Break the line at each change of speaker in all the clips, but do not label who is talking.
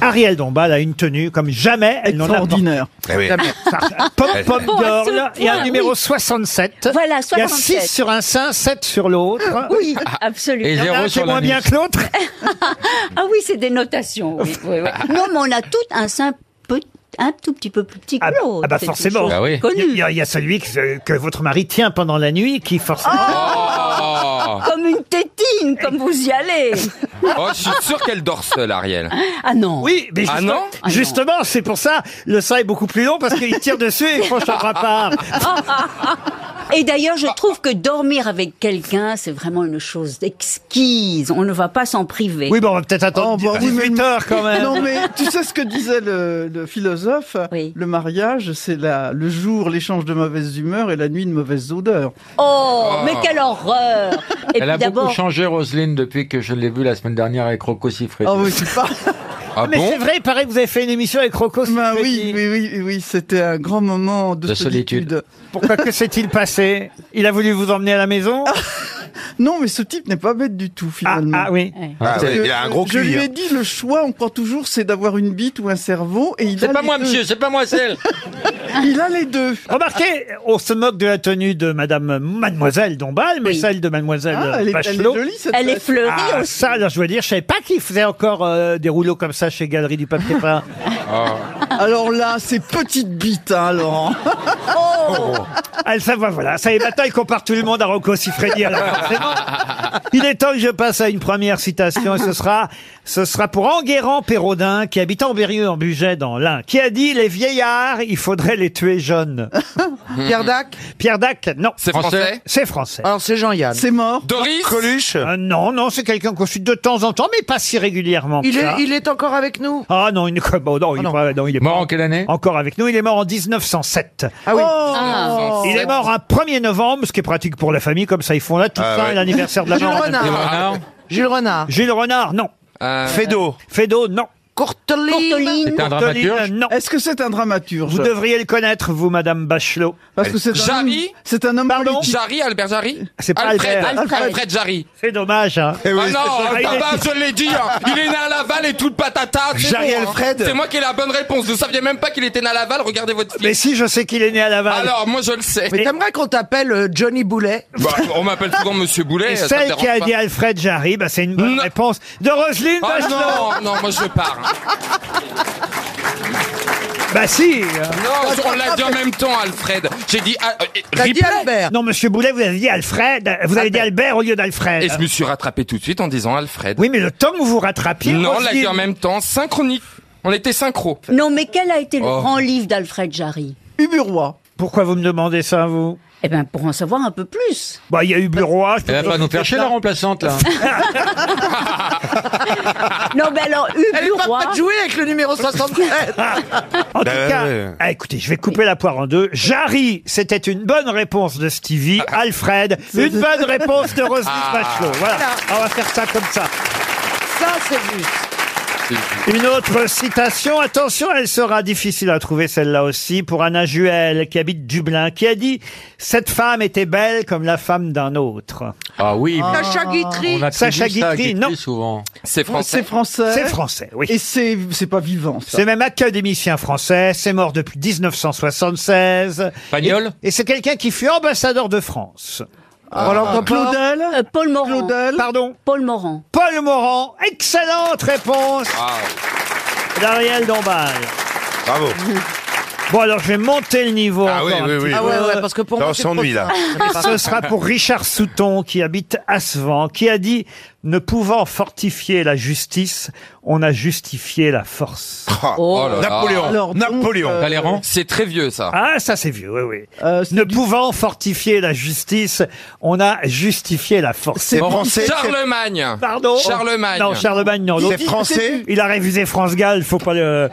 Ariel Dombal a une tenue comme jamais elle n'en a
Extraordinaire.
Eh oui.
Jamais. Ça, Pop
Elle-
Pop
Bon, à ce
Girl et un
point,
numéro
oui.
67.
Voilà,
Il y a
67.
6 sur un sein, 7 sur l'autre.
Oui, absolument.
Et
Il y en a
zéro
un qui est
sur
moins
la
bien que l'autre.
Ah oui, c'est des notations. oui, oui, oui. Non, mais on a tout un sein peu- un tout petit peu plus petit que
Ah,
l'autre.
ah bah
Oh, c'est une
forcément.
chose
Ah oui.
Il y a- il
Connue.
y, a- il y a celui que, que votre mari tient pendant la nuit qui forcément...
Oh,
Comme une tétine, comme vous y allez.
Oh, je suis sûr qu'elle dort seule, Ariel.
Ah non.
Oui, mais
Ah
justement,
non
Ah non.
justement, c'est pour ça, le sein est beaucoup plus long parce qu'il tire dessus et il franchit un part.
Et d'ailleurs, je trouve que dormir avec quelqu'un, c'est vraiment une chose exquise. On ne va pas s'en priver.
Oui, bon, on va peut-être attendre
Oh, bah oui, mais-
18 heures quand même.
Non mais tu sais ce que disait le, le philosophe
Oui.
Le mariage, c'est la le jour l'échange de mauvaises humeurs et la nuit de mauvaises odeurs.
Oh, mais quelle horreur Et
Elle
puis
a beaucoup
d'abord,
changé, Roselyne, depuis que je l'ai vue la semaine dernière avec Rocco Siffredi.
Ah
Oh,
oui, c'est pas.
Ah
mais
bon
c'est vrai, il paraît que vous avez fait une émission avec Rocco.
Bah oui,
Siffredi.
oui, oui, oui, oui, c'était un grand moment de,
De solitude.
Pourquoi que s'est-il passé Il a voulu vous emmener à la maison
Ah, Non, mais ce type n'est pas bête du tout
ah,
finalement.
ah oui.
Ah
Parce
ouais,
que
il a un gros
Je
cul,
lui
hein.
ai dit le choix, on prend toujours, c'est d'avoir une bite ou un cerveau. Et il
C'est
a
pas
les
moi,
deux.
monsieur, c'est pas moi, celle.
Il a les deux.
Remarquez, on se moque de la tenue de Madame Mademoiselle Dombal, mais
Oui.
celle de Mademoiselle
Ah,
euh,
elle, est, elle est
Bachelot.
jolie cette
elle est fleurie
Ah,
aussi.
ça, alors je veux dire, je savais pas qu'il faisait encore euh, des rouleaux comme ça chez Galerie du Papier Peint.
Ah. Alors là, c'est petite bite, hein, Laurent.
Oh.
Elle Ah, ça va, voilà. Ça y est, maintenant, il compare tout le monde à Rocco Siffredi. alors forcément. Il est temps que je passe à une première citation et ce sera, ce sera pour Enguerrand Pérodin, qui habite en Berrieux, en Bugey, dans l'Ain, qui a dit, les vieillards, il faudrait les tuer jeunes.
Pierre Dac
Pierre Dac, non.
C'est français
C'est français.
Alors c'est Jean-Yann.
C'est mort.
Doris
Coluche
Euh, non, non, c'est quelqu'un qu'on suit de temps en temps, mais pas si régulièrement. que
il est,
ça.
il est encore avec nous
Ah non, il n'est bon, non, il est
non.
pas- non, il est
Mort
pas
en quelle année
encore avec nous. Il est mort en 1907.
Ah oui.
Ah.
Il est mort un 1er novembre, ce qui est pratique pour la famille, comme ça ils font là tout
Ah
ça,
ouais.
l'anniversaire de la
Jules
mort.
Et
Renard.
Renard
Jules Renard.
Gilles Renard, non.
Euh,
Fédo.
Fédo, non.
Courteline.
Courteline.
C'était un dramaturge
Toline, non.
Est-ce que c'est un dramaturge
Vous devriez le connaître, vous, Madame Bachelot.
Parce que c'est un homme,
Jarry
c'est un homme
Pardon
politique.
Jarry, Albert Jarry
C'est pas Albert.
Alfred,
Alfred.
Alfred Jarry.
C'est dommage, hein.
Eh oui,
Ah non,
c'est Jarry.
ah bah, je l'ai dit, hein. il est né à Laval et tout le patata. c'est
Jarry
bon, hein.
Alfred.
C'est moi qui ai la bonne réponse. Vous saviez même pas qu'il était né à Laval, regardez votre
Mais
fils.
si, je sais qu'il est né à Laval.
Alors, moi je le sais.
Mais t'aimerais qu'on t'appelle euh, Johnny Boulet
Bah, on m'appelle souvent Monsieur Boulet.
Et
ça me
celle qui a
dérange
dit
pas.
Alfred Jarry, bah, c'est une bonne
Non.
réponse de Roselyne
Oh
Bachelot.
non, non, moi je pars.
Bah si.
Non, on l'a dit en même temps, Alfred. J'ai dit. ah, euh,
T'as dit
Ripley.
Albert
Non, monsieur Boulet, vous avez dit Alfred. Vous avez dit Albert au lieu d'Alfred.
Et je me suis rattrapé tout de suite en disant Alfred.
Oui, mais le temps que vous vous rattrapiez.
non, on l'a dit
Roselyne-
en même temps, synchronique. On était synchro.
Non, mais quel a été le
Oh.
grand livre d'Alfred Jarry
Uburois.
Pourquoi vous me demandez ça, vous
Eh bien, pour en savoir un peu plus.
Bah, il y a eu Bureau.
Elle va pas Eh ben, nous faire chier, la remplaçante, là.
Non, mais alors,
Elle est
Ubu
pas
Roy,
prête de jouer avec le numéro 67
En tout
Bah, ouais,
cas,
ouais.
ah, écoutez, je vais couper la poire en deux. Jarry, c'était une bonne réponse de Stevie.
Ah.
Alfred, une bonne réponse de Roselyne Bachelot. Voilà, Ah, on va faire ça comme ça.
Ça c'est juste
Une autre citation, attention, elle sera difficile à trouver celle-là aussi, pour Anna Juel, qui habite Dublin, qui a dit « Cette femme était belle comme la femme d'un autre
Ah oui, mais
Sacha Guitry
on a
Sacha Guitry, non.
souvent.
C'est français.
C'est ». français.
C'est français, oui.
Et c'est c'est pas vivant. Ça.
C'est même académicien français, c'est mort depuis 1976.
Pagnol
Et c'est quelqu'un qui fut ambassadeur de France.
Ah.
Roland Coppola
Claudel.
euh, Paul Morand.
Claudel.
Pardon
Paul Morand.
Paul Morand, excellente réponse
Ah,
d'Ariel Dombal.
Bravo.
Bon, alors je vais monter le niveau.
Ah oui,
encore un
oui,
petit
oui.
Ah ouais ouais parce que pour
Là, on
moi c'est trop
s'ennuie, là.
peu. Ce sera pour Richard Souton, qui habite Assevent, qui a dit Ne pouvant fortifier la justice, on a justifié la force.
Ah,
oh là là.
Napoléon.
Alors, donc,
Napoléon.
euh,
Talleyrand
C'est très vieux ça.
Ah, ça c'est vieux, oui, oui.
Euh, c'est
ne
du-
pouvant fortifier la justice, on a justifié la force.
C'est
français.
Charlemagne.
Pardon
Charlemagne.
Non, Charlemagne, non.
C'est
l'autre.
français.
Il a révisé France Gall, faut pas le.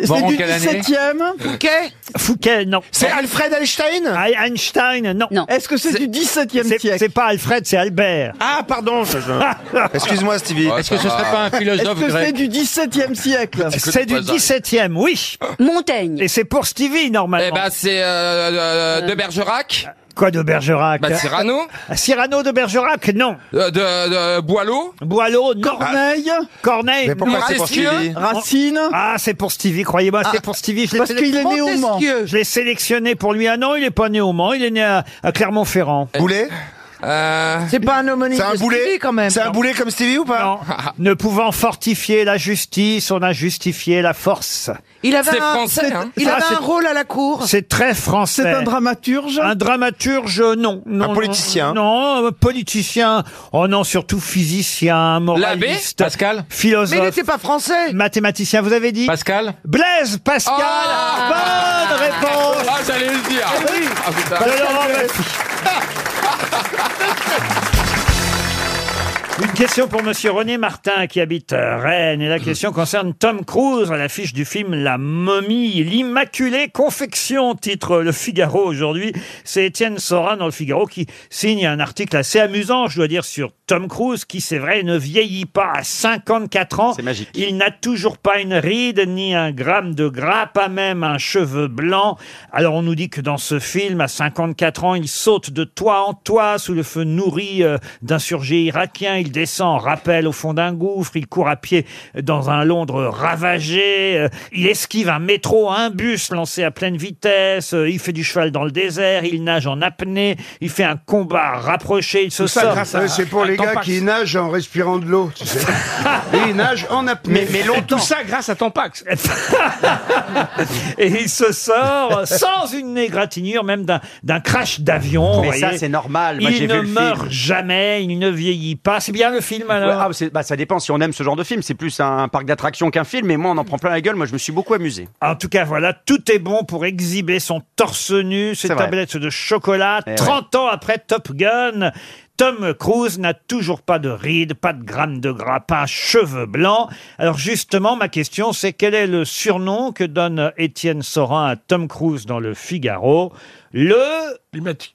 C'est
Bon, en
du
quelle année
17e.
Fouquet
Fouquet, non.
C'est Alfred Einstein.
Ah, Einstein, non.
Non.
Est-ce que c'est du 17e
C'est
siècle
c'est pas Alfred, c'est Albert.
Ah, pardon. je-
Ah.
je- Excuse-moi, Stevie.
Oh,
Ouais.
Est-ce que ce serait pas un
Est-ce
philosophe
que c'est
grec
du 17e siècle
Écoute,
C'est du
moi, j'arrive.
17e, oui.
Montaigne.
Ah,
ben,
Et c'est pour Stevie, normalement.
Eh ben c'est euh, euh, de Bergerac.
Quoi de Bergerac
Bah, Cyrano.
Ah, Cyrano de Bergerac, non.
Euh, de, de Boileau
Boileau, non. Ah.
Corneille,
Corneille,
Mais pourquoi
non.
c'est pour
Montesquieu
Stevie
Racine,
Ah, c'est pour Stevie, croyez-moi,
Ah,
c'est pour Stevie. Je l'ai
parce
sélectionné-
qu'il est né au Mans.
Montesquieu.
je l'ai sélectionné pour lui. Ah non, il n'est pas né au Mans, il est né à, à Clermont-Ferrand.
Eh. Boulet
euh,
C'est pas un homonyme.
C'est un
de
boulet
Stevie, quand même.
C'est un boulet comme Stevie ou pas
Non. Ne pouvant fortifier la justice, on a justifié la force.
Il avait
C'est
un,
français,
c'est-
hein.
Il
Ah,
avait
c'est-
un rôle à la cour.
C'est très français.
c'est un dramaturge.
Un dramaturge, euh, non. non
Un
non,
politicien.
Non, un politicien. Oh non, surtout physicien, moraliste.
Pascal
Mais il
Philosophe.
n'était pas français.
Mathématicien, vous avez dit
Pascal
Blaise
Oh
Pascal
Ah
Bonne réponse
Ah, j'allais le dire. Ah, putain.
de Laurent Baffy. Une question pour Monsieur René Martin qui habite euh, Rennes et la
Mhm.
question concerne Tom Cruise à l'affiche du film La Momie, l'Immaculée Confection, titre Le Figaro aujourd'hui. C'est Étienne Sorin dans Le Figaro qui signe un article assez amusant, je dois dire, sur Tom Cruise qui, c'est vrai, ne vieillit pas à 54 ans.
C'est magique.
Il n'a toujours pas une ride, ni un gramme de gras, pas même un cheveu blanc. Alors on nous dit que dans ce film, à 54 ans, il saute de toit en toit sous le feu nourri euh, d'insurgés irakiens. Il descend en rappel au fond d'un gouffre. Il court à pied dans un Londres ravagé. Euh, Il esquive un métro, un bus lancé à pleine vitesse. Euh, Il fait du cheval dans le désert. Il nage en apnée. Il fait un combat rapproché. Il se sort.
Ouais, c'est pour les gars qui nagent en respirant de l'eau, tu sais. Et ils nagent en apnée. Mais, longtemps.
ça grâce à ton Pax.
et il se sort sans une égratignure, même d'un- d'un crash d'avion.
Mais
vous
ça,
voyez.
c'est normal. Moi,
Il
j'ai
ne
vu le
meurt
film.
jamais, il ne vieillit pas. C'est bien le film alors.
Ouais, ah, c'est- bah, ça dépend si on aime ce genre de film. C'est plus un parc d'attractions qu'un film. Mais moi, on en prend plein la gueule. Moi, je me suis beaucoup amusé.
En tout cas, voilà, tout est bon pour exhiber son torse nu, ses
C'est vrai.
tablettes de chocolat.
Eh ouais.
30 ans après Top Gun, Tom Cruise n'a toujours pas de rides, pas de grammes de gras, pas un cheveu blanc. Alors justement, ma question, c'est quel est le surnom que donne Étienne Sorin à Tom Cruise dans Le Figaro Le...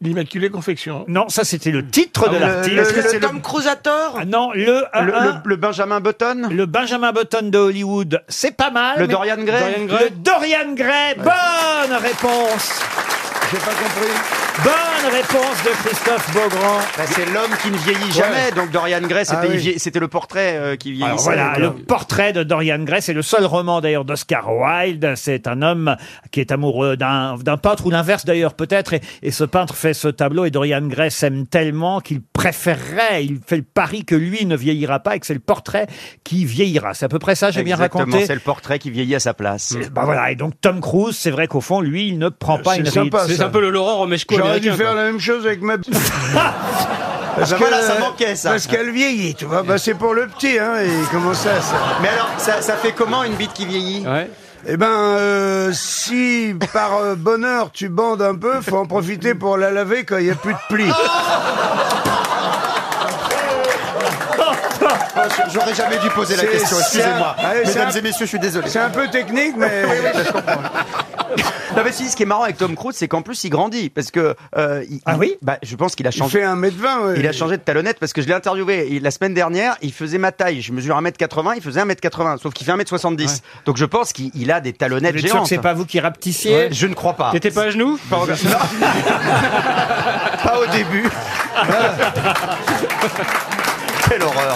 L'immaculée confection.
Non, ça c'était le titre de
Ah, le-
l'article.
Est-ce que
Le,
c'est le-
Tom Cruise à tort.
Ah non, le,
Le, le-
un,
le Benjamin Button
un, le Benjamin Button de Hollywood, c'est pas mal.
Le
mais-
Ah, Dorian Gray
Le Dorian Gray, bonne réponse.
J'ai pas compris.
Bonne réponse de Christophe Beaugrand.
Bah, C'est l'homme qui ne vieillit jamais. Donc, Dorian Gray, c'était
Ah oui.
il vieillit- c'était le portrait euh, qui vieillissait.
Alors voilà, le portrait de Dorian Gray, c'est le seul roman d'ailleurs d'Oscar Wilde. C'est un homme qui est amoureux d'un d'un peintre ou l'inverse d'ailleurs peut-être. Et, et ce peintre fait ce tableau et Dorian Gray s'aime tellement qu'il préférerait, il fait le pari que lui ne vieillira pas et que c'est le portrait qui vieillira. C'est à peu près
Ah,
ça, j'ai bien
Exactement,
raconté.
C'est le portrait qui vieillit à sa place.
Bah voilà, et donc Tom Cruise, c'est vrai qu'au fond, lui, il ne prend pas
C'est
une ride.
sympa, ça.
le Laurent Romeshko
J'aurais dû faire la même chose avec ma petite. Parce
Ah, voilà, ça manquait, ça.
Parce qu'elle vieillit, tu vois. Bah, c'est pour le petit, hein. Et comment ça, ça
Mais alors, ça, ça fait comment une bite qui vieillit
Eh ben, euh, si par euh, bonheur tu bandes un peu, faut en profiter pour la laver quand il n'y a plus de plis.
Ah, J'aurais jamais dû poser la
C'est-
question,
c'est
excusez-moi.
un- Ouais, c'est
Mesdames
un-
et messieurs, je suis désolé.
C'est un peu technique, mais.
Non mais si, ce qui est marrant avec Tom Cruise, c'est qu'en plus il grandit parce que euh, il-
Ah
il-
oui
bah, je pense qu'il a
Il
changé.
fait 1m20, ouais.
Il a changé de talonnette parce que je l'ai interviewé et la semaine dernière. Il faisait ma taille. Je mesure 1m80, il faisait 1m80, sauf qu'il fait 1m70. Donc je pense qu'il il a des talonnettes
Vous êtes sûr que
géantes.
c'est pas vous qui rapetissiez
Ouais, Je ne crois pas.
T'étais pas à genoux
Pas au début. Quelle horreur.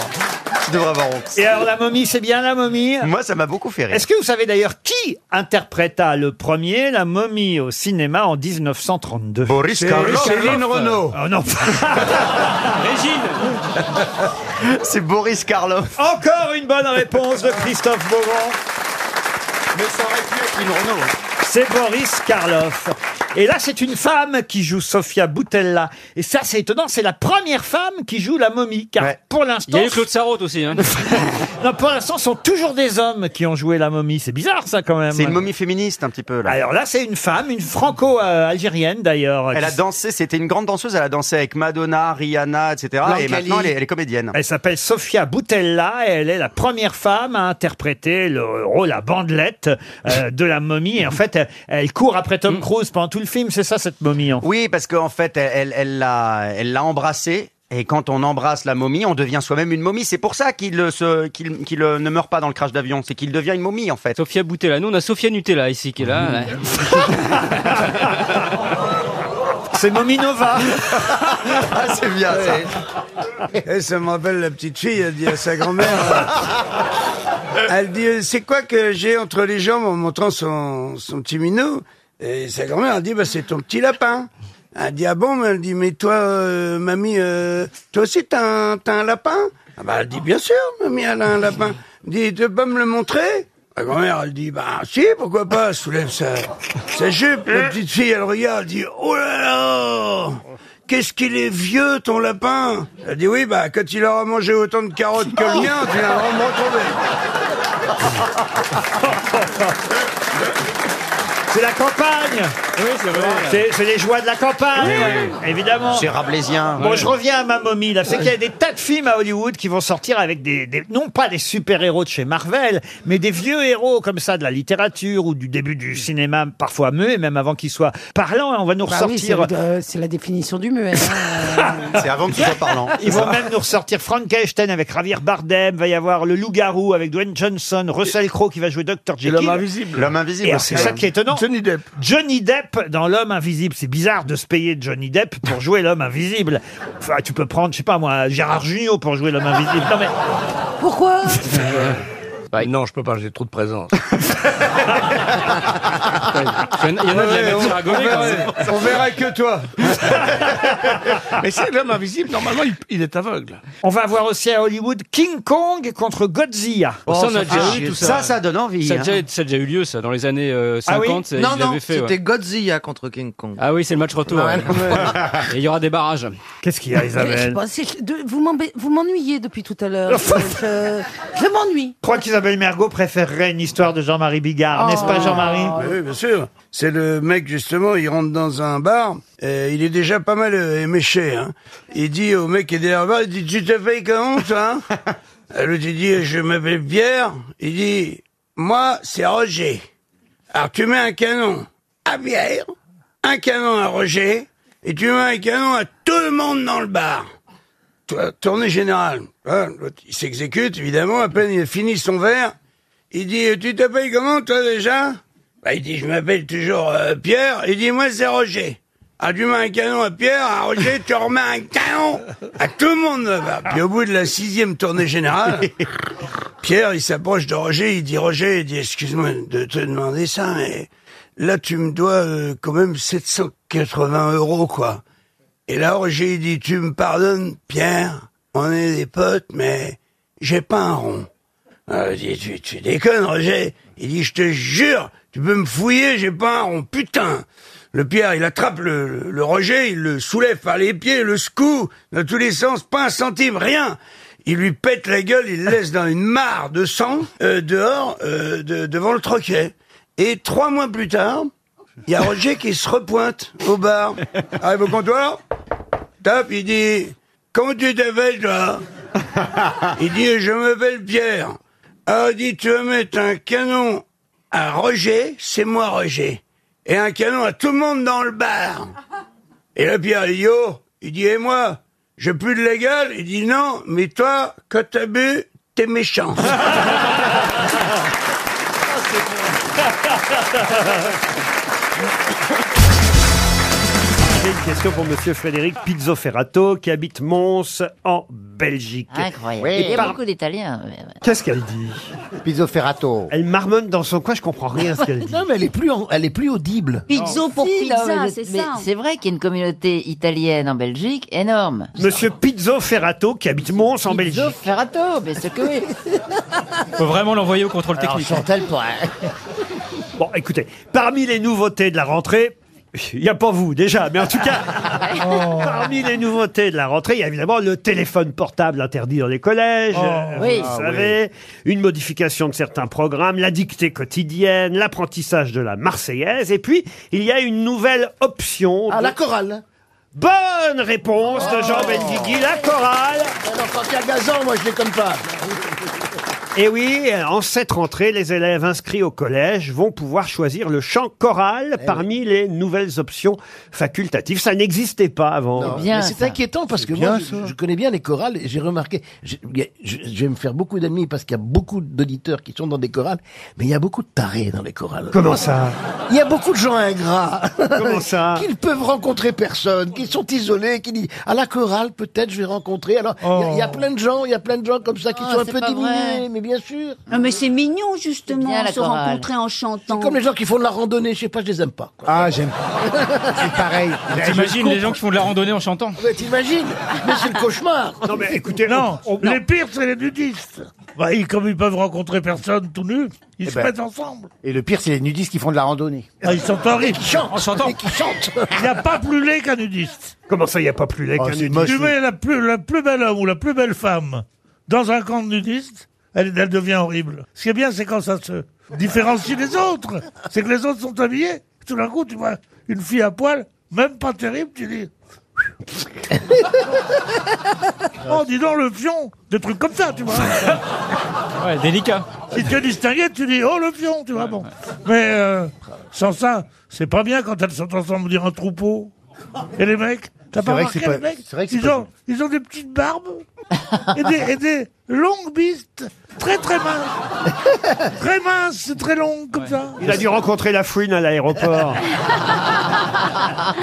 Je devrais avoir honte.
Et alors la momie, c'est bien la momie
Moi, ça m'a beaucoup fait rire.
Est-ce que vous savez d'ailleurs qui interpréta le premier la momie au cinéma en 1932
Boris Karloff.
Céline Renault.
Oh non,
Ah.
C'est Boris Karloff.
encore une bonne réponse de Christophe Beaugrand.
Mais ça aurait pu être une Renault. hein.
C'est Boris Karloff. Et là, c'est une femme qui joue Sofia Boutella. Et ça, c'est étonnant, c'est la première femme qui joue la momie. Car
Ouais.
pour l'instant,
Il y a eu Claude Sarraute aussi. Hein.
non, pour l'instant, ce sont toujours des hommes qui ont joué la momie. C'est bizarre, ça, quand même.
C'est une momie féministe un petit peu là.
Alors là, c'est une femme, une franco-algérienne d'ailleurs.
Elle a
qui-
dansé, c'était une grande danseuse, elle a dansé avec Madonna, Rihanna, etc. Et
Blanc-Cali.
maintenant, elle est, elle est comédienne.
Elle s'appelle Sofia Boutella et elle est la première femme à interpréter le rôle à bandelette euh, de la momie. Et en fait, elle, elle court après Tom Cruise pendant tout le film. C'est ça, cette momie. hein.
Oui, parce qu'en fait, elle- elle elle l'a elle l'a embrassée. Et quand on embrasse la momie, on devient soi-même une momie. C'est pour ça qu'il euh, se- qu'il qu'il, euh, ne meurt pas dans le crash d'avion. C'est qu'il devient une momie, en fait.
Sophia
Mmh.
Boutella. Nous, on a Sophia Nutella ici qui est là.
C'est Mominova.
Ah,
c'est bien ça. Et ça me rappelle la petite fille, elle dit à sa grand-mère. euh, elle dit euh, C'est quoi que j'ai entre les jambes en montrant son, son petit minou
Eh,
Et sa grand-mère, elle dit bah, C'est ton petit lapin. Elle dit Ah bon mais Elle dit Mais toi, euh, mamie, euh, toi aussi, t'as un, t'as un lapin ah bah, Elle dit Bien sûr, mamie, elle a un lapin. Elle dit Tu peux pas me le montrer la grand-mère, elle dit, bah si, pourquoi pas, elle soulève sa, sa jupe. La petite fille, elle regarde, elle dit, oh là là Qu'est-ce qu'il est vieux, ton lapin Elle dit, oui, bah quand il aura mangé autant de carottes que le mien, tu viendras me retrouver.
C'est la campagne. Oui, c'est vrai. C'est, les joies de la campagne, évidemment.
C'est rablaisien.
Bon, je reviens à ma momie. Là, c'est qu'il y a des tas de films à Hollywood qui vont sortir avec des, des- non pas des super héros de chez Marvel, mais des vieux héros comme ça de la littérature ou du début du cinéma, parfois muet, même avant qu'ils soient parlants. On va nous
Bah oui, c'est
ressortir.
euh, c'est la définition du muet. hein.
C'est avant que tu sois parlant.
Ils vont même nous ressortir Frankenstein avec Javier Bardem. Va y avoir le Loup-garou avec Dwayne Johnson, Russell Crowe qui va jouer Dr. Jekyll.
L'homme invisible.
Et c'est ça qui est étonnant. Johnny Depp. Johnny Depp dans L'homme invisible. C'est bizarre de se payer Johnny Depp pour jouer l'homme invisible. Enfin, tu peux prendre, je sais pas moi, Gérard Junior pour jouer l'homme invisible. Non mais
Pourquoi
non, je peux pas, j'ai trop de présence.
Ah,
Il y en a de la nature à gauler, quand même.
On verra Ah, que toi.
Mais c'est l'homme invisible, normalement, il, il est aveugle.
on va voir aussi à Hollywood King Kong contre Godzilla.
Oh,
ça, on a déjà eu tout
Ça, ça donne envie.
Ça a,
hein.
déjà, ça a déjà eu lieu, ça, dans les années euh,
Ah oui
50.
Non,
ils
non,
l'avaient fait,
c'était
ouais.
Godzilla contre King Kong.
Ah oui, c'est le match retour. ouais. Et il y aura des barrages.
Qu'est-ce qu'il y a,
Je sais
Isabelle
pas, c'est- de- vous m'emba- vous m'ennuyez depuis tout à l'heure. je je m'ennuie. Oh.
Je crois qu'Isabelle Mergot préférerait une histoire de Jean-Marie Bigard, n'est-ce pas Jean-Marie
Ah oui, bien sûr. C'est le mec, justement, il rentre dans un bar, euh, il est déjà pas mal euh, éméché. Hein. Il dit au mec qui est derrière le bar, il dit, tu te fais comment, toi hein Euh, L'autre, il dit, je m'appelle Pierre. Il dit, moi, c'est Roger. Alors, tu mets un canon à Pierre, un canon à Roger, et tu mets un canon à tout le monde dans le bar. Toi, euh, Tournée générale. Hein, l'autre, il s'exécute, évidemment, à peine il a fini son verre. Il dit, tu t'appelles comment, toi, déjà bah, Il dit, je m'appelle toujours euh, Pierre. Il dit, moi, c'est Roger. Ah, tu mets un canon à Pierre, à Roger, tu remets un canon à tout le monde là-bas. Puis au bout de la sixième tournée générale, Pierre, il s'approche de Roger, il dit, Roger, il dit, excuse-moi de te demander ça, mais là, tu me dois euh, quand même 780 euros, quoi. Et là, Roger, il dit, tu me pardonnes, Pierre, on est des potes, mais j'ai pas un rond. Ah, il dit, tu, tu déconnes, Roger. Il dit, je te jure, tu peux me fouiller, j'ai pas un rond, putain. Le Pierre, il attrape le, le Roger, il le soulève par les pieds, le secoue dans tous les sens, pas un centime, rien. Il lui pète la gueule, il le laisse dans une mare de sang euh, dehors, euh, de- devant le troquet. Et trois mois plus tard, il y a Roger qui se repointe au bar. Arrive au comptoir, tape, il dit Comment tu t'appelles, toi Il dit Je m'appelle Pierre. Ah, il dit Tu vas mettre un canon à Roger, c'est moi Roger. Et un canon à tout le monde dans le bar. Et là, Pierre, il dit Oh Il dit Et moi Je pue de la gueule Il dit Non, mais toi, quand t'as bu, t'es méchant.
J'ai une question pour Monsieur Frédéric Pizzoferrato qui habite Mons en Belgique.
Incroyable.
Et
Il y a
par-
beaucoup d'Italiens. mais-
Qu'est-ce qu'elle dit
Pizzo Ferrato.
Elle marmonne dans son coin, je comprends rien à ce qu'elle dit.
mais elle est plus, elle est plus audible.
Pizzo pour
Si, non,
pizza,
mais-
c'est
mais
ça.
C'est vrai qu'il y a une communauté italienne en Belgique énorme.
Monsieur Pizzo Ferrato qui habite Mons en
Pizzo
Belgique.
Ferrato, mais c'est que oui.
Faut vraiment l'envoyer au contrôle technique.
Chantal pour
Bon, écoutez, parmi les nouveautés de la rentrée, il n'y a pas vous déjà, mais en tout cas, Oh. parmi les nouveautés de la rentrée, il y a évidemment le téléphone portable interdit dans les collèges, euh,
Oui.
Ah
vous savez, une modification de certains programmes, la dictée quotidienne, l'apprentissage de la Marseillaise, et puis il y a une nouvelle option.
Ah,
de-
la
hein.
chorale.
Bonne réponse de Jean Benguigui, la chorale.
Alors, quand il y a gazon, moi, je les comme pas.
Et Eh oui, en cette rentrée, les élèves inscrits au collège vont pouvoir choisir le chant choral
Eh
parmi les nouvelles options facultatives. Ça n'existait pas avant.
Hein. Mais c'est inquiétant parce que moi, je- je, connais bien les chorales et j'ai remarqué, je, il y a- je- je vais me faire beaucoup d'ennemis parce qu'il y a beaucoup d'auditeurs qui sont dans des chorales, mais il y a beaucoup de tarés dans les chorales.
Comment ça
Il y a beaucoup de gens ingrats.
Comment ça
Qui ne peuvent rencontrer personne, qui sont isolés, qui disent à la chorale peut-être je vais rencontrer. Alors il y a- il y, a plein de gens, il y a plein de gens comme ça qui
Oh,
sont un
c'est
peu
pas
diminués,
vrai.
mais bien sûr.
Non, mais c'est mignon, justement,
bien, la
se
chorale.
rencontrer en chantant.
Comme les gens qui font de la randonnée, je sais pas, je les aime pas.
Ah, j'aime.
C'est
pareil. T'imagines les gens qui font de la randonnée en chantant
Mais Bah, t'imagines Mais c'est le cauchemar
Non mais écoutez,
non, les pires c'est les nudistes. Bah, ils, comme ils peuvent rencontrer personne tout nu, ils
Eh
se
ben.
mettent ensemble.
Et le pire, c'est les nudistes qui font de la randonnée.
Ah, ils sont horribles.
En chantant.
Il n'y a pas plus laid qu'un nudiste.
Comment ça, il n'y a pas plus laid
Oh,
qu'un
c'est
nudiste
moche,
Tu mets la plus, la plus belle homme ou la plus belle femme dans un camp de nudistes, elle, elle devient horrible. Ce qui est bien, c'est quand ça se différencie des autres. C'est que les autres sont habillés. Tout d'un coup, tu vois une fille à poil, même pas terrible, tu dis. oh, dis donc, le fion Des trucs comme ça, tu vois
Ouais, délicat.
Si tu es distingué, tu dis oh le pion, tu vois bon. Mais euh, sans ça, c'est pas bien quand elles sont ensemble dire un troupeau. Et les mecs, t'as
C'est
pas
vrai que
remarqué
c'est pas-
les mecs
c'est vrai que c'est
ils
pas
ont ils ont des petites barbes et des, et des longues bistes très très minces, très minces, très longues comme ça.
Il a dû rencontrer la fouine à
Ah.
l'aéroport.
Ah.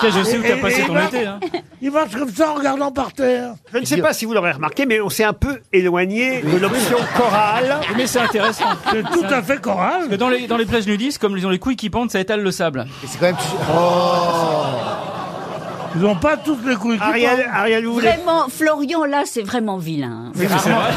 Tiens, je sais où t'as passé
il
ton
marche-
été, hein.
Il marche comme ça en regardant par terre.
Je ne sais pas si vous l'aurez remarqué, mais on s'est un peu éloigné de l'option chorale.
Mais c'est intéressant.
C'est tout à fait choral.
Parce que dans les, dans les plages nudistes, comme ils ont les couilles qui pendent, ça étale le sable. Et c'est quand même. Oh
Ils ont pas toutes les couilles.
Ariel, Ariel, vous voulez
Vraiment, Florian, là, c'est vraiment vilain.
Oui, mais c'est vrai.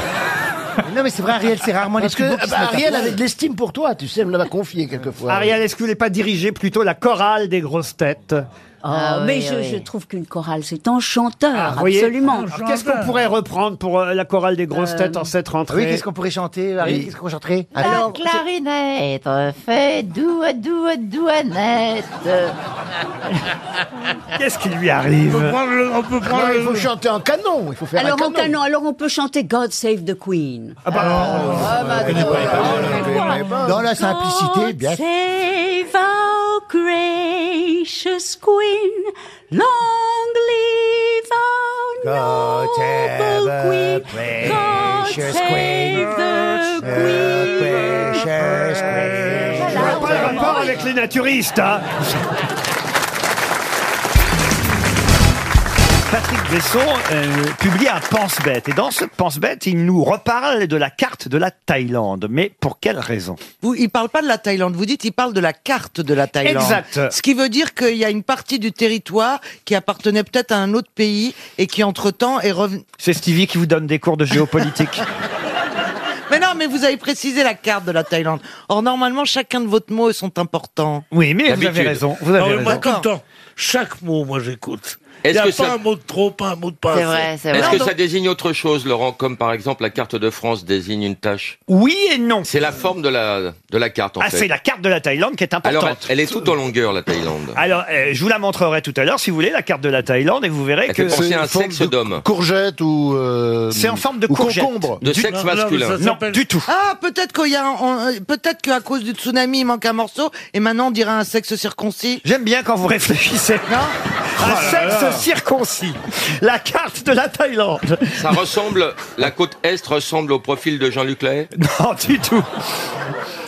Non mais c'est vrai, Ariel, c'est rarement
Parce que bah, Ariel avait de
les...
l'estime pour toi, tu sais, elle me l'a confié quelquefois.
Ariel, est-ce que vous voulez pas diriger plutôt la chorale des grosses têtes
Ah, mais je, je trouve qu'une chorale, c'est enchanteur,
Vous Ah, voyez
absolument.
Alors, Qu'est-ce qu'on pourrait reprendre pour euh, la chorale des grosses têtes en cette rentrée
oui, qu'est-ce qu'on
pourrait chanter
Ariel Qu'est-ce
qu'on chanterait
Alors,
La clarinette fait doua doua douanette.
Ah,
Qu'est-ce qui lui arrive
On peut prendre le- on peut prendre
Ah il faut
le-
chanter en canon, il faut faire
Alors
un
en canon, alors on peut chanter God Save the Queen. Ah
bah,
Ah.
euh,
Dans la simplicité, bien.
Save our gracious Queen, long live our
God
noble Queen. God
precious
save the Queen.
Je vois pas le rapport avec les naturistes, hein. Patrick Besson euh, publie un pense-bête. Et dans ce pense-bête, il nous reparle de la carte de la Thaïlande. Mais pour quelle raison
Vous, il parle pas de la Thaïlande, vous dites il parle de la carte de la Thaïlande.
Exact.
Ce qui veut dire qu'il y a une partie du territoire qui appartenait peut-être à un autre pays et qui entre-temps est revenue.
C'est Stevie qui vous donne des cours de géopolitique.
Mais non, mais vous avez précisé la carte de la Thaïlande. Or, normalement, chacun de votre mot sont importants.
Oui, mais vous avez raison. Vous avez
Non, mais moi,
raison.
tout le temps, chaque mot, moi, j'écoute. Il
Est-ce
n'y a
que
pas
ça-
un mot de trop, pas un mot de pas
C'est
assez.
vrai,
Mais
Est-ce
non,
que
non.
ça désigne autre chose, Laurent, comme par exemple la carte de France désigne une tâche
Oui et non.
C'est la forme de la, de la carte, en
Ah,
fait.
c'est la carte de la Thaïlande qui est importante.
Alors, elle, elle est toute en longueur, la Thaïlande.
Alors, euh, je vous la montrerai tout à l'heure, si vous voulez, la carte de la Thaïlande, et vous verrez
Elle
que...
fait penser à un sexe d'homme.
Courgette ou. euh,
C'est en forme de
ou
courgette.
concombre.
De sexe Non, non, masculin. mais ça
Non,
s'appelle-
du tout.
Ah, peut-être qu'il y a, un- on- euh, peut-être qu'à cause du tsunami, il manque un morceau et maintenant on dirait un sexe circoncis.
J'aime bien quand vous réfléchissez. Un sexe circoncis. La carte de la Thaïlande.
Ça ressemble, la côte Est ressemble au profil de Jean-Luc Lahaye
Non, du tout.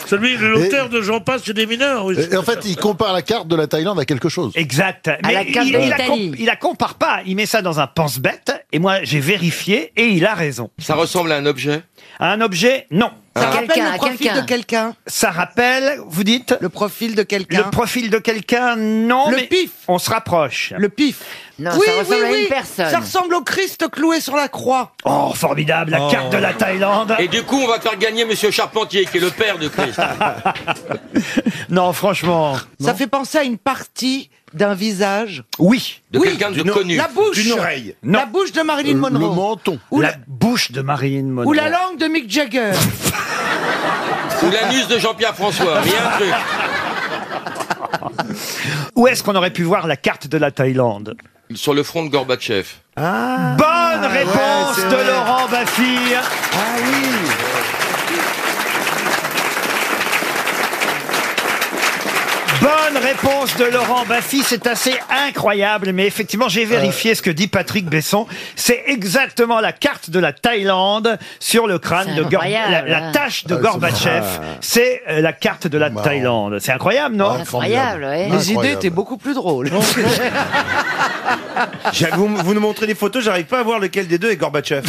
Celui, l'auteur de Jean Passe, c'est des mineurs. Oui.
Et, et en fait, il compare la carte de la Thaïlande à quelque chose.
Exact. Mais
la carte
il,
de
il la
l'Italie.
comp- il la compare pas. Il met ça dans un pense-bête. Et moi, j'ai vérifié et il a raison.
Ça ressemble à un objet
À un objet, non.
Ça rappelle le profil de quelqu'un.
Ça rappelle, vous dites
Le profil de quelqu'un.
Le profil de quelqu'un, non.
Le
mais On se rapproche.
Le pif.
Non,
oui,
ça ressemble
oui,
à une
oui.
personne.
Ça ressemble au Christ cloué sur la croix.
Oh, formidable, la carte de la Thaïlande.
Et du coup, on va faire gagner Monsieur Charpentier, qui est le père de Christ.
Non, franchement.
Ça fait penser à une partie d'un visage.
Oui.
De quelqu'un de connu.
La bouche. La bouche de Marilyn
Euh,
Monroe. Ou
la,
la,
bouche de Marilyn Monroe.
ou la langue de Mick Jagger.
Ou l'anus de Jean-Pierre François. Mais il y a un truc.
Où est-ce qu'on aurait pu voir la carte de la Thaïlande
Sur le front de Gorbatchev.
Ah.
Oh,
Ah
Bonne réponse de Laurent Baffy. Ah oui. Bonne réponse de Laurent Baffy, c'est assez incroyable, mais effectivement, j'ai vérifié ce que dit Patrick Besson. C'est exactement la carte de la Thaïlande sur le crâne
C'est
de Gor-
incroyable,
la, la
hein.
tâche de
Ah, c'est
Gorbatchev.
marrant.
C'est euh, la carte de la Thaïlande. C'est incroyable, non
Ouais, Incroyable, Ah, formidable. ouais.
Les idées étaient beaucoup plus drôles.
Vous, vous nous montrez des photos, j'arrive pas à voir lequel des deux est Gorbatchev.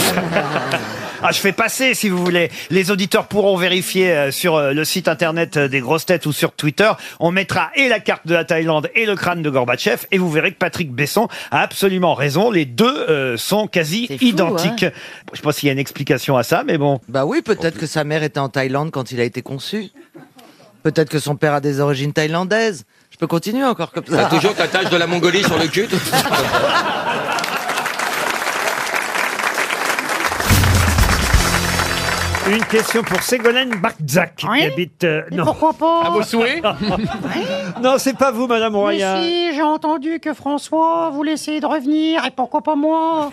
Ah, je fais passer, si vous voulez. Les auditeurs pourront vérifier euh, sur euh, le site internet euh, des grosses têtes ou sur Twitter. On mettra et la carte de la Thaïlande et le crâne de Gorbatchev. Et vous verrez que Patrick Besson a absolument raison. Les deux euh, sont quasi
fou,
identiques.
ouais.
Je pense qu'il y a une explication à ça, mais bon.
Bah oui, peut-être que sa mère était en Thaïlande quand il a été conçu. Peut-être que son père a des origines thaïlandaises. Je peux continuer encore comme ça.
Ah,
T'as toujours ta tâche de la Mongolie sur le cul
Une question pour Ségolène Barzac, qui habite... euh,
Et pourquoi pas À vos souhaits
Non, c'est pas vous, Madame
Mais
Roya.
si, j'ai entendu que François voulait essayer de revenir, et pourquoi pas moi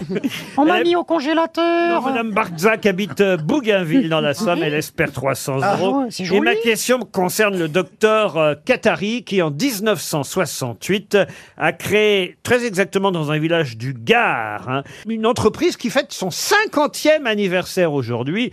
On m'a
Eh,
mis au congélateur.
Madame Barzac habite euh, Bougainville dans la Somme. Elle espère 300
Ah,
euros.
ouais, c'est
Et
joli.
ma question concerne le docteur euh, Qatari qui, en 1968, a créé, très exactement dans un village du Gard, hein, une entreprise qui fête son 50e anniversaire aujourd'hui.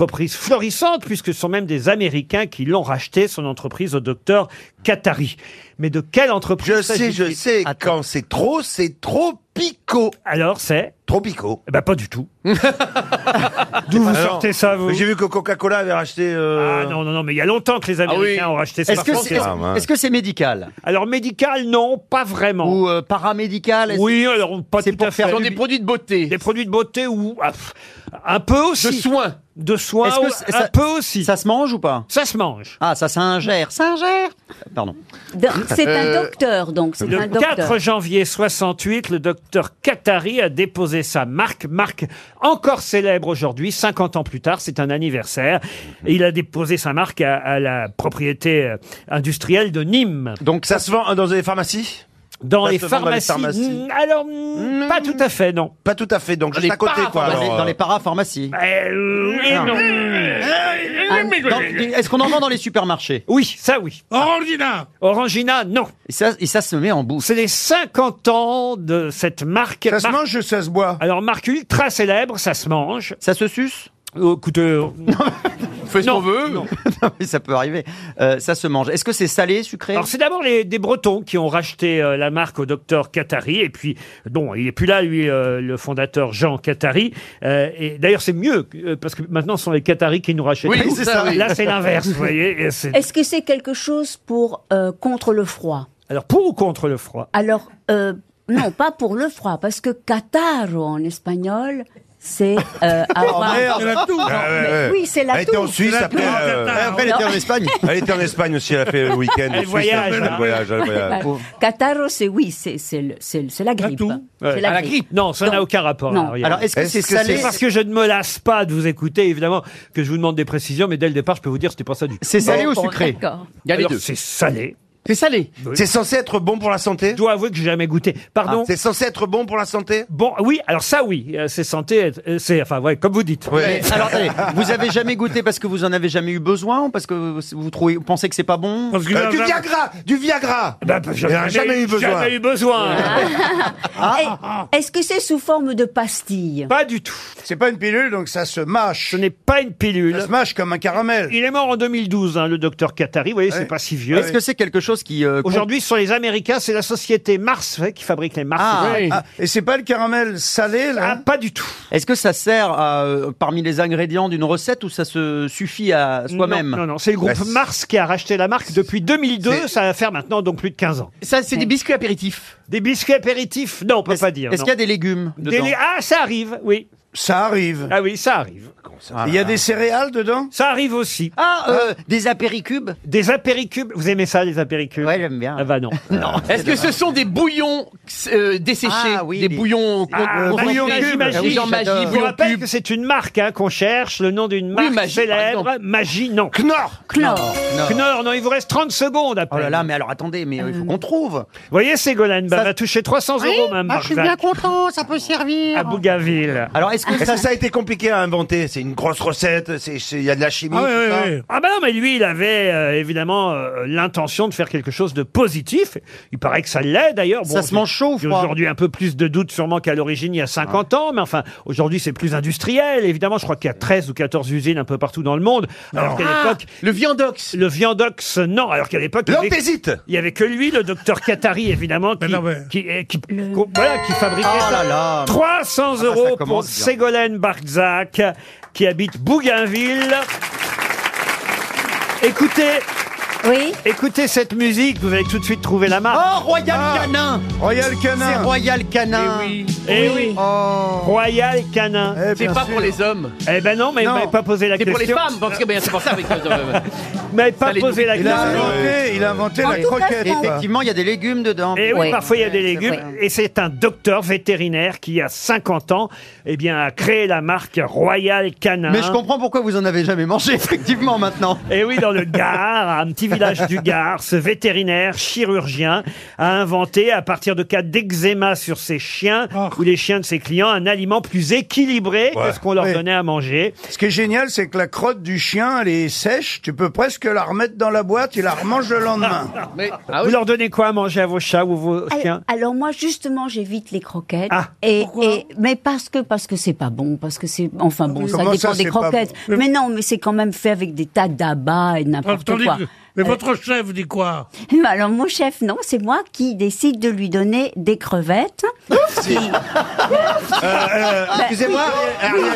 Entreprise florissante puisque ce sont même des Américains qui l'ont racheté, son entreprise au docteur Qatari. Mais de quelle entreprise
Je sais, je sais, quand c'est trop, c'est trop picot.
Alors c'est
Tropico.
Eh ben pas du tout. D'où vous sortez ça, vous
J'ai vu que Coca-Cola avait racheté. euh, Ah
Ah non, non, non, mais il y a longtemps que les Américains ont racheté ça.
Est-ce
par
que
contre,
c'est-
les-
Ah, mince. est-ce que
c'est médical Alors médical, non, pas vraiment. Ou euh, paramédical Oui, alors pas tout à fait.
faire du- Sur des
produits de beauté. Des produits de beauté ou ah, pff, un peu aussi. De soins. De soins, ou- un peu aussi.
Ça se mange ou pas
Ça se mange.
Ah, ça s'ingère. S'ingère Pardon.
C'est
Euh,
un docteur, donc. C'est un
Le
docteur.
4 janvier 68, le docteur Qatari a déposé sa marque, marque encore célèbre aujourd'hui, 50 ans plus tard, c'est un anniversaire.
Mhm.
Et il a déposé sa marque à, à la propriété euh, industrielle de Nîmes.
Donc ça se vend euh, dans les pharmacies
Dans
Ça
les
se vend dans les
pharmacies.
pharmacies.
mm, Alors, mm, pas tout à fait, non.
Pas tout à fait, donc
juste à côté, quoi,
Dans les-
alors,
dans
euh,
les parapharmacies.
Eh, non. Ah,
Non. Ah. Dans- Est-ce qu'on en vend dans les supermarchés
Oui, ça oui.
Orangina
Ah. Orangina, non.
Et ça, et ça se met en bouche.
C'est les 50 ans de cette marque. Ça se mange ou ça se boit Alors, marque ultra célèbre, ça se mange.
Ça se suce
Écoutez... euh,
Fais ce qu'on veut. Non, mais ça peut arriver. Euh, ça se mange. Est-ce que c'est salé, sucré
Alors c'est d'abord les des Bretons qui ont racheté euh, la marque au docteur Qatari et puis bon il est plus là lui euh, le fondateur Jean Qatari Euh, et d'ailleurs c'est mieux euh, parce que maintenant ce sont les Qataris qui nous rachètent
Oui,
tout.
c'est ça, oui.
là c'est l'inverse vous voyez et c'est-
Est-ce que c'est quelque chose pour euh, contre le froid
alors pour ou contre le froid
Alors, euh, non, pas pour le froid, parce que catarro en espagnol, c'est euh, avoir...
Ah, ouais,
Mais
ouais.
oui, c'est la
Elle était en
toux.
Suisse
La
après.
toux.
euh,
après, elle était en
Espagne. Elle était en Espagne aussi, elle a fait le week-end. en
Elle
Suisse,
voyage,
Elle
hein.
voyage, elle voyage.
Voilà. Catarro, c'est oui, c'est c'est le- c'est le- c'est la grippe. C'est la grippe.
Non, ça n'a aucun rapport.
Non.
Ariel.
Alors, est-ce que Est-ce c'est que salé
parce que je ne me lasse pas de vous écouter, évidemment, que je vous demande des précisions, mais dès le départ, je peux vous dire, c'était pas ça du tout.
C'est salé Bon, ou bon, sucré d'accord. Il y a les
Alors,
deux.
C'est salé.
C'est salé.
C'est censé être bon pour la santé Je dois avouer que j'ai jamais goûté. Pardon
Ah, c'est censé être bon pour la santé
Bon, oui, alors ça, oui. euh, C'est santé, euh, c'est, enfin, ouais, comme vous dites.
Mais Alors, attendez, vous avez jamais goûté parce que vous en avez jamais eu besoin ou parce que vous, vous trouvez, vous pensez que c'est pas bon
que- Euh, du Viagra,
Du Viagra
bah, bah, j'en ai jamais eu besoin. J'en ai eu besoin.
Ah.
Ah.
Et Est-ce que c'est sous forme de pastille
Pas du tout.
C'est pas une pilule, donc ça se mâche. Ce
n'est pas une pilule.
Ça se mâche comme un caramel.
Il est mort en 2012, hein, le docteur Qatari. Vous voyez, c'est pas si vieux.
Est-ce que c'est quelque chose qui. euh, compte-
Aujourd'hui, ce sont les Américains, c'est la société Mars ouais, qui fabrique les Mars. Ouais.
Ah, et c'est pas le caramel salé,
Ah,
là
Pas du tout.
Est-ce que ça sert à, euh, parmi les ingrédients d'une recette ou ça se suffit à soi-même
Non, non, non, c'est le groupe
Bah,
Mars qui a racheté la marque depuis 2002. Ça va faire maintenant donc plus de 15 ans.
Ça, c'est des biscuits apéritifs.
Des biscuits apéritifs Non, on peut pas dire.
Est-ce
non.
qu'il y a des légumes
Des
dedans
lé- Ah, ça arrive, oui.
Ça arrive.
Ah oui, ça arrive.
Il y a des céréales dedans
Ça arrive aussi.
Ah, euh, des apéricubes
Des apéricubes. Vous aimez ça, les apéricubes Ouais, j'aime bien. Ah bah non. non.
Est-ce que ce sont des bouillons euh, desséchés
Ah oui,
Des
les-
bouillons
bah,
con- concentrés,
Ah
bouillons magie,
Je vous
bouillons
rappelle
cubes.
que c'est une marque hein, qu'on cherche, le nom d'une marque
Magie, par
célèbre.
exemple.
Magie, non. Knorr Knorr Knorr, non, il vous reste 30 secondes après.
Oh là là, mais alors attendez, mais euh, il faut qu'on trouve. Ah
Vous voyez, Ségolène, bah, va toucher 300
Oui,
euros même,
bah, je suis
Barzac, Ah
bien content, ça peut servir.
à Bougainville.
Alors,
Est-ce que, ça... a été compliqué à inventer C'est une grosse recette, c'est- c'est- il y a de la chimie.
Ah,
tout
oui,
ça.
oui, oui. Ah bah non, mais lui, il avait euh, évidemment euh, l'intention de faire quelque chose de positif. Il paraît que ça l'est d'ailleurs.
Ça se mange chaud ou
j'ai
froid
Aujourd'hui, un peu plus de doutes sûrement qu'à l'origine il y a 50 ans, mais enfin, aujourd'hui, c'est plus industriel. Évidemment, je crois qu'il y a 13 ou 14 usines un peu partout dans le monde. Alors qu'à
Ah,
l'époque, le viandox. Le viandox, non. Alors qu'à l'époque, il y avait-
L'antésite.
Il y avait que lui, le docteur Qatari, évidemment, qui, qui, eh, qui- qu'on- voilà, qui fabriquait
Oh là
ça.
là.
300
Ah bah, ça
euros pour
commence bien.
Ségolène Barzac, qui habite Bougainville. Écoutez.
Oui.
Écoutez cette musique, vous allez tout de suite trouver la marque. Ah.
Oh, Royal Canin
Royal Canin.
C'est Royal Canin.
Eh oui. Eh oui.
Oh.
Royal Canin.
C'est bien pas sûr. pour les hommes.
Eh ben non, mais vous
Non.
m'avez pas posé la
C'est
question.
pour les femmes, parce que ben, c'est pour ça. Avec,
euh,
Vous m'avez pas posé la question.
Effectivement, il y a des légumes dedans.
Et oui, parfois il y a des légumes. Et c'est un docteur vétérinaire qui, il y a 50 ans, eh bien, a créé la marque Royal Canin.
Mais je comprends pourquoi vous en avez jamais mangé, effectivement, maintenant.
Et oui, dans le Gard, un petit village du Gard, ce vétérinaire chirurgien a inventé, à partir de cas d'eczéma sur ses chiens
Ah.
ou les chiens de ses clients, un aliment plus équilibré que ce qu'on leur
Oui.
donnait à manger.
Ce qui est génial, c'est que la crotte du chien, elle est sèche. Tu peux presque la remettre dans la boîte et la remanges le lendemain.
Ah
ah
Vous leur donnez quoi à manger à vos chats ou vos
Alors,
chiens
alors moi justement j'évite les croquettes
Ah.
et, et- mais parce que parce que c'est pas bon parce que c'est enfin bon
Mais
ça
comment
dépend
ça,
des
c'est pas
croquettes
bon Ah,
mais non mais c'est quand même fait avec des tas d'abats et de n'importe
Tandis
quoi
que- Mais
Euh,
votre chef dit quoi
Mais Alors mon chef, non, c'est moi qui décide de lui donner des crevettes.
Ah,
Qui- Bah,
Euh, Excusez-moi, Ariel,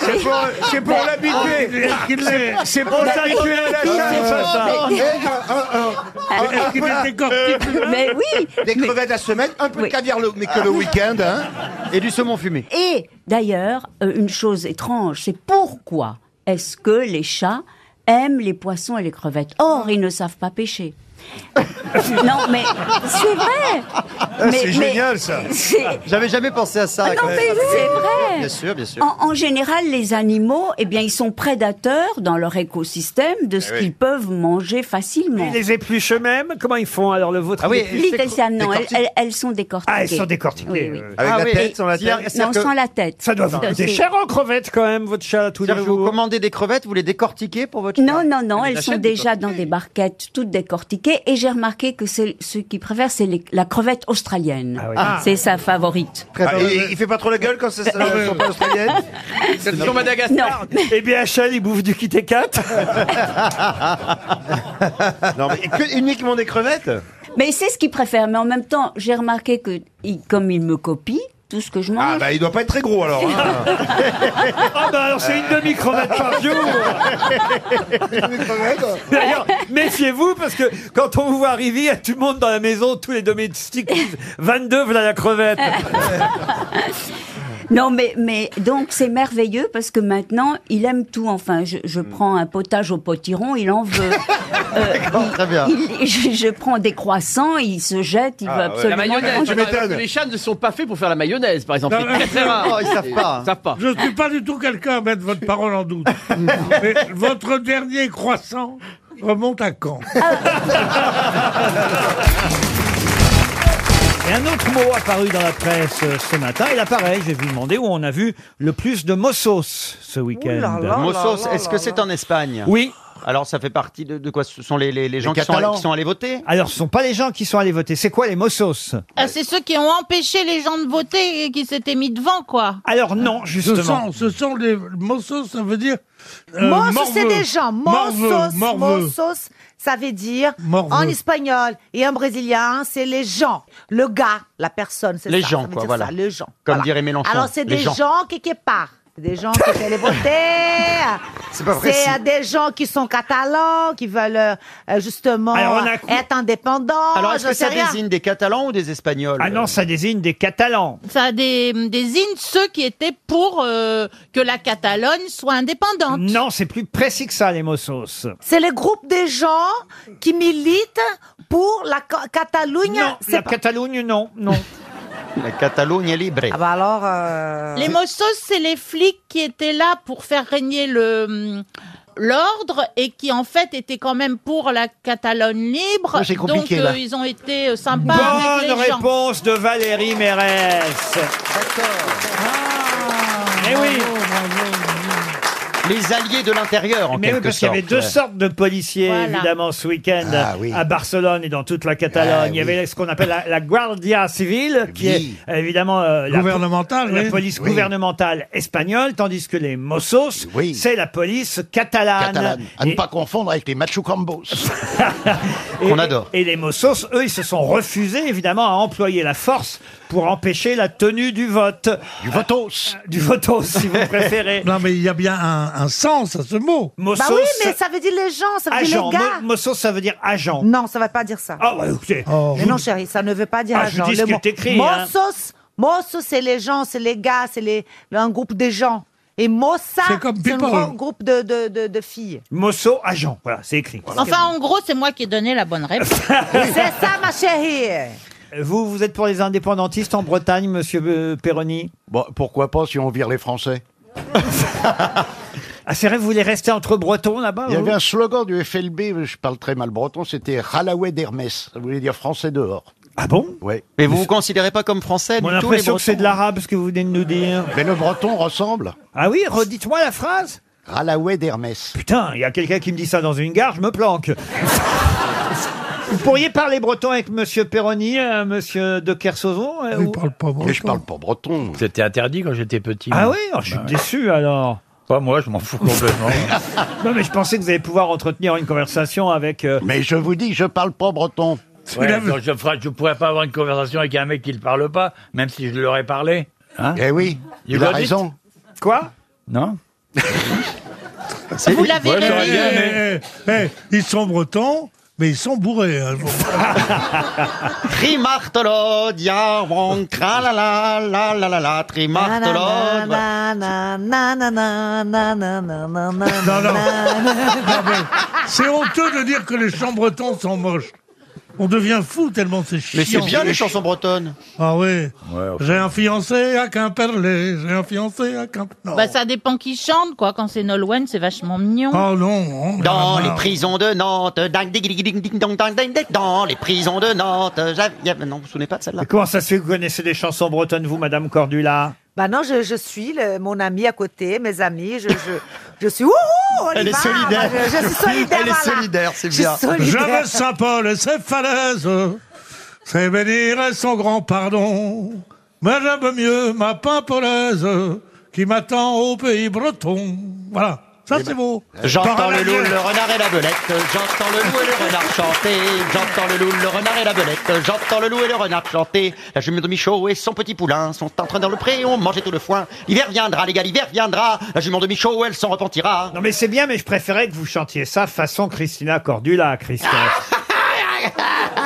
c'est pour, c'est pour
Ben,
l'habituer.
oh, qu'il
C'est-
l'ait.
C'est pour
Ben,
l'habituer à la
il
chasse.
fait ça. Mais-
Ah,
Ah,
Est-ce qu'il est décortiqué, plus loin
Mais Ah. oui
ah, Des crevettes à se mettre, un peu de caviar, le- mais que le week-end. Hein.
Et du saumon fumé.
Et d'ailleurs, euh, une chose étrange, c'est pourquoi est-ce que les chats aiment les poissons et les crevettes Or, ils ne savent pas pêcher. non, mais c'est vrai.
Ah,
Mais-
Ah, c'est
mais-
génial, ça.
c'est-
J'avais jamais pensé à ça.
Ah non,
quand même.
mais c'est vrai.
Bien sûr, bien sûr.
En, en général, les animaux, eh bien, ils sont prédateurs dans leur écosystème de ce
Eh oui.
qu'ils peuvent manger facilement.
Ils les épluchent eux-mêmes Comment ils font alors le vôtre
Ah
ils
oui,
épluchent
non, elles, elles- elles sont décortiquées.
Ah, elles sont
Oui,
décortiquées. Euh, ah
oui.
Ah,
Avec la tête, sans la tête
Non,
C'est-à-dire que-
sans la tête.
Ça doit vous coûter
C'est-
cher en crevettes quand même, votre chat, tous les jours.
Vous commandez des crevettes, vous les décortiquez pour votre
Non, non, non,
Mais
elles
la
sont
chaîne des
déjà dans des barquettes toutes décortiquées et j'ai remarqué que c'est ceux qui préfèrent, c'est les- la crevette australienne.
Ah.
C'est sa favorite.
Ah, et il fait pas trop la gueule quand ça ne sont pas australiennes
Elles sont Madagascar.
Eh bien, Chal, il bouffe du Kit Kat.
non, mais que- uniquement des crevettes
Mais c'est ce qu'ils préfèrent. Mais en même temps, j'ai remarqué que il- comme ils me copient, tout ce que je mange.
Ah bah il doit pas être très gros alors. hein.
Ah bah alors c'est une demi-crevette par jour D'ailleurs, méfiez-vous parce que quand on vous voit arriver, il y a tout le monde dans la maison, tous les domestiques disent 22 voilà la crevette.
Non, mais, mais donc c'est merveilleux parce que maintenant il aime tout. Enfin, je, je prends un potage au potiron, il en veut. Euh,
Très bien.
Il- je, je prends des croissants, il se jette,
Ah,
il veut
Ah, La
absolument.
mayonnaise,
manger.
par exemple, les chats ne sont pas faits pour faire la mayonnaise, par exemple.
Non,
C'est très très rare.
Oh,
non, Oh, ils savent pas.
Ils savent pas.
Je ne suis pas du tout quelqu'un à mettre votre parole en doute. Mais votre dernier croissant remonte à quand
Et un autre mot apparu dans la presse euh, ce matin, et là pareil, j'ai vous demander où on a vu le plus de Mossos ce week-end.
Mossos, est-ce que c'est en Espagne
Oui.
Alors ça fait partie de, de quoi Ce sont les, les- les gens qui, sont,
Catalans.
qui sont allés voter
Alors ce sont pas les gens qui sont allés voter, c'est quoi les Mossos
Ah, c'est ceux qui ont empêché les gens de voter et qui s'étaient mis devant, quoi.
Alors non,
Ce
justement.
sont, ce sont les Mossos, ça veut dire. euh,
Euh,
Mossos, c'est
morveux.
des gens. Mossos,
Morveux, morveux.
Mossos, ça veut dire
Morveux.
en espagnol et en brésilien, c'est les gens. Le gars, la personne, c'est
Les
ça.
gens,
ça veut
quoi,
dire
voilà.
ça, les gens.
Comme dirait Mélenchon,
Alors, c'est
les
des
gens.
gens, quelque part. C'est Des gens qui sont allés voter.
C'est pas précis.
C'est euh, des gens qui sont catalans, qui veulent euh, euh, justement
Alors, on a cou-
être indépendants.
Alors est-ce
je
que
sais
ça
rien.
désigne des Catalans ou des Espagnols
Ah non, ça désigne des Catalans.
Ça dé- désigne ceux qui étaient pour euh, que la Catalogne soit indépendante.
Non, c'est plus précis que ça les Mossos.
C'est le groupe des gens qui militent pour la Ca- Catalogne.
Non,
c'est
la
pas-
Catalogne, non, non.
La Catalogne est libre.
Ah bah alors... euh,
Les Mossos, c'est les flics qui étaient là pour faire régner le hum, l'ordre et qui en fait étaient quand même pour la Catalogne libre.
Oh, c'est
Donc
compliqué, là.
ils ont été euh, sympas avec
Bonne
les gens.
réponse de Valérie Mérès. Mais Eh oui.
Les alliés de l'intérieur, en
Mais oui,
quelque
parce qu'il y
sorte.
avait deux
ouais.
sortes de policiers,
Voilà.
évidemment, ce week-end
Ah, oui.
à Barcelone et dans toute la Catalogne.
Ah,
Il y avait ce qu'on appelle la, la Guardia Civile, qui est évidemment euh, la,
Gouvernementale,
la
oui.
police
Oui.
gouvernementale espagnole, tandis que les Mossos, c'est la police catalane.
Catalane. À ne
Et-
pas confondre avec les machucambos.
et-
Qu'on adore.
Et les Mossos, eux, ils se sont refusés, évidemment, à employer la force pour empêcher la tenue du vote. Du votos. Du votos, si vous préférez.
Non, mais il y a bien un, un sens à ce mot.
Mossos.
Bah oui, mais ça veut dire les gens,
Ah,
ça veut
Agent.
dire les gars.
Mo- Mossos, ça veut dire agent.
Non, ça ne veut pas dire ça.
Ah, bah écoutez.
Oh.
Mais non, chérie, ça ne veut pas dire
Ah, je
agent.
dis ce
Le
qui
mot-
est écrit, hein.
Mossos, Mossos, c'est les gens, c'est les gars, c'est les, un groupe de gens. Et Mossa,
C'est comme
c'est un
people.
grand groupe de, de, de, de filles.
Mosso, agent. Voilà, c'est écrit.
Enfin, Ah, en gros, c'est moi qui ai donné la bonne réponse.
c'est ça, ma chérie.
Euh, Vous, vous êtes pour les indépendantistes en Bretagne, monsieur euh, Perroni
Bon, pourquoi pas si on vire les Français
Ah, c'est vrai, vous voulez rester entre Bretons là-bas hein
Il y
vous
avait un slogan du FLB, je parle très mal breton, c'était Ralaouais d'Hermès. Ça voulait dire Français dehors.
Ah bon
Oui.
Mais vous vous considérez pas comme français
On a
du tout, les
l'impression que c'est
Bretons
de l'arabe ce Ah, que vous venez de nous dire.
Mais le breton ressemble.
Ah oui, redites-moi la phrase.
Ralaouais d'Hermès.
Putain, il y a quelqu'un qui me dit ça dans une gare, je me planque. Vous pourriez parler breton avec Monsieur Perroni, euh, Monsieur de Kersauzon euh, ou-
Mais je Ah, parle pas breton.
C'était interdit quand j'étais petit.
Ah oui, oh, je suis déçu alors.
Bah Pas moi, je m'en fous complètement.
Non mais je pensais que vous allez pouvoir entretenir une conversation avec. euh,
Mais je vous dis, je parle pas breton.
Ouais, donc je ferais- je pourrais pas avoir une conversation avec un mec qui ne parle pas, même si je leur ai parlé.
eh oui, il
You
a
got it
raison.
Quoi
Non
C'est
Vous l'avez Ouais, j'aurais rêvé. bien
Eh,
aimé.
ils sont bretons, mais ils sont bourrés. hein.
Trimartolo, diabron, cralala, la la la la, trimartolo. voilà.
Non, non. Non, mais c'est honteux de dire que les chants bretons sont moches. On devient fou tellement c'est chiant.
Mais c'est bien les chansons bretonnes.
Ah oui.
Ouais,
J'ai un fiancé à Quimperlé, j'ai un fiancé à Quimperlé.
Bah, ça dépend qui chante, quoi. Quand c'est Nolwenn, c'est vachement mignon.
Oh non,
Dans les prisons de Nantes, ding ding ding ding ding dong ding ding ding, dans les prisons de Nantes. j'avais- y avait- Non, vous vous souvenez pas de celle-là
mais Comment ça se fait que vous connaissez des chansons bretonnes, vous, Madame Cordula
Bah non, je, je suis le- mon ami à côté, mes amis, je, je, je suis... Ouhou, on y
Elle est
va,
solidaire.
moi, Je, je suis solidaire,
Elle est
voilà.
solidaire, c'est
Je suis
bien.
solidaire.
J'avais Saint-Paul et ses falaises, c'est bénir et son grand pardon. Mais j'aime mieux ma pimpolaise qui m'attend au pays breton. Voilà, ça c'est beau.
Eh ben, J'entends
Par
le
la
loup,
gueule.
le renard et la belette. J'entends le loup et le renard chanter. J'entends le loup, le renard et la belette. J'entends le loup et le renard chanter. La jumelle de Michaud et son petit poulain sont en train dans le pré, ont mangé tout le foin. L'hiver viendra, les gars, l'hiver viendra. La jument de Michaud, elle s'en repentira. hein
Non mais c'est bien, mais je préférais que vous chantiez ça façon Christina Cordula, Christophe.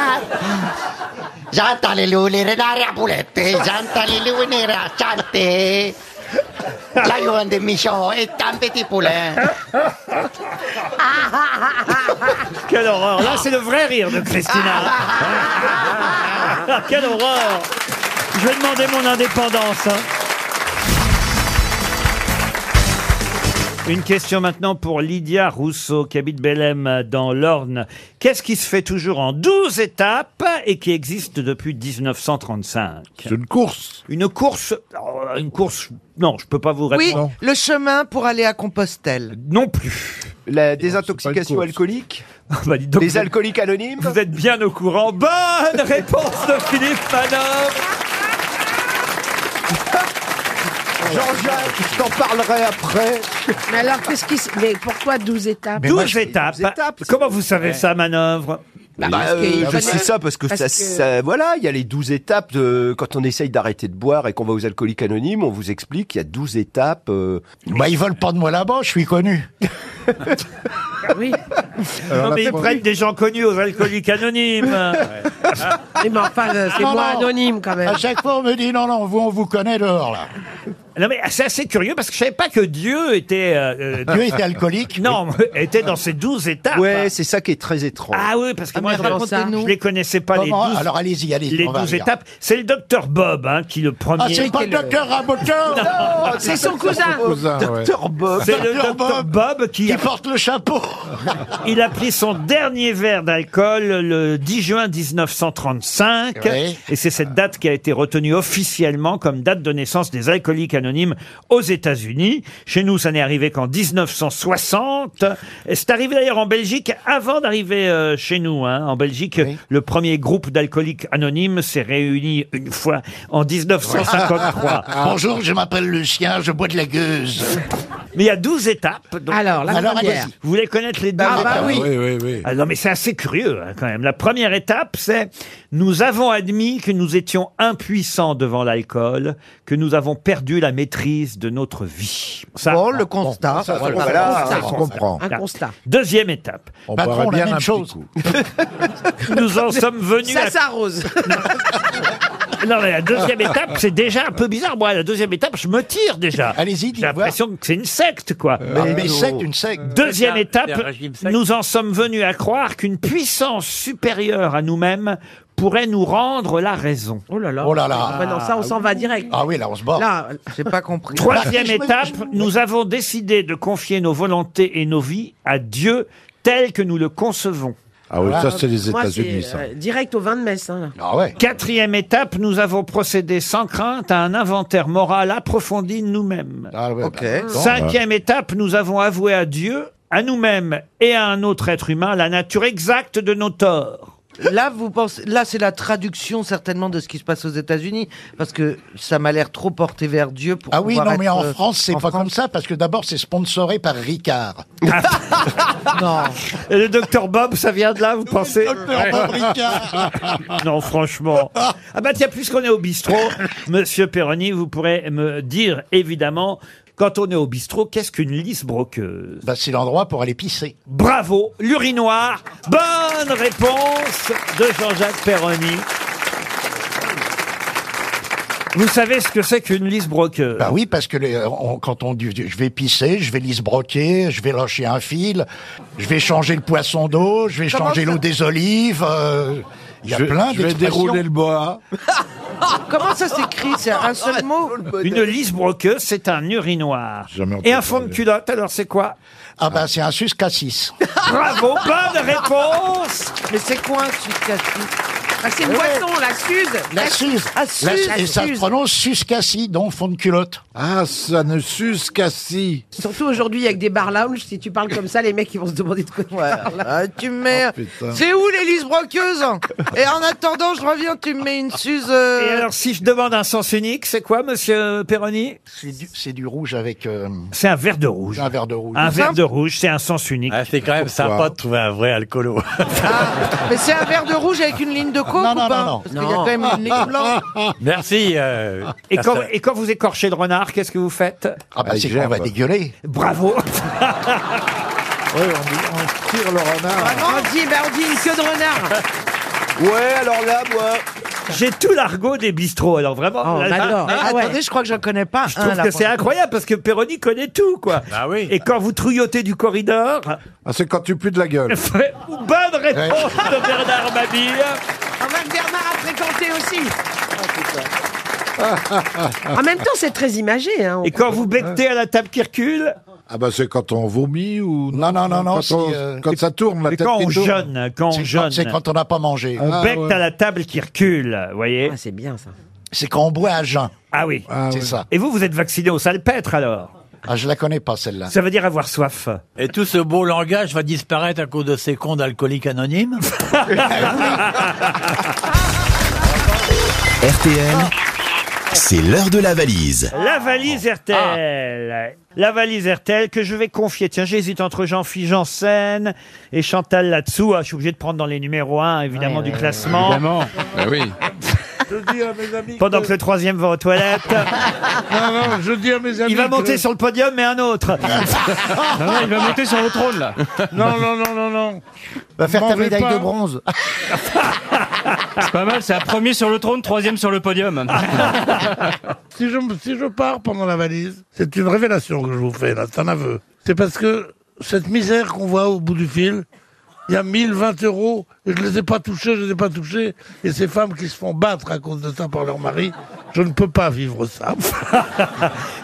J'entends les loups, les renards et la boulette. J'entends les loups et les renards chanter. La jument de Michaud est un petit poulain.
Quelle horreur Là, c'est le vrai rire de Christina. Ah, Quelle horreur Je vais demander mon indépendance. hein. Une question maintenant pour Lydia Rousseau, qui habite Bellem dans l'Orne. Qu'est-ce qui se fait toujours en 12 étapes et qui existe depuis 1935 C'est une course. Une course oh, Une course Non, je peux pas vous
Oui,
répondre.
le chemin pour aller à Compostelle.
Non plus. Bah,
La désintoxication alcoolique Les alcooliques anonymes
Vous êtes bien au courant. Bonne réponse de Philippe Manor.
Jean-Jacques, je t'en parlerai après.
Mais alors, qu'est-ce qui se- Mais pourquoi 12
Ah,
étapes
12 étapes.
Bah,
Comment vous savez ça, manœuvre
Bah, euh, je sais ça parce que, ça, ça- voilà, il y a les 12 étapes de, quand on essaye d'arrêter de boire et qu'on va aux alcooliques anonymes, on vous explique qu'il y a 12 étapes. euh,
Bah, ils veulent pas de moi là-bas, je suis connu.
Oui.
Non, mais ils prennent des gens connus aux alcooliques anonymes.
Oui, mais enfin, euh, c'est
Ah, non,
moi
non.
anonyme quand même.
À chaque fois, on me dit non, non, vous, on vous connaît dehors, là. Non, mais c'est assez curieux parce que je savais pas que Dieu était. euh,
Dieu était alcoolique
Non, était dans ces douze étapes.
Ouais, c'est ça qui est très étrange.
Ah oui, parce que
Ah,
moi,
mais
je
racontez-nous.
ne les connaissais pas
Comment
les 12,
Alors, allez-y, allez-y,
les
on va
12
regarder.
étapes. C'est le docteur Bob hein, qui le premier.
Ah, c'est pas le docteur
Rabotin
Non, c'est son cousin. Docteur Bob.
C'est le
Docteur
docteur Bob qui, porte le chapeau. Il a pris son dernier verre d'alcool le 10 juin 1935.
Ouais.
Et c'est cette date qui a été retenue officiellement comme date de naissance des alcooliques anonyme aux États-Unis. Chez nous, ça n'est arrivé qu'en 1960. Et C'est arrivé d'ailleurs en Belgique avant d'arriver euh, chez nous. hein. En Belgique, le premier groupe d'alcooliques anonymes s'est réuni une fois en 1953.
Bonjour, je m'appelle Lucien, je bois de la gueuse.
Mais il y a 12 étapes. Ah, donc-
Alors, la Alors, première. allez-y.
Vous voulez connaître les deux
Ah, bah
étapes
oui. Oui,
Ah non, mais c'est assez curieux hein, quand même. La première étape, c'est nous avons admis que nous étions impuissants devant l'alcool, que nous avons perdu la maîtrise de notre vie. Ça,
Oh,
bon, le constat.
ça, ça, voilà, ça, on comprend. Un
constat. Deuxième étape.
On Patron, boirait la bien même un petit chose.
nous en sommes venus
Ça
à
s'arrose.
non, mais la deuxième étape, c'est déjà un peu bizarre. Moi, la deuxième étape, je me tire déjà. Allez-y, J'ai l'impression que c'est une secte,
Ah,
quoi.
Mais- mais secte, une
Euh,
secte.
Deuxième
C'est un-
étape,
c'est un régime secte.
nous en sommes venus à croire qu'une puissance supérieure à nous-mêmes pourrait nous rendre la raison.
Oh là là.
Oh là là.
Ouais, non, ça, on s'en va direct.
Ah oui, là, on se barre.
Là, Ah,
J'ai pas compris. Bah,
Troisième étape, nous avons décidé de confier nos volontés et nos vies à Dieu tel que nous le concevons.
Ah oui, ça, c'est les
Moi, c'est,
États-Unis, ça.
euh, direct au 20 de mai, ça.
hein.
là.
Quatrième étape, nous avons procédé sans crainte à un inventaire moral approfondi de nous-mêmes. Cinquième étape, nous avons avoué à Dieu, à nous-mêmes et à un autre être humain la nature exacte de nos torts.
Là, vous pensez, là, c'est la traduction certainement de ce qui se passe aux États-Unis, parce que ça m'a l'air trop porté vers Dieu pour.
Ah oui,
pouvoir
non, mais en
être, euh,
France, c'est pas comme ça, parce que d'abord, c'est sponsoré par Ricard.
Non. Et le docteur Bob, ça vient de là, vous pensez
Dr. Bob Ricard.
Non, franchement. Ah bah tiens, puisqu'on est au bistrot, monsieur Perroni, vous pourrez me dire, évidemment, quand on est au bistrot, qu'est-ce qu'une lisse broqueuse
Bah, c'est l'endroit pour aller pisser.
Bravo, l'urinoir. Bonne réponse de Jean-Jacques Perroni. Vous savez ce que c'est qu'une lisse broqueuse
Bah oui, parce que les- on- quand on dit je vais pisser, je vais lisbroquer, je vais lâcher un fil, je vais changer le poisson d'eau, je vais
Comment
changer
ça
l'eau des olives. euh, Il y a
Je-
plein
je vais dérouler le
bois.
Comment ça s'écrit C'est un seul mot
Une lisse broqueuse, c'est un urinoir.
entendu
Et un fond de culotte, alors c'est quoi
Ah bah c'est un sus cassis.
Bravo, bonne réponse
Mais c'est quoi un sucre ah, C'est une
Ouais.
boisson, la Suze
La suze.
Ah,
La-
Suze
et ça se prononce sus cassis, donc fond de culotte.
Ah, ça ne s'use qu'assis.
Surtout aujourd'hui avec des bar lounge, si tu parles comme ça, les mecs ils vont se demander de quoi tu parles.
Ah, tu me
Oh,
mets.
putain.
c'est où les listes broqueuses Et en attendant, je reviens, tu me mets une suze. euh,
Et alors, si je demande un sens unique, c'est quoi, monsieur Perroni
C'est du, c'est du rouge avec euh,
C'est un verre de rouge.
un verre de rouge.
Un
Tout
verre
simple.
de rouge, c'est un sens unique. Ah, c'est quand même
sympa de
trouver un vrai alcoolo.
Mais c'est un verre de rouge avec une ligne de coke
Non,
ou
non,
pas
non, non.
Parce qu'il y a quand même une ligne blanche.
Merci. et, quand, et quand vous écorchez le renard, qu'est-ce que vous faites
Ah bah c'est qu'on va dégueuler.
Bravo
Oui, on, on tire le
Ah,
renard.
On dit, ben, on dit une queue de renard.
Ouais, alors là, moi... J'ai tout l'argot des bistrots, alors vraiment...
Oh,
là-
j'adore.
Ah, ah,
Attendez, je crois que j'en connais pas hein,
Je
Ah,
un.
trouve
là,
que
pour
c'est
le coup.
incroyable parce que Perroni connaît tout, quoi. Et quand vous trouillotez du corridor.
Ah, c'est quand tu pues de la gueule.
Bonne réponse de Bernard Mabille.
On va que Bernard a fréquenté aussi. En même temps, c'est très imagé. Hein.
Et quand Ah, vous bectez à la table qui recule.
Ah bah c'est quand on vomit ou...
Non, non, non, non,
Quand,
c'est,
on-
euh,
quand ça tourne, la
Mais
tête
quand
qui
on
tourne.
jeûne, quand on
C'est
jeûne.
c'est quand on n'a pas mangé.
On
Ah,
becte
ouais.
à la table qui recule, vous voyez
Ah, C'est bien ça.
C'est quand on boit à jeun.
Ah oui.
C'est ça.
Et vous, vous êtes vacciné au salpêtre alors
Ah, je la connais pas celle-là.
Ça veut dire avoir soif.
Et tout ce beau langage va disparaître à cause de ces cons d'alcooliques anonymes
RTL, c'est l'heure de la valise.
Ah.
La valise RTL. La valise RTL que je vais confier. Tiens, j'hésite entre Jean-Philippe Janssen et Chantal là-dessous. Ah, je suis obligé de prendre dans les numéros 1, évidemment, du classement.
Bah
oui.
Je dis à mes amis.
Bah Pendant que le troisième va aux toilettes.
Non, non, je dis à mes amis.
Il va
que-
monter sur le podium, mais un autre.
Ah, Non, non, il va monter
sur le trône, là.
Non, non, non, non, non.
Va
faire ta médaille de
bronze.
C'est pas mal, c'est un premier sur le trône, troisième sur le podium.
Si je, si je pars pendant la valise, c'est une révélation que je vous fais, là, c'est un aveu. C'est parce que cette misère qu'on voit au bout du fil, il y a 1020 euros, et je les ai pas touchés, je les ai pas touchés, et ces femmes qui se font battre à cause de ça par leur mari, je ne peux pas vivre ça.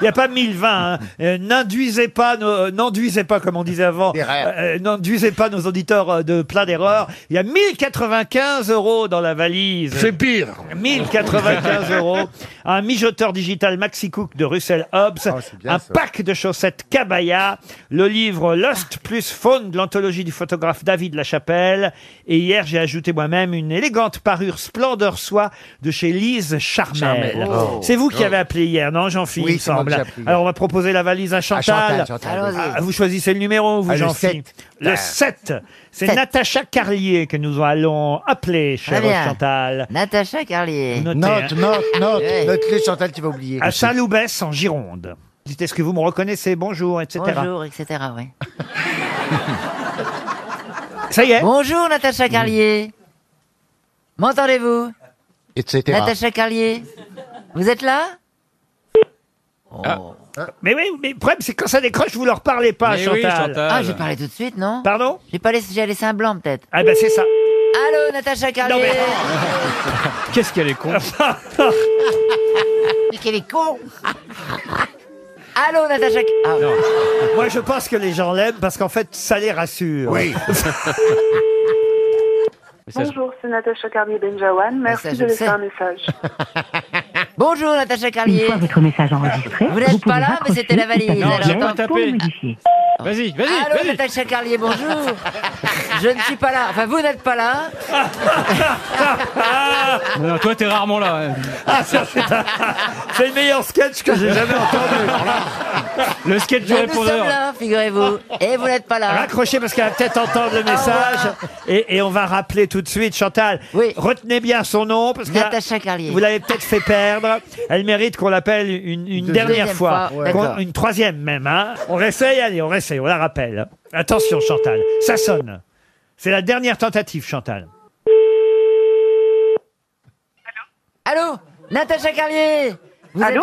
Il n'y a pas 1020. hein. Euh, N'induisez pas, nos- euh, n'enduisez pas, comme on disait avant. Euh, N'enduisez pas nos auditeurs euh, de plein d'erreurs. Il y a 1095 euros dans la valise. C'est
pire.
1095 euros. Un mijoteur digital Maxi Cook de Russell Hobbs. un
Oh, ça.
pack de chaussettes Kabaya. Le livre Lost plus Faune de l'anthologie du photographe David Lachapelle. Et hier, j'ai ajouté moi-même une élégante parure Splendeur Soie de chez Lise Charmel.
Charmel. Oh.
C'est vous qui
Oh.
avez appelé hier, non, Jean-Philippe,
Oui,
il me
c'est moi que
semble.
j'ai appelé hier.
Alors, on va proposer la valise à Chantal.
Chantal, Chantal, oui.
Ah, vous choisissez le numéro, vous,
Ah, le
Jean-Philippe
sept.
Le
Ah.
7. C'est
Sept.
Natacha Carlier que nous allons appeler, chère
Très bien.
Chantal.
Natacha Carlier.
Notez,
Note,
hein.
note, note.
Ouais.
Note-le, Chantal, tu vas oublier.
À Saint-Loubès, en Gironde. Dites, est-ce que vous me reconnaissez Bonjour, etc.
Bonjour, etc. Ouais.
Ça y est.
Bonjour, Natacha Carlier. M'entendez-vous
Etc.
Natacha Carlier Vous êtes là
Mais oui, mais le problème, c'est quand ça décroche, vous leur parlez pas, Chantal.
Ah, j'ai parlé tout de suite, non
Pardon
J'ai pas laissé, j'ai laissé un blanc, peut-être.
Ah, ben c'est ça.
Allô, Natacha Carlier
Qu'est-ce qu'elle est con
Mais Ah, Quel est con Allô, Natacha Carlier
Moi, je pense que les gens l'aiment parce qu'en fait, ça les rassure. Oui.
Bonjour, c'est Natacha Carlier Benjawan. Merci
Message
de laisser un
accepté.
message.
Bonjour, Natacha Carlier
votre message enregistré,
Vous n'êtes pas là, mais c'était la valise.
Non, j'ai
Alors,
pas
attends.
tapé.
Vas-y, vas-y. Allô, Natacha Carlier, bonjour. Je ne suis pas là. Enfin, vous n'êtes pas là.
Non, non, Euh, toi, t'es rarement là. hein.
Ah, C'est le meilleur sketch que j'ai jamais entendu.
Le sketch du
Mais nous sommes
répondeur.
là, figurez-vous. Et vous n'êtes pas là.
Raccrochez parce qu'elle va peut-être entendre
Ah,
le message. Et, et on va rappeler tout de suite Chantal. Retenez bien son nom parce que
Natacha Carlier.
vous l'avez peut-être fait perdre. Elle mérite qu'on l'appelle une, une
Deuxième
dernière fois.
fois, ouais.
Qu'on-
D'accord.
Une troisième même. hein. On réessaye, allez, on réessaye, on la rappelle. Attention Chantal, ça sonne. C'est la dernière tentative Chantal.
Allô Natacha Carlier Vous êtes là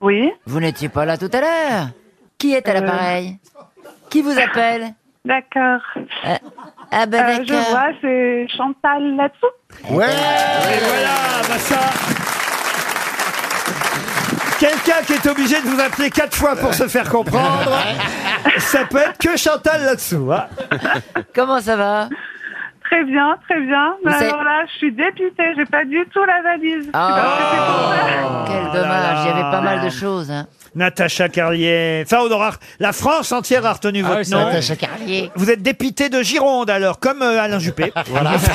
Oui. Euh.
Vous n'étiez pas là tout à l'heure. Qui est à l'appareil Qui vous appelle
D'accord.
ah
Bah,
ben
Euh, je vois, c'est Chantal là-dessous.
Ouais
Et voilà, bah ça. Quelqu'un qui est obligé de vous appeler quatre fois pour se faire comprendre, ça peut être que Chantal là-dessous. hein.
Comment ça va
Très bien, très bien. Mais
savez-
alors là, je suis députée, j'ai pas du tout la valise.
Ah.
Quel
Oh
dommage, il y avait pas mal de choses. hein.
Natacha Carlier. Enfin, on aura... La France entière a retenu
Ah
votre
oui, c'est
nom.
Natacha Carlier.
Vous êtes députée de Gironde, alors, comme euh, Alain Juppé. voilà.
C'est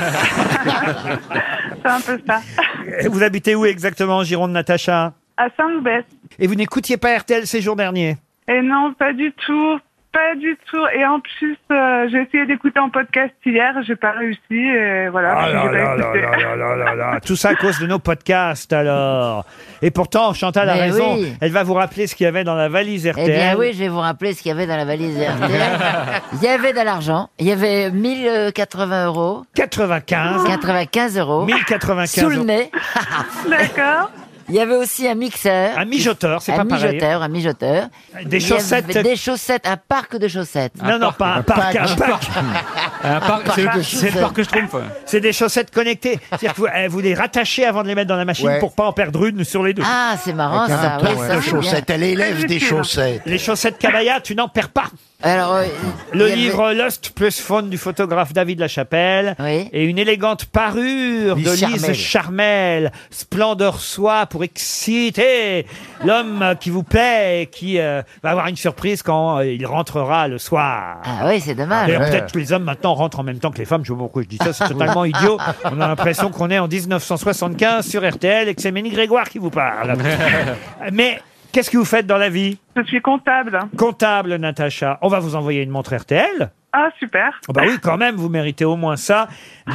un peu ça.
Vous habitez où exactement en Gironde, Natacha
À Saint-Loubès.
Et vous n'écoutiez pas RTL ces jours derniers
Et non, pas du tout. Pas du tout. Et en plus, euh, j'ai essayé d'écouter en podcast hier, j'ai pas réussi. Et voilà.
Ah
j'ai pas
là là
écouté.
là là là là là. Tout ça à cause de nos podcasts, alors. Et pourtant, Chantal a
Mais
raison.
oui.
Elle va vous rappeler ce qu'il y avait dans la valise RTL.
Eh bien oui, je vais vous rappeler ce qu'il y avait dans la valise RTL. Il y avait de l'argent, il y avait 1080 euros.
95.
95 euros.
1095
Sous le
euros.
nez.
D'accord.
Il y avait aussi un mixeur.
Un mijoteur, c'est pas
Un
pareil.
mijoteur, un mijoteur.
Des
Il y avait
chaussettes.
Des chaussettes, un parc de chaussettes.
Non, non, pas un parc, un parc.
Un parc, c'est-
de
c'est le parc que je trouve.
C'est des chaussettes connectées. C'est-à-dire que vous, euh, vous les rattachez avant de les mettre dans la machine
Ouais.
pour pas en perdre une sur les deux.
Ah, c'est marrant
Avec un
ça.
pack
ouais,
de
ça, c'est
chaussettes.
bien.
Elle élève des chaussettes. Les chaussettes Kabaya, tu n'en perds pas.
Alors, euh,
Le
il y avait-
livre Lost plus Faune du photographe David Lachapelle et une élégante parure
Lise
de Lise
Charmel.
Charmel, splendeur soie pour exciter l'homme qui vous plaît et qui euh, va avoir une surprise quand euh, il rentrera le soir.
Ah oui, c'est dommage.
D'ailleurs,
Ouais.
peut-être que les hommes maintenant rentrent en même temps que les femmes. Je sais pas pourquoi je dis ça, c'est totalement idiot. On a l'impression qu'on est en 1975 sur RTL et que c'est Ménie Grégoire qui vous parle. Mais qu'est-ce que vous faites dans la vie
Je suis comptable.
Comptable, Natacha. On va vous envoyer une montre RTL.
Ah, super.
Oh bah oui, quand même, vous méritez au moins ça.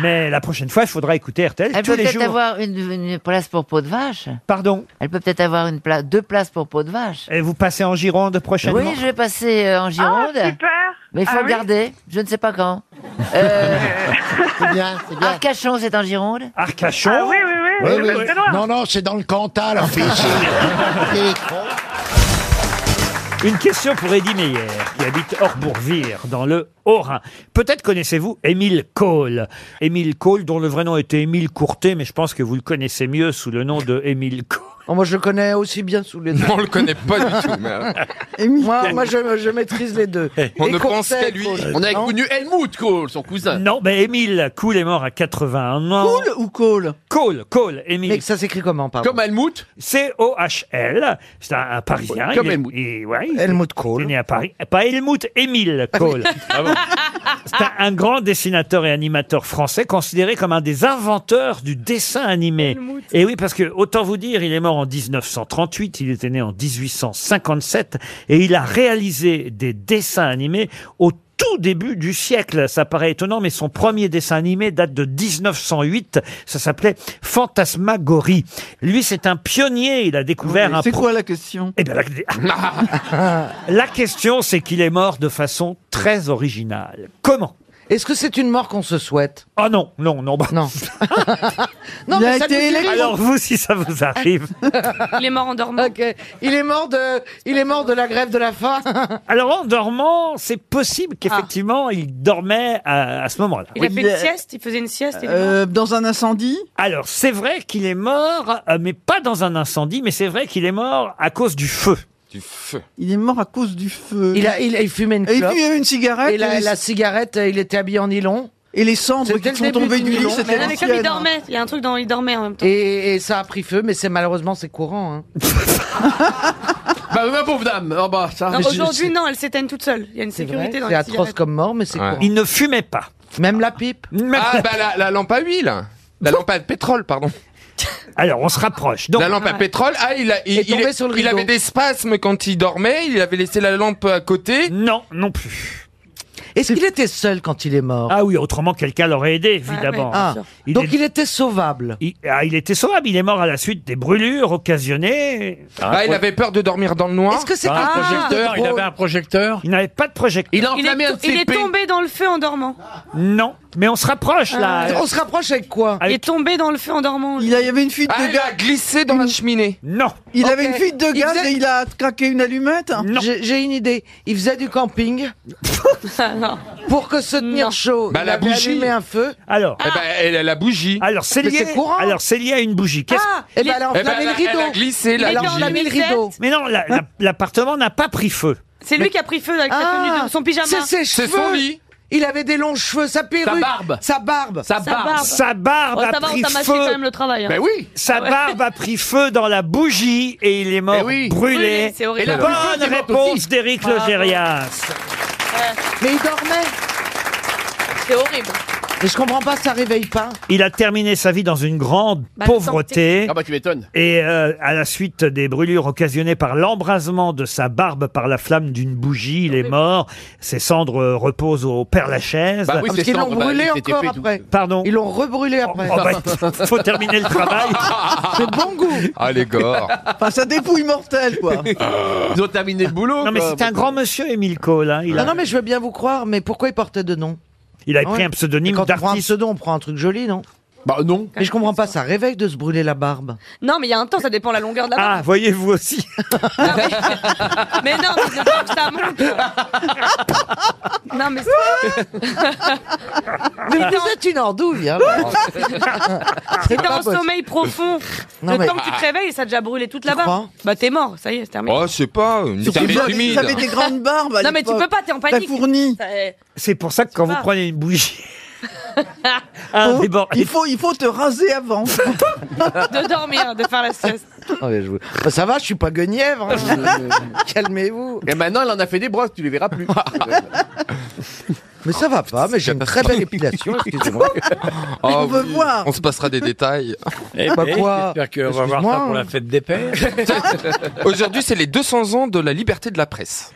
Mais la prochaine fois, il faudra écouter RTL
Elle
tous
peut
les
peut-être
jours.
avoir une, une place pour peau de vache.
Pardon
Elle peut peut-être avoir une pla- deux places pour peau de vache.
Et vous passez en Gironde prochainement
Oui, je vais passer euh, en Gironde.
super
Mais il faut
Ah oui.
regarder, je ne sais pas quand. Euh, c'est bien, c'est bien. Arcachon, c'est en Gironde
Arcachon
Ah oui, oui, oui.
Oui, oui. Non, non, c'est dans le Cantal, en fait. ici.
Une question pour Eddie Meyer, qui habite Orbourvire, dans le Haut-Rhin. Peut-être connaissez-vous Émile Cole. Émile Cole, dont le vrai nom était Émile Courtet, mais je pense que vous le connaissez mieux sous le nom de Émile Cole.
Oh, moi, je le connais aussi bien sous les deux.
On le connaît pas du tout, hein.
moi, moi, je, je maîtrise les deux. Et Courtet, Courtet,
On a
non
connu Helmut Kohl, son cousin.
Non, mais Émile Cool est mort à 81 ans. Cool
ou Cole
Cole, Cole, Émile. Mais
ça s'écrit comment, pardon
Comme Helmut C-O-H-L. C'est un, un Parisien.
Ouais, comme
Il est-
Helmut. Ah
il- ouais, il- il est né à Paris. Pas Helmut, Émile Cole. C'est un, un grand dessinateur et animateur français, considéré comme un des inventeurs du dessin animé. Et oui, parce que, autant vous dire, il est mort en 1938, il était né en 1857, et il a réalisé des dessins animés au tout début du siècle. Ça paraît étonnant, mais son premier dessin animé date de 1908. Ça s'appelait Fantasmagorie. Lui, c'est un pionnier. Il a découvert un...
C'est
pro-
quoi la question
Eh ben, la... La question, c'est qu'il est mort de façon très originale. Comment
Est-ce que c'est une mort qu'on se souhaite
Ah non, non, non.
Non. non
Il a
mais ça
été
nous Ah. irrite.
électro- Alors vous, si ça vous arrive.
Il est mort en dormant.
Il est mort de, il est mort de la grève de la faim.
Alors en dormant, c'est possible
Ah.
qu'effectivement il dormait à, à ce moment-là.
Il a fait
euh,
une sieste
Il faisait une sieste. il est mort.
Euh, Dans un incendie
Alors c'est vrai qu'il est mort, euh, mais pas dans un incendie, mais c'est vrai qu'il est mort à cause du feu. Du feu.
Il est mort à cause du feu.
Il a, il, il fumait une
Et il
clope.
fumait une cigarette,
Et la,
et les-
la cigarette, euh, il était habillé en nylon.
Et les cendres
C'était
qui
le
sont
début
tombées
du
du lit,
nylon. Mais
c'était
non,
la
mais
Comme il
sienne.
dormait, il y a un truc dans il dormait en même temps.
Et, et ça a pris feu, mais c'est malheureusement c'est courant. Hein.
Bah, ma pauvre dame. Oh, bah,
Ah,
ça.
Non, Aujourd'hui, non, elle s'éteigne toute seule. Il y a une
C'est vrai,
sécurité dans
c'est
les
atroce
cigarettes.
comme mort, mais c'est courant.
Il ne fumait pas.
Même la pipe.
Ah, bah la, la lampe à huile. La lampe à pétrole, pardon.
Alors, on se rapproche. Donc,
la lampe à pétrole, ah, il, a- il,
Est tombé
il est-
sur le
il
rideau.
avait des spasmes quand il dormait, il avait laissé la lampe à côté.
Non, non plus.
Est-ce qu'il était seul quand il est mort
Ah oui, autrement quelqu'un l'aurait aidé, évidemment.
Ah, donc il était sauvable.
Il, ah, il était sauvable, il est mort à la suite des brûlures occasionnées.
Ah, il avait peur de dormir dans le noir.
Est-ce que c'est
Ah,
quelque chose de
il avait
un projecteur Il n'avait pas de projecteur.
Il est, to- il est tombé dans le feu en dormant.
Non, mais on se rapproche là.
Ah. On se rapproche avec quoi
Il est tombé dans le feu en dormant.
Il a- il y avait une fuite
Ah,
de
il a
gaz.
glissé dans la cheminée.
Non.
Il
Ok.
avait une fuite de
Il
gaz
faisait-
et il a craqué une allumette
J'ai j'ai une idée. Il faisait du camping
Ah, non.
pour que se tenir chaud.
Bah,
il
la
avait
bougie.
allumé un feu.
Alors,
Eh ben, elle a la bougie.
alors c'est
Mais
lié.
c'est courant.
Alors c'est lié à une bougie. Qu'est-ce-
Ah, et ben
les-
elle a
Eh ben,
enflammé
elle
le
a-
rideau.
elle a glissé,
la-
Elle a
la
enflammé le
chemise.
rideau.
Mais non, la- la- l'appartement n'a pas pris feu.
C'est lui qui a pris feu avec sa tenue de son pyjama.
Ah, C'est ses
C'est
cheveux.
son lit.
Il avait des longs cheveux, sa perruque,
barbe.
sa barbe.
Sa
barbe.
barbe.
Sa barbe
Oh,
a
ça va, on
pris
t'a mâché
feu.
quand même le travail. hein.
Ben oui.
Sa barbe a pris feu dans la bougie et il est mort brûlé.
Brûlé, c'est horrible.
Ben Et la
Bonne
bougie est morte
réponse
aussi.
d'Éric
Bravo.
Logérias.
Mais il dormait.
C'est horrible.
Mais je comprends pas, ça réveille pas.
Il a terminé sa vie dans une grande
Bah,
pauvreté.
Ah, bah, tu m'étonnes.
Et euh, à la suite des brûlures occasionnées par l'embrasement de sa barbe par la flamme d'une bougie, il est mort. Ses cendres euh, reposent au Père Lachaise.
Bah
Ah,
oui,
Parce
c'est
qu'ils l'ont
cendres, bah,
brûlé
ils étaient
encore
faits, tout.
après.
Pardon.
Ils l'ont rebrûlé après.
Oh, bah, faut terminer le travail.
C'est bon goût.
Ah, les gars.
Enfin, ça dépouille mortelle, quoi.
Ils ont terminé le boulot.
Non mais
quoi.
c'est un grand monsieur Émile Cole. hein. Il,
Non,
a,
non, mais je veux bien vous croire, mais pourquoi il portait de nom
il a
Ah
pris
ouais.
un pseudonyme
Et Quand on prend un
d'artiste.
pseudo, on prend un truc joli, non
Bah, non.
Mais je comprends pas, ça réveille de se brûler la barbe.
Non, mais il y a un temps, ça dépend de la longueur de la barbe.
Ah, voyez-vous aussi.
Mais non, mais je trouve que ça monte. Non, mais c'est-
Mais vous êtes une andouille, hein
t'es en
possible.
sommeil profond.
Non,
le
mais-
temps que tu te réveilles, ça a déjà brûlé toute la
crois
barbe. Bah, t'es mort, ça y est, c'est terminé.
Oh, je sais pas, une
Surtout
serviette
qu'ils avaient-
humide.
Ils avaient des grandes barbes. à
Hein. non, mais tu
l'époque.
peux pas, t'es en
Très
panique.
fourni.
Ça, euh,
C'est pour ça que quand
C'est
vous
pas.
prenez une bougie. un
Faut-
débord-
il, faut, il faut te raser avant.
De dormir, de faire la sieste.
Ah, bien joué. Bah, ça va, je suis pas guenièvre. hein. Calmez-vous.
Et maintenant, elle en a fait des brosses, tu les verras plus.
Mais ça va pas, Ah, mais j'ai une très belle épilation, excusez-moi.
Oh,
on veut
oui.
voir.
On se passera des détails.
Eh
Bah
ben,
quoi
J'espère qu'on va voir
Excuse-moi.
ça pour la fête des pères.
Aujourd'hui, c'est les 200 ans de la liberté de la presse.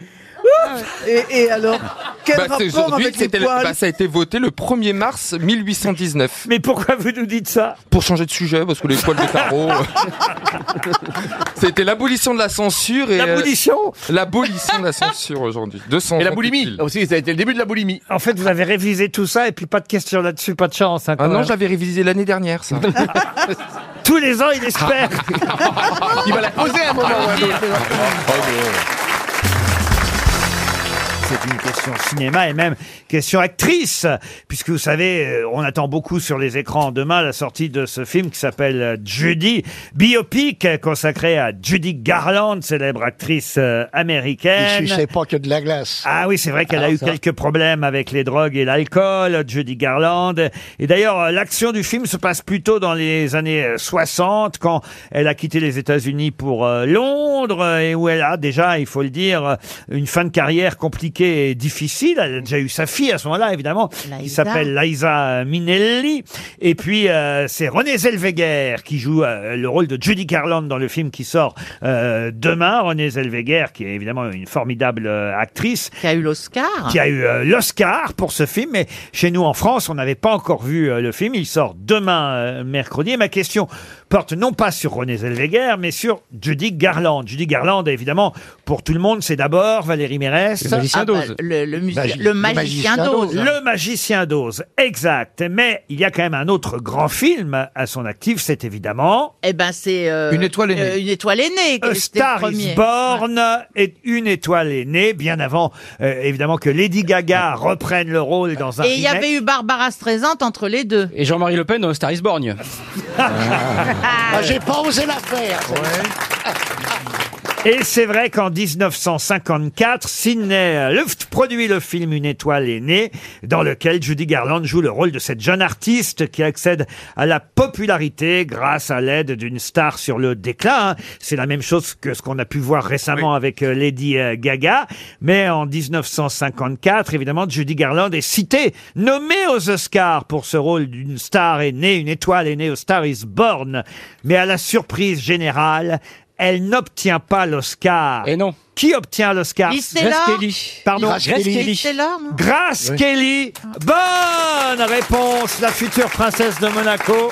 Ah
Et, et alors, quel
Bah, c'est
rapport
aujourd'hui
avec
que
les
c'était le-
poils
bah, ça a été voté le 1er mars 1819.
Mais pourquoi vous nous dites ça
Pour changer de sujet, parce que les poils de tarot. euh, c'était l'abolition de la censure et. euh,
L'abolition
L'abolition de la censure aujourd'hui. 200
Et la
ans
boulimie Ah,
pile.
aussi, ça a été le début de la boulimie.
En fait, vous avez révisé tout ça et puis pas de question là-dessus, pas de chance. hein, quand
Ah non,
même.
j'avais révisé l'année dernière, ça.
Tous les ans, il espère.
Il va la poser à un moment. ou à un autre.
c'est une question cinéma et même question actrice, puisque vous savez, euh, on attend beaucoup sur les écrans demain la sortie de ce film qui s'appelle euh, Judy, biopic euh, consacré à Judy Garland, célèbre actrice euh, américaine.
Il suçait pas que de la glace.
Ah oui, c'est vrai qu'elle a
Alors,
eu
ça va.
quelques problèmes avec les drogues et l'alcool, Judy Garland. Et d'ailleurs, euh, l'action du film se passe plutôt dans les années euh, 60, quand elle a quitté les États-Unis pour euh, Londres, euh, et où elle a déjà, il faut le dire, euh, une fin de carrière compliquée et difficile. Elle a déjà eu sa fille à ce moment-là, évidemment, qui
Liza.
s'appelle Liza Minnelli. Et puis, euh, c'est René Zellweger qui joue euh, le rôle de Judy Garland dans le film qui sort euh, demain. René Zellweger, qui est évidemment une formidable euh, actrice. Qui a eu l'Oscar. Qui a eu euh, l'Oscar pour ce film. Mais chez nous, en France, on n'avait pas encore vu euh, le film. Il sort demain, euh, mercredi. Et ma question porte non pas sur René Zellweger, mais sur Judy Garland. Judy Garland, évidemment, pour tout le monde, c'est d'abord Valérie Mérès.
Le magicien Ah bah, d'Oz. le- le musi- Magi- le magicien d'Oz. hein.
Le magicien d'Oz, exact. Mais il y a quand même un autre grand film à son actif, c'est évidemment...
Eh ben, c'est. euh,
Une étoile aînée.
euh, une étoile aînée.
A
c'était le
Star
premier.
is Born et Une étoile est née, bien avant, euh, évidemment, que Lady Gaga reprenne le rôle dans un
Et il y
remake.
avait eu Barbara Streisand entre les deux.
Et Jean-Marie Le Pen dans Star is Born.
Ah, J'ai pas osé la faire.
Et c'est vrai qu'en 1954, Sidney Luft produit le film Une étoile est née, dans lequel Judy Garland joue le rôle de cette jeune artiste qui accède à la popularité grâce à l'aide d'une star sur le déclin. hein. C'est la même chose que ce qu'on a pu voir récemment avec euh, Lady euh, Gaga. Mais en 1954, évidemment, Judy Garland est citée, nommée aux Oscars pour ce rôle d'une star est née, une étoile est née au Star is Born. Mais à la surprise générale, elle n'obtient pas l'Oscar. Et non. Qui obtient l'Oscar
Liz Taylor Grace Kelly.
Pardon
Grace Grace Kelly. Liz Taylor, non
Grace
Oui.
Kelly. Bonne réponse, la future princesse de Monaco.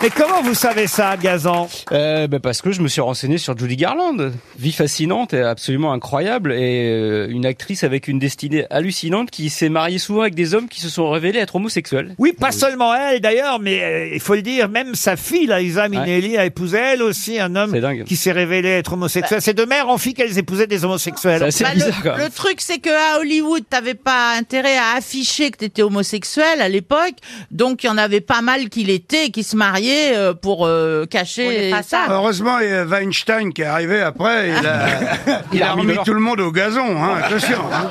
Mais comment vous savez ça, Gazan
Euh, ben Parce que je me suis renseigné sur Judy Garland. Vie fascinante et absolument incroyable. Et euh, une actrice avec une destinée hallucinante qui s'est mariée souvent avec des hommes qui se sont révélés être homosexuels.
Oui, pas seulement elle d'ailleurs, mais euh, il faut le dire, même sa fille, Liza Minnelli, a épousé elle aussi un homme qui s'est révélé être homosexuel.
Bah.
C'est de mère en fille qu'elles épousaient des homosexuels.
Bah, le- le, truc, c'est que à Hollywood, t'avais pas intérêt à afficher que t'étais homosexuel à l'époque, donc il y en avait pas mal qui l'étaient, et qui se mariaient euh, pour euh, cacher
Ah,
ça.
Heureusement, il y a Weinstein qui est arrivé après, il a, il a remis tout le monde au gazon, hein, attention. hein.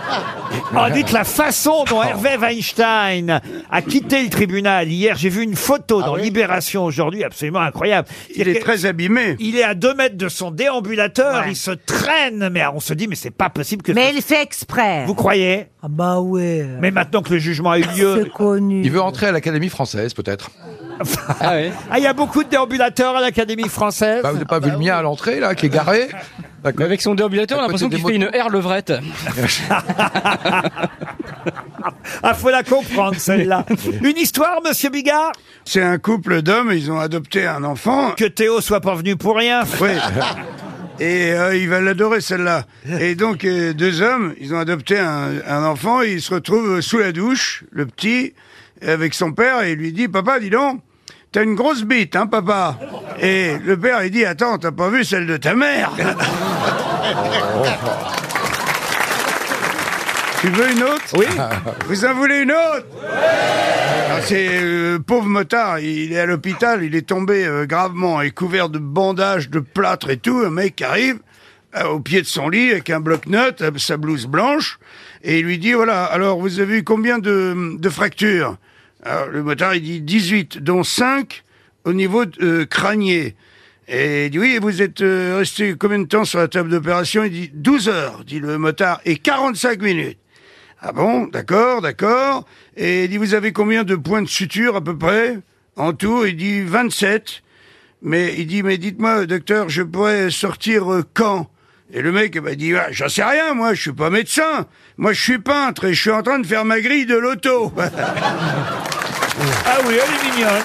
Oh, dites la façon
Oh.
dont Hervé Weinstein a quitté le tribunal hier. J'ai vu une photo
Ah
dans Libération aujourd'hui, absolument incroyable. Il est très
abîmé.
Il est à deux mètres de son déambulateur, il se traîne, mais on se dit, mais c'est pas possible que... Mais il fait exprès. Vous croyez Ah bah ouais. Mais maintenant que le jugement a eu lieu...
connu.
Il veut rentrer à l'Académie française, peut-être.
ah il y a beaucoup de déambulateurs à l'Académie française.
Bah, vous n'avez pas vu le mien à l'entrée, là, qui est garé D'accord.
Avec son déambulateur, on a l'impression qu'il fait une R levrette.
Ah, faut la comprendre, celle-là. Une histoire, monsieur Bigard
C'est un couple d'hommes, ils ont adopté un enfant.
Que Théo soit pas venu pour rien.
Oui. Et euh, il va l'adorer celle-là. Et donc euh, deux hommes, ils ont adopté un, un enfant, et ils se retrouvent sous la douche, le petit, avec son père, et il lui dit, papa, dis donc, t'as une grosse bite, hein, papa Et le père, il dit, attends, t'as pas vu celle de ta mère Tu veux une autre
Oui.
Vous en voulez une autre Ah, C'est euh, pauvre motard, il est à l'hôpital, il est tombé euh, gravement et couvert de bandages, de plâtre et tout. Un mec arrive euh, au pied de son lit avec un bloc-notes, euh, sa blouse blanche, et il lui dit voilà, alors vous avez eu combien de, de fractures Alors, Le motard il dit 18, dont 5 au niveau de- euh, crânien. Et il dit oui, et vous êtes euh, resté combien de temps sur la table d'opération Il dit 12 heures, dit le motard, et 45 minutes. Ah bon, d'accord, d'accord. Et il dit, vous avez combien de points de suture à peu près En tout, il dit 27. Mais il dit, mais dites-moi, docteur, je pourrais sortir euh, quand Et le mec, eh ben, il dit, Ah, j'en sais rien, moi, je suis pas médecin. Moi, je suis peintre et je suis en train de faire ma grille de l'auto.
Ah oui, elle est mignonne.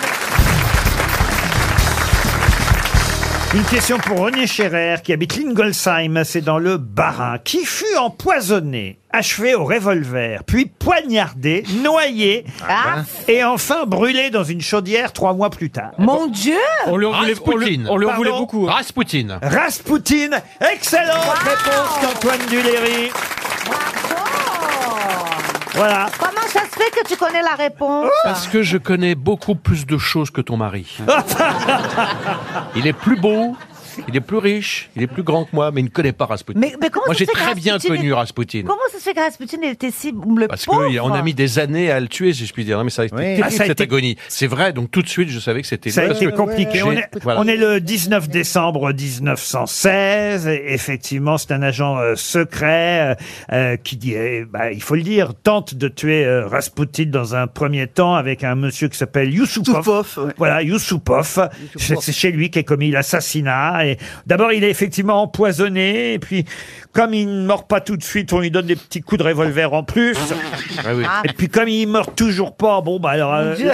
Une question pour René Scherer, qui habite Lingolsheim, c'est dans le Bas-Rhin, qui fut empoisonné, achevé au revolver, puis poignardé, noyé, et enfin brûlé dans une chaudière trois mois plus tard. Mon Dieu
On lui en voulait, on lui- on lui en voulait beaucoup.
hein.
Raspoutine.
Rasputin.
Raspoutine, excellente réponse d'Antoine Duléry. Voilà. Oh,
Comment ça se fait que tu connais la réponse
Parce que je connais beaucoup plus de choses que ton mari.
Ah.
il est plus beau, il est plus riche, il est plus grand que moi, mais il ne connaît pas Rasputin.
Mais, mais comment
moi,
ça
j'ai
se fait que
très bien
Rasputin est-
connu Rasputin.
Comment ça se fait que Rasputin il était si le
Parce
pauvre
qu'on a mis des années à le tuer, si je puis dire. Non, mais ça a été terrible,
Ah, ça a
cette
été-
agonie. C'est vrai, donc tout de suite, je savais que c'était
Ça a
lui, parce
été
que
compliqué.
j'ai-
On est,
voilà.
on est le 19 décembre 1916. Et effectivement, c'est un agent euh, secret euh, euh, qui dit, eh, bah, il faut le dire, tente de tuer euh, Rasputin dans un premier temps avec un monsieur qui s'appelle Yusupov. Voilà, Yusupov. C'est c'est chez lui qu'est commis l'assassinat. Et d'abord, il est effectivement empoisonné. Et puis, comme il ne meurt pas tout de suite, on lui donne des petits coups de revolver en plus.
Ah oui.
Et puis, comme il meurt toujours pas, bon, bah alors euh,
Dieu.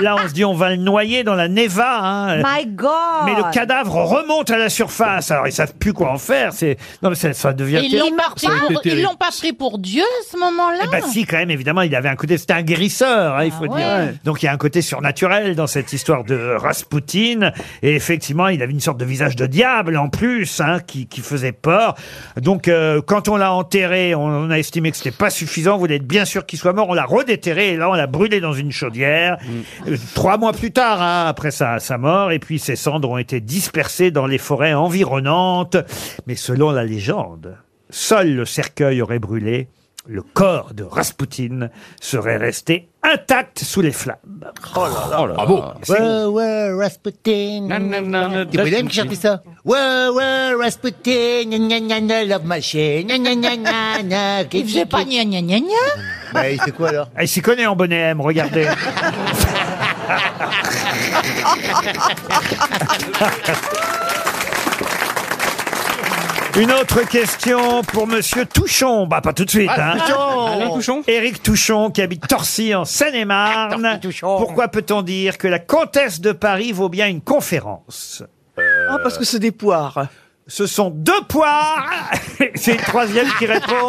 là, on se dit, on va le noyer dans la Neva. hein.
My God
Mais le cadavre remonte à la surface. Alors ils savent plus quoi en faire. C'est non mais ça, ça devient.
Ils l'ont pas,
Ça a été
pour- ils
terrible.
l'ont pas pris pour Dieu à ce moment-là
Eh ben si, quand même, évidemment, il avait un côté, c'était un guérisseur, hein, il faut
ouais.
dire. Donc il y a un côté surnaturel dans cette histoire de Raspoutine. Et effectivement, il avait une sorte de visage de diable en plus, hein, qui, qui faisait peur. Donc euh, quand on l'a enterré, on, on a estimé que c'était pas suffisant. On voulait être bien sûr qu'il soit mort. On l'a redéterré et là, on l'a brûlé dans une chaudière. Euh, Trois mois plus tard, hein, après sa, sa mort, et puis ses cendres ont été dispersées dans les forêts environnantes. Mais selon la légende, seul le cercueil aurait brûlé le corps de Raspoutine serait resté intact sous les flammes.
Oh là là. Bravo. Ouais, ouais, Rasputin.
Non, non, non, non,
C'est William qui
Rasputin.
chantait ça. Ouais, ouais, Rasputin. Gna, gna, gna, gna, love machine. Gna, gna, gna, gna, gna.
Il faisait pas gna gna gna gna
Bah, il quoi alors Il s'y connaît en bonnet M, regardez. Une autre question pour Monsieur Touchon. Bah, pas tout de suite.
Ah,
hein.
Touchon Alain Touchon
Éric Touchon, qui habite Torcy, en Seine-et-Marne. Pourquoi peut-on dire que la comtesse de Paris vaut bien une conférence Ah, parce que c'est des poires. Ce sont deux poires C'est le troisième qui répond.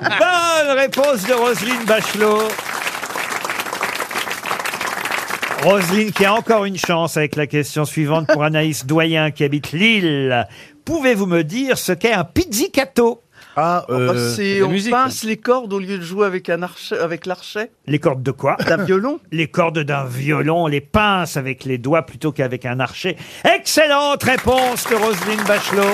Bonne réponse de Roselyne Bachelot. Roselyne qui a encore une chance avec la question suivante pour Anaïs Doyen qui habite Lille. Pouvez-vous me dire ce qu'est un pizzicato Ah,
euh,
Oh, bah, c'est on pince les cordes au lieu de jouer avec, un archet- avec l'archet.
Les cordes de quoi D'un violon Les cordes d'un violon, on les pince avec les doigts plutôt qu'avec un archet. Excellente réponse de Roselyne Bachelot.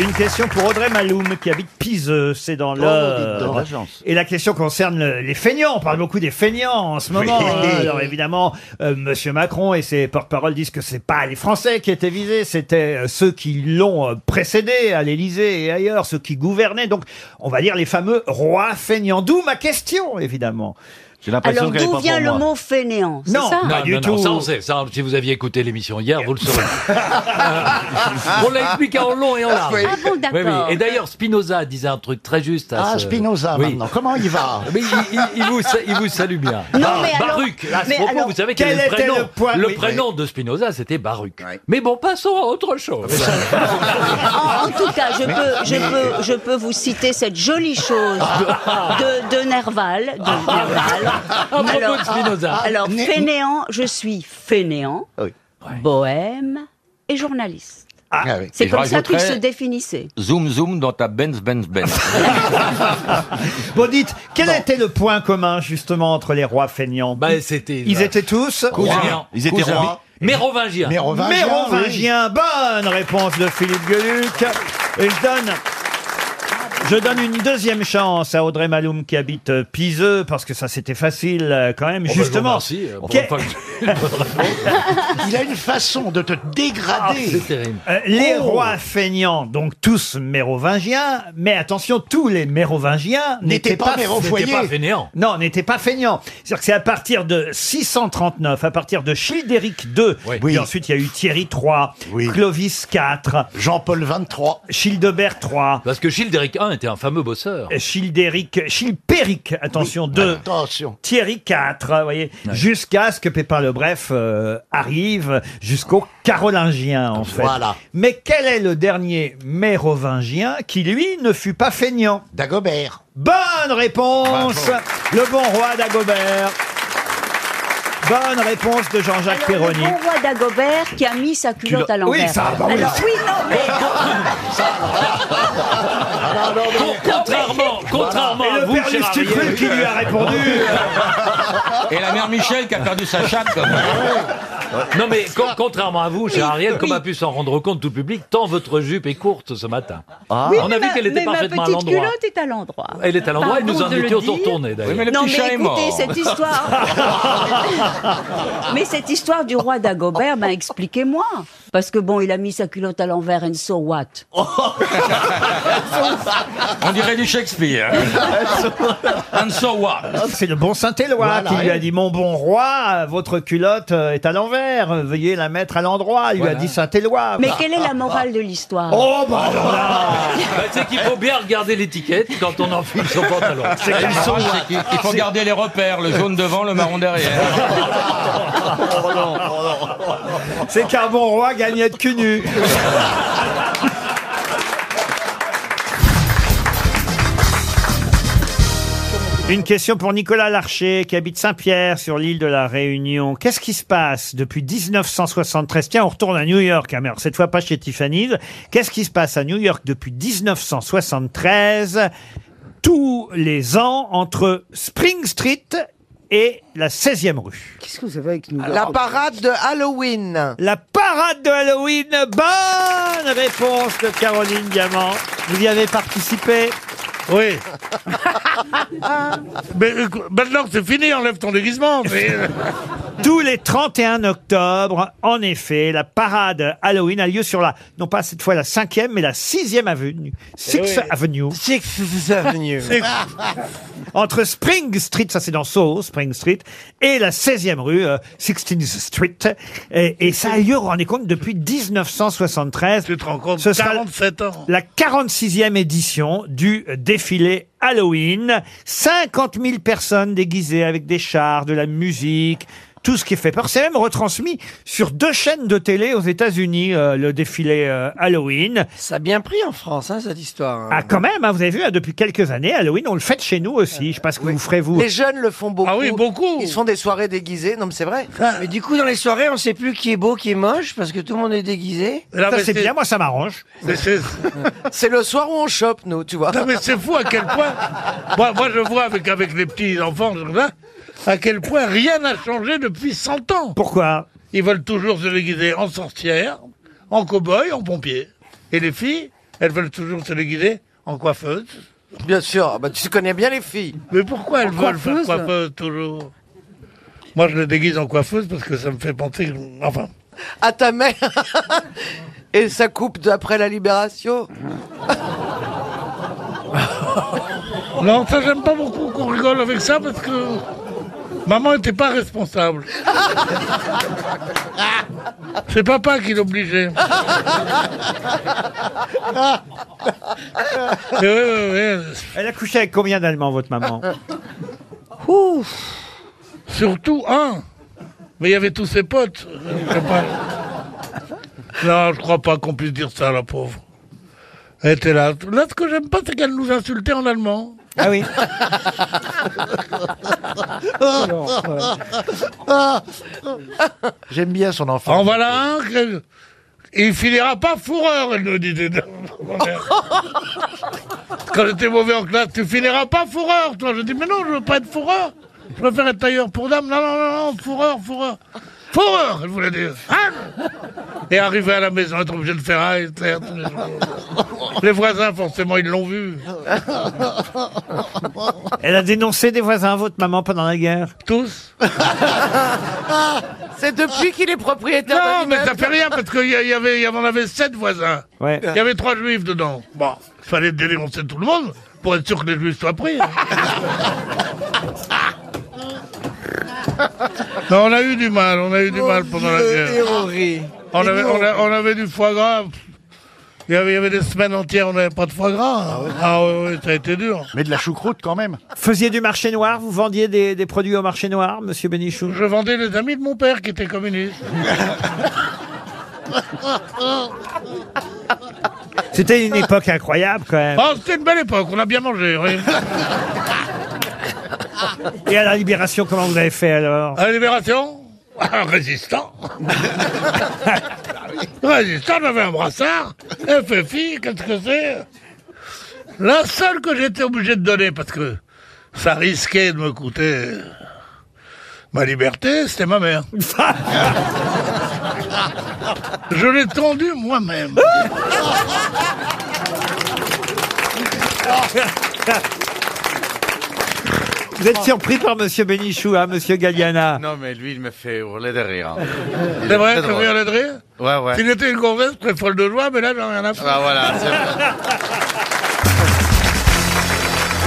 Une question pour Audrey Maloum qui habite Piseux, c'est dans
dites donc,
l'heure.
l'agence.
Et Oh, la question concerne le- les feignants. On parle beaucoup des feignants en ce moment.
Oui.
hein. Alors évidemment, euh, Monsieur Macron et ses porte-paroles disent que c'est pas les Français qui étaient visés, c'était euh, ceux qui l'ont euh, précédé à l'Élysée et ailleurs, ceux qui gouvernaient. Donc, on va dire les fameux rois feignants. D'où ma question, évidemment. J'ai
Alors d'où vient le mot fainéant c'est
Non,
ça
pas du tout.
Ah, ça, on sait. Ça, si vous aviez écouté l'émission hier, vous le saurez. on l'a expliqué en long et en large.
Oui. Ah bon,
Oui, oui.
d'accord.
Et d'ailleurs, Spinoza disait un truc très juste. À
Ah,
ce-
Spinoza,
Oui.
maintenant. Comment il va
Mais il, il- il vous, sa- il vous salue bien.
Non,
Ah,
mais alors-
Baruch, à ce
mais
propos,
alors,
vous savez quel,
quel
est le
était
prénom
le point-
Le
oui.
prénom de Spinoza, c'était Baruch. Mais bon, passons à autre chose.
En, en tout cas, je
Mais-
peux, je,
mais-
peux, je peux vous citer cette jolie chose de, de Nerval. De Nerval.
À propos de Spinoza.
alors,
Né-
fainéant, je suis fainéant, bohème et journaliste.
Ah
C'est
Et je
comme ça qu'il
rajouterais-
se définissait.
Zoom, zoom dans ta Benz, Benz, Benz.
Bon, dites, quel était le point commun, justement, entre les rois feignants
Bah, c'était-
Ils étaient tous
Cousins. Ils étaient Cousins. rois. Mérovingiens. Mérovingiens,
Mérovingiens. Bonne réponse de Philippe Gueluc. Et je donne... Je donne une deuxième chance à Audrey Maloum qui habite euh, Piseux, parce que ça c'était facile euh, quand même,
bah, je vous
justement.
remercie, euh, pour
Quel-
une fois que
Il a une façon de te
Ah,
dégrader.
Euh, les
Oh.
rois feignants, donc tous mérovingiens, mais attention, tous les mérovingiens
N'étaient
n'étaient
pas
pas,
mérofoyés. N'étaient pas
fainéants.
Non, n'étaient pas feignants. C'est-à-dire que c'est à partir de 639, à partir de Childéric II, puis ensuite il y a eu Thierry III, Clovis IV, Jean-Paul XXIII, Childebert III,
Parce que Childéric I était un fameux bosseur.
Childéric, Chilpéric, attention, deux. Thierry 4, vous voyez, jusqu'à ce que Pépin le Bref euh, arrive, jusqu'au Carolingien, en fait.
Voilà.
Ah. Mais quel est le dernier mérovingien qui, lui, ne fut pas feignant Dagobert. Bonne réponse Le bon roi Dagobert Bonne réponse de Jean-Jacques
Alors, le
Perroni.
bon roi d'Agobert qui a mis sa culotte
l'as-
à l'envers.
Oui, ça, bah oui.
Alors, oui, non, mais...
Contrairement, contrairement
Et
à
le
vous,
père
cher
Lustipré
Ariel.
qui lui a répondu.
Et la mère Michel qui a perdu sa chatte. comme-
Ah
Non mais con- contrairement à vous, cher Ariel, comme a pu s'en rendre compte tout le public, tant votre jupe est courte ce matin.
Ah. Oui,
On
mais
a vu
ma-
qu'elle était
mais
parfaitement
ma
à
petite
l'endroit.
culotte est à l'endroit.
Elle est à l'endroit et nous
Pardon
en
de le
étions
dire.
retournés d'ailleurs.
non, mais écoutez, cette histoire. mais cette histoire du roi d'Agobert, ben expliquez-moi. Parce que bon, il a mis sa culotte à l'envers, and so what
Oh.
On dirait du
hein.
Shakespeare.
Bah,
And so what
Ah, C'est le bon Saint-Éloi
Voilà,
qui lui a
oui.
dit Mon bon roi, votre culotte euh, est à l'envers, euh, veuillez la mettre à l'endroit. Il lui a dit Saint-Éloi.
Mais quelle est la morale de l'histoire
bah, ah, Oh, bah alors là
Bah, c'est qu'il faut bien regarder l'étiquette quand on enfile son pantalon.
C'est qu'ils sont- c'est qu'il- Il faut garder les repères, le jaune devant, le marron derrière.
Oh,
C'est qu'un bon roi gagnait de cul nu. Une question pour Nicolas Larcher, qui habite Saint-Pierre, sur l'île de la Réunion. Qu'est-ce qui se passe depuis 1973 Tiens, on retourne à New York, hein, mais alors cette fois pas chez Tiffany's. Qu'est-ce qui se passe à New York depuis 1973 Tous les ans, entre Spring Street et la 16e rue.
Qu'est-ce que vous avez avec nous Oh,
La
parade de Halloween.
La parade de Halloween. Bonne réponse de Caroline Diamant. Vous y avez participé.
Oui. Mais euh, maintenant que c'est fini, enlève ton déguisement. Mais... euh,
Tous les 31 octobre, en effet, la parade Halloween a lieu sur la, non pas cette fois la 5e, mais la 6e avenue. 6
oui.
Avenue. 6 Avenue. Entre Spring Street, ça c'est dans Soho, Spring Street, et la 16e rue, euh, 16th Street. Et, et ça a lieu, vous vous rendez compte, depuis 1973. Tu te rends compte, ce sera
47 ans.
la 46e édition du défilé Halloween. 50 000 personnes déguisées avec des chars, de la musique, tout ce qui fait peur. C'est même retransmis sur deux chaînes de télé aux États-Unis, euh, le défilé euh, Halloween.
Ça a bien pris en France, hein, cette histoire. hein.
Ah, quand même, hein, vous avez vu, hein, depuis quelques années, Halloween, on le fête chez nous aussi. Je sais pas ce que vous ferez, vous.
Les jeunes le font beaucoup.
Ah oui,
beaucoup.
Ils se font des soirées déguisées. Non, mais c'est vrai.
Ah, Mais du coup, dans les soirées, on sait plus qui est beau, qui est moche, parce que tout le monde est déguisé.
Là, mais c'est-
ça m'arrange.
Mais c'est-
C'est le soir où on chope, nous, tu vois.
Non, mais c'est fou à quel point. Moi, moi, je vois avec, avec les petits enfants, tout ça, à quel point rien n'a changé depuis 100 ans.
Pourquoi
Ils veulent toujours se déguiser en sorcière, en cow-boy, en pompier. Et les filles, elles veulent toujours se déguiser en coiffeuse.
Bien sûr, bah, tu connais bien les filles.
Mais pourquoi elles
En
veulent
coiffeuse
faire coiffeuse toujours Moi, je les déguise en coiffeuse parce que ça me fait penser. que- Enfin.
À ta mère. Et ça coupe d'après la libération.
Non, ça, j'aime pas beaucoup qu'on rigole avec ça parce que maman n'était pas responsable. C'est papa qui l'obligeait.
Elle a couché avec combien d'Allemands, votre maman
Ouf Surtout un Mais il y avait tous ses potes. Je sais pas. Non, je crois pas qu'on puisse dire ça, la pauvre. Elle était là. Là, ce que j'aime pas, c'est qu'elle nous insultait en allemand.
Ah oui
J'aime bien son enfant. En voilà un. que- Il finira pas fourreur, elle nous disait. Quand j'étais mauvais en classe, tu finiras pas fourreur, toi. Je dis, mais non, je veux pas être fourreur. Je préfère être tailleur pour dame. Non, non, non, non, fourreur, fourreur. Fourreur, elle voulait dire. Hein et arriver à la maison, être obligé de faire ah, Hitler, tous les jours. Les voisins, forcément, ils l'ont vu.
Elle a dénoncé des voisins, votre maman, pendant la guerre
Tous
Ah, C'est depuis qu'il est propriétaire
Non,
d'un
mais
immeuble.
ça fait rien parce qu'il y, a- y avait, y en avait sept voisins.
Ouais.
Il y avait trois juifs dedans. Bon, fallait dénoncer tout le monde pour être sûr que les juifs soient pris. hein. non, on a eu du mal, on a
Oh
eu du mal pendant la guerre. On avait, on, a- on avait du foie gras. Il y, avait, il y avait des semaines entières, on n'avait pas de foie gras. Ah oui, oui, ça a été dur. Mais de la choucroute quand même.
Faisiez du marché noir Vous vendiez des, des produits au marché noir, monsieur Bénichou
Je vendais les amis de mon père qui était communiste.
C'était une époque incroyable, quand même.
Oh, c'était une belle époque, on a bien mangé. oui. Ah.
Et à la Libération, comment vous avez fait alors
À la Libération, un résistant. résistant, j'avais un brassard, FFI, qu'est-ce que c'est La seule que j'étais obligé de donner, parce que ça risquait de me coûter ma liberté, c'était ma mère. Je l'ai tendue moi-même.
Vous êtes surpris par Monsieur Bénichou, hein, Monsieur Galliana
Non, mais lui, il me fait hurler de rire.
C'est vrai, c'est vrai, on est de rire
Ouais, ouais.
S'il était une gonzesse, très folle de joie, mais là, j'en ai rien à foutre.
Ah, voilà, c'est vrai.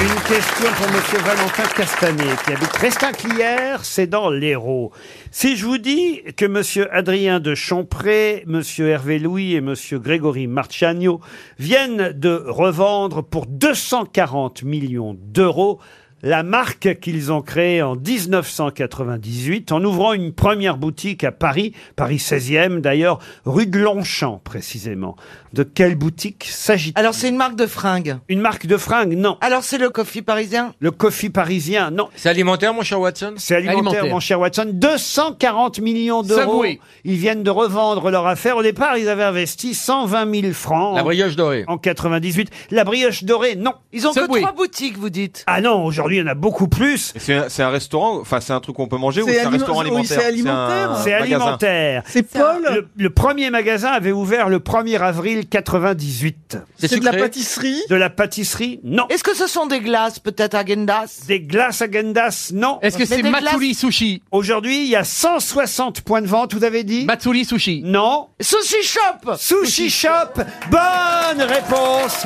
Une question pour Monsieur Valentin Castanet, qui habite Restinclière, c'est dans l'Hérault. Si je vous dis que Monsieur Adrien de Champré, Monsieur Hervé Louis et Monsieur Grégory Marchagno viennent de revendre pour 240 millions d'euros la marque qu'ils ont créée en 1998 en ouvrant une première boutique à Paris, Paris 16e d'ailleurs, rue de Longchamp précisément. De quelle boutique s'agit-il Alors c'est une marque de fringues Une marque de fringues, non. Alors c'est le coffee parisien Le coffee parisien, non.
C'est alimentaire, mon cher Watson
C'est alimentaire, mon cher Watson. 240 millions d'euros.
Savoy.
Ils viennent de revendre leur affaire. Au départ, ils avaient investi 120 000 francs.
La brioche dorée.
En 98. La brioche dorée, non. Ils
ont que Subway. trois boutiques, vous dites
Ah non, aujourd'hui, il y en a beaucoup plus.
C'est un, c'est un restaurant, enfin c'est un truc qu'on peut manger ou
C'est
c'est un
aliment-
restaurant
oui,
alimentaire
c'est alimentaire.
un
C'est
magasin.
alimentaire.
C'est
Paul le, le premier magasin avait ouvert le 1er avril 98.
C'est C'est de la sucré pâtisserie
De la pâtisserie, non.
Est-ce
que ce sont des glaces, peut-être Agendas Des glaces Agendas, non.
Est-ce que Mais c'est des glaces- Matsuri
Sushi Aujourd'hui, il y a 160 points de vente, vous avez dit Matsuri Sushi Non. Sushi Shop Sushi Shop Bonne réponse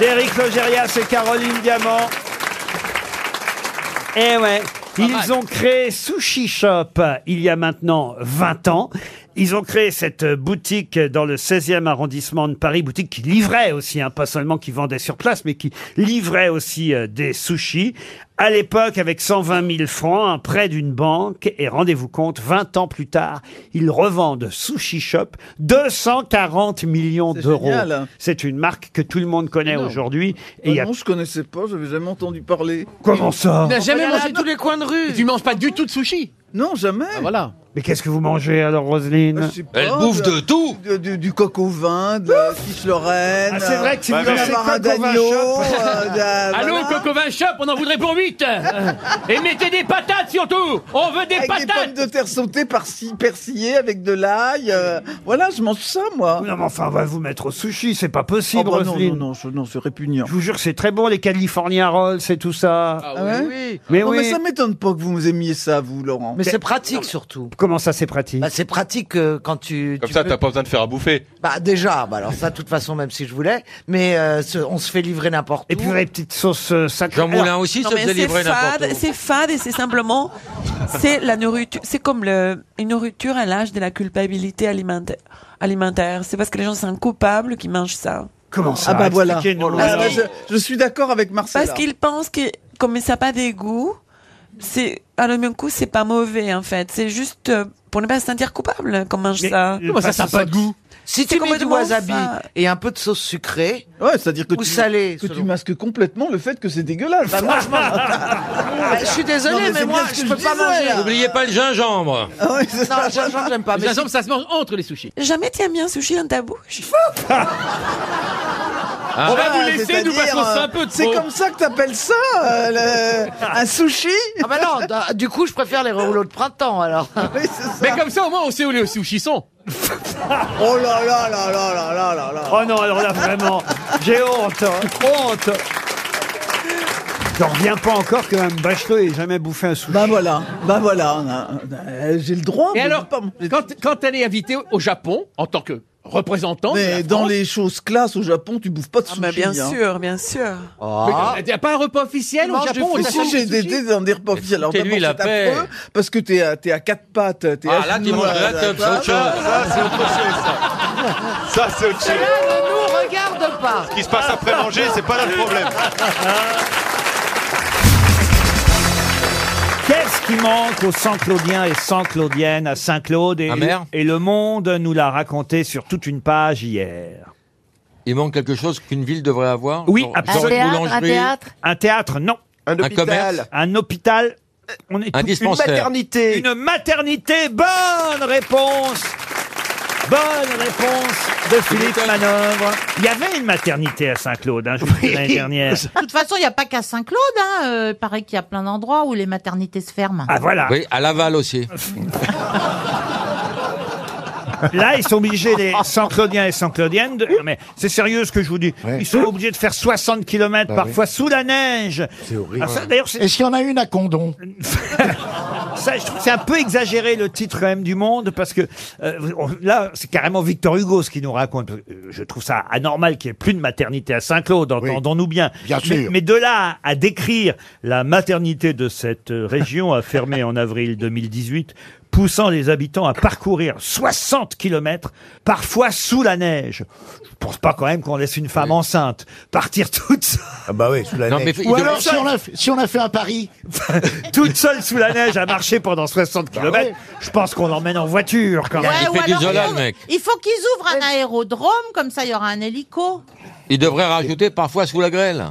d'Éric Logérias et Caroline Diamant. Eh ouais. Ils ont créé Sushi Shop euh, il y a maintenant 20 ans. Ils ont créé cette euh, boutique dans le 16e arrondissement de Paris, boutique qui livrait aussi, hein, pas seulement qui vendait sur place, mais qui livrait aussi euh, des sushis. À l'époque, avec 120 000 francs, un prêt d'une banque, et rendez-vous compte, 20 ans plus tard, ils revendent Sushi Shop 240 millions d'euros.
génial.
C'est une marque que tout le monde connaît
Énorme.
aujourd'hui.
Ah
Et il y a
Non, je connaissais pas, j'avais jamais entendu parler.
Comment ça
n'a jamais mangé
tous les coins de rue.
Tu manges pas du tout de sushi Non, jamais. voilà.
Mais qu'est-ce que vous mangez alors, Roselyne
Euh,
Oh,
Elle bouffe de tout Du, du coq au vin, de la quiche Lorraine.
Ah, c'est vrai que si
euh,
vous mangez
un
coq au vin
d'agneau.
shop.
euh, de la-
Allô,
voilà.
Coco Vin Shop, on en voudrait pour 8 Et mettez des patates surtout On veut des
Avec des
patates
pommes de terre sautées par-ci, persillées avec de l'ail. euh, voilà, je mange ça, moi.
Non, mais enfin, on va vous mettre au sushi, c'est pas possible,
Oh, bah, non,
Roselyne.
non, non, je- non, c'est répugnant.
Je vous jure, c'est très bon, les California Rolls et tout ça.
Ah ouais
Mais
Non,
oui.
mais ça m'étonne pas que vous nous aimiez ça, vous, Laurent.
Mais c'est
pratique, surtout.
Comment ça, c'est pratique
Bah, c'est pratique euh, quand tu.
Comme
tu
ça,
peux-
t'as pas besoin de faire à bouffer.
Bah déjà, bah alors ça, de toute façon, même si je voulais, mais euh, ce- on se fait livrer n'importe où. Et
puis les petites sauces euh, sacrées.
Jean Moulin
aussi
Non, mais c'est fade, c'est fade et c'est simplement, c'est la nourriture, c'est comme le, une nourriture à l'âge de la culpabilité alimentaire. alimentaire. C'est parce que les gens sont coupables qui mangent ça.
Comment
Ah bah voilà. Ah,
Parce
je,
qu'ils-
je suis d'accord avec Marcella.
Parce qu'ils pensent que comme ça n'a pas des goûts, c'est à le même coup c'est pas mauvais en fait. C'est juste euh, pour ne pas se sentir coupable qu'on mange ça.
Si
C'est
tu mets du
complètement
wasabi
ça.
et un peu de sauce sucrée,
Ouais, c'est-à-dire que,
ou
tu,
salé,
que tu masques complètement le fait que c'est dégueulasse.
Bah, moi, je mange-
Ah,
Bah, je suis désolé, mais moi, je peux pas manger.
N'oubliez pas le gingembre.
non, gingembre, j'aime pas.
De toute façon, ça se mange entre les sushis.
Jamais tu as mis un sushi dans ta bouche.
Ah.
On va
Ah,
vous laisser, nous
Ah, c'est-à-dire,
passons ça
euh,
un peu trop.
C'est comme ça que t'appelles ça euh, le- un sushi
Ah bah non, d- du coup, je préfère les rouleaux de printemps alors.
Mais comme ça, au moins, on sait où les sushis sont.
Oh là là là là là là là là.
Oh non, alors là, vraiment, j'ai honte, hein, honte J'en reviens pas encore que Mme Bachelot ait jamais bouffé un sushi.
Bah voilà, bah voilà, on a- on a- euh, j'ai le droit.
Et
mais-
alors, quand, quand elle est invitée au Japon, en tant que représentante. de la
Mais dans
France,
les choses classes au Japon, tu bouffes pas de
Ah
sushi.
bah,
mais bien
hein.
sûr, bien sûr. Ah.
mais euh, Il n'y a pas un repas officiel au
Mange
Japon
du
on
sushi, j'ai
des
été dans des repas officiels. Alors
foutez-lui
d'abord,
la
c'est
paix.
affreux, parce que t'es à, t'es à quatre pattes. T'es
Ah,
à
là,
genoux,
tu manges de la
à-
teub, c'est autre chose.
Ah,
Ça, c'est autre chose, ça. Ça, c'est autre
Cela ne nous regarde pas.
qui se passe après manger, c'est pas là le problème.
Qu'est-ce qui manque aux Saint-Claudiens et Saint-Claudiennes à Saint-Claude et,
Un maire
et Le Monde nous l'a raconté sur toute une page hier.
Il manque quelque chose qu'une ville devrait avoir
Oui,
Genre- genre
absolument.
une boulangerie.
Un théâtre, non.
Un hôpital. commerce
Un hôpital, On est
Un
tout-
dispensaire.
Une maternité. Une maternité. Bonne réponse. Bonne réponse de Philippe Manœuvre. Il y avait une maternité à Saint-Claude, hein, je vous dis, l'année dernière.
De toute façon, il n'y a pas qu'à Saint-Claude. Hein. euh, il paraît qu'il y a plein d'endroits où les maternités se ferment.
Ah voilà.
Oui, à Laval aussi.
Là, ils sont obligés, les Saint-Claudiens et Saint-Claudiennes, de- non, mais c'est sérieux ce que je vous dis. Ils sont obligés de faire 60 km
Bah oui.
parfois sous la neige. C'est horrible. D'ailleurs, c'est-
Et s'il y en a une à Condon
ça, je trouve que c'est un peu exagéré le titre quand même du Monde parce que euh, on- là, c'est carrément Victor Hugo ce qu'il nous raconte. Euh, Je trouve ça anormal qu'il n'y ait plus de maternité à Saint-Claude, entendons-nous bien.
Bien
mais,
sûr.
mais de là à décrire la maternité de cette euh, région a fermé en avril 2018, poussant les habitants à parcourir 60 kilomètres, parfois sous la neige. Je pense pas quand même qu'on laisse une femme enceinte partir toute seule. Ah bah oui, sous la
Non, mais Ou alors si on, l'a, si on l'a fait à Paris
toute seule sous la neige à marcher pendant 60 km,
ouais.
je pense qu'on l'emmène en voiture quand même.
Ouais, ou alors, il faut- Il faut qu'ils ouvrent un aérodrome, comme ça il y aura un hélico.
Il devrait rajouter parfois sous la grêle.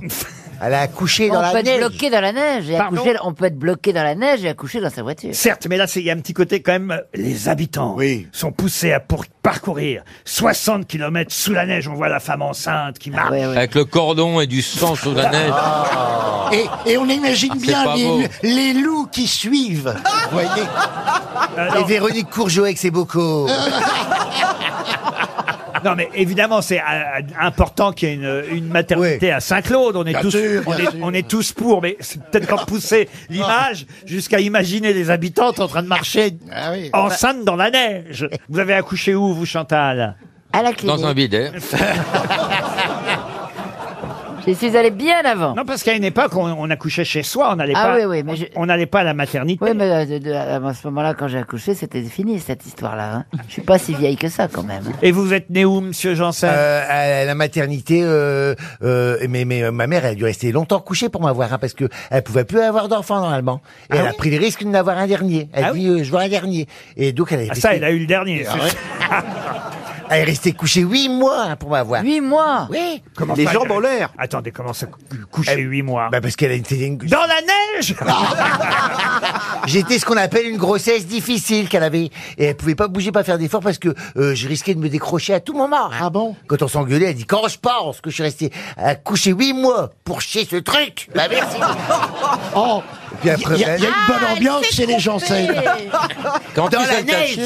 Elle a accouché
dans
on
la
peut
neige.
Être bloqué dans la neige et
Pardon
accoucher- on peut être bloqué dans la neige et accoucher dans sa voiture.
Certes, mais là, c'est- il y a un petit côté quand même. euh, Les habitants sont poussés à pour- parcourir 60 km sous la neige. On voit la femme enceinte qui marche.
Avec le cordon et du sang sous la neige.
et, et on imagine
Ah, c'est
bien
pas
les,
beau.
les loups qui suivent. Vous voyez
Et Véronique Courgeot avec ses bocaux.
Non, mais évidemment, c'est euh, important qu'il y ait une, une maternité à Saint-Claude. On, est
Bien
tous-
sûr,
on,
bien
est-
sûr.
on est tous pour, mais c'est peut-être pas pousser l'image jusqu'à imaginer les habitantes en train de marcher
Ah oui.
enceintes dans la neige. Vous avez accouché où, vous, Chantal
À la clinique.
Dans un bidet.
Je suis allée bien avant.
Non, parce qu'à une époque, on, on accouchait chez soi, on n'allait
Ah
pas,
oui, oui, mais
on n'allait pas à la maternité.
Oui, mais euh, de- de- à ce moment-là, quand j'ai accouché, c'était fini cette histoire-là. hein. Je suis pas si vieille que ça quand même.
Et vous êtes né où, monsieur Janssen
Euh, À la maternité, euh, euh, mais, mais euh, ma mère, elle a dû rester longtemps couchée pour m'avoir, hein, parce que elle pouvait plus avoir d'enfants normalement. Et
Ah
elle a pris le risque de n'avoir un dernier. Elle dit, euh, je veux un dernier. Et donc elle est
Ah, ça, elle a eu le dernier.
Ah ouais. Elle est restée couchée huit mois hein, pour m'avoir. Huit mois Oui.
Comment ça, elle- Attendez, comment ça cou- coucher huit mois
bah Parce qu'elle était une...
Dans la neige
J'étais ce qu'on appelle une grossesse difficile qu'elle avait. Et elle pouvait pas bouger, pas faire d'efforts parce que euh, je risquais de me décrocher à tout moment. Ah bon Quand on s'engueulait, elle dit quand je pense que je suis resté à coucher huit mois pour chier ce truc. Bah merci. oh.
Il y a, il y
bah,
a une
Ah,
bonne ambiance chez les gens
Quand
Dans la neige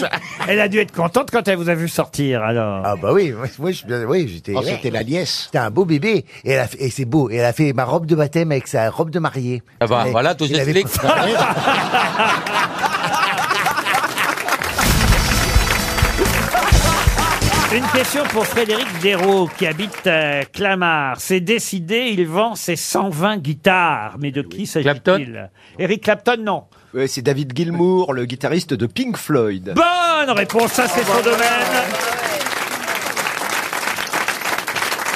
Elle a dû être contente quand elle vous a vu sortir, alors.
Ah bah oui, oui, oui, je suis bien- oui, j'étais...
Oh, c'était
la liesse. C'était un beau bébé. Et, elle a fait- et c'est beau. Et elle a fait ma robe de baptême avec sa robe de mariée.
Ah bah,
Elle-
voilà, tout
elle avait-
s'explique.
Une question pour Frédéric Dérault, qui habite euh, Clamart. C'est décidé, il vend ses 120 guitares. Mais
Eh
de qui s'agit-il Eric Clapton, non.
c'est David Gilmour, le guitariste de Pink Floyd.
Bonne réponse, ça c'est son domaine.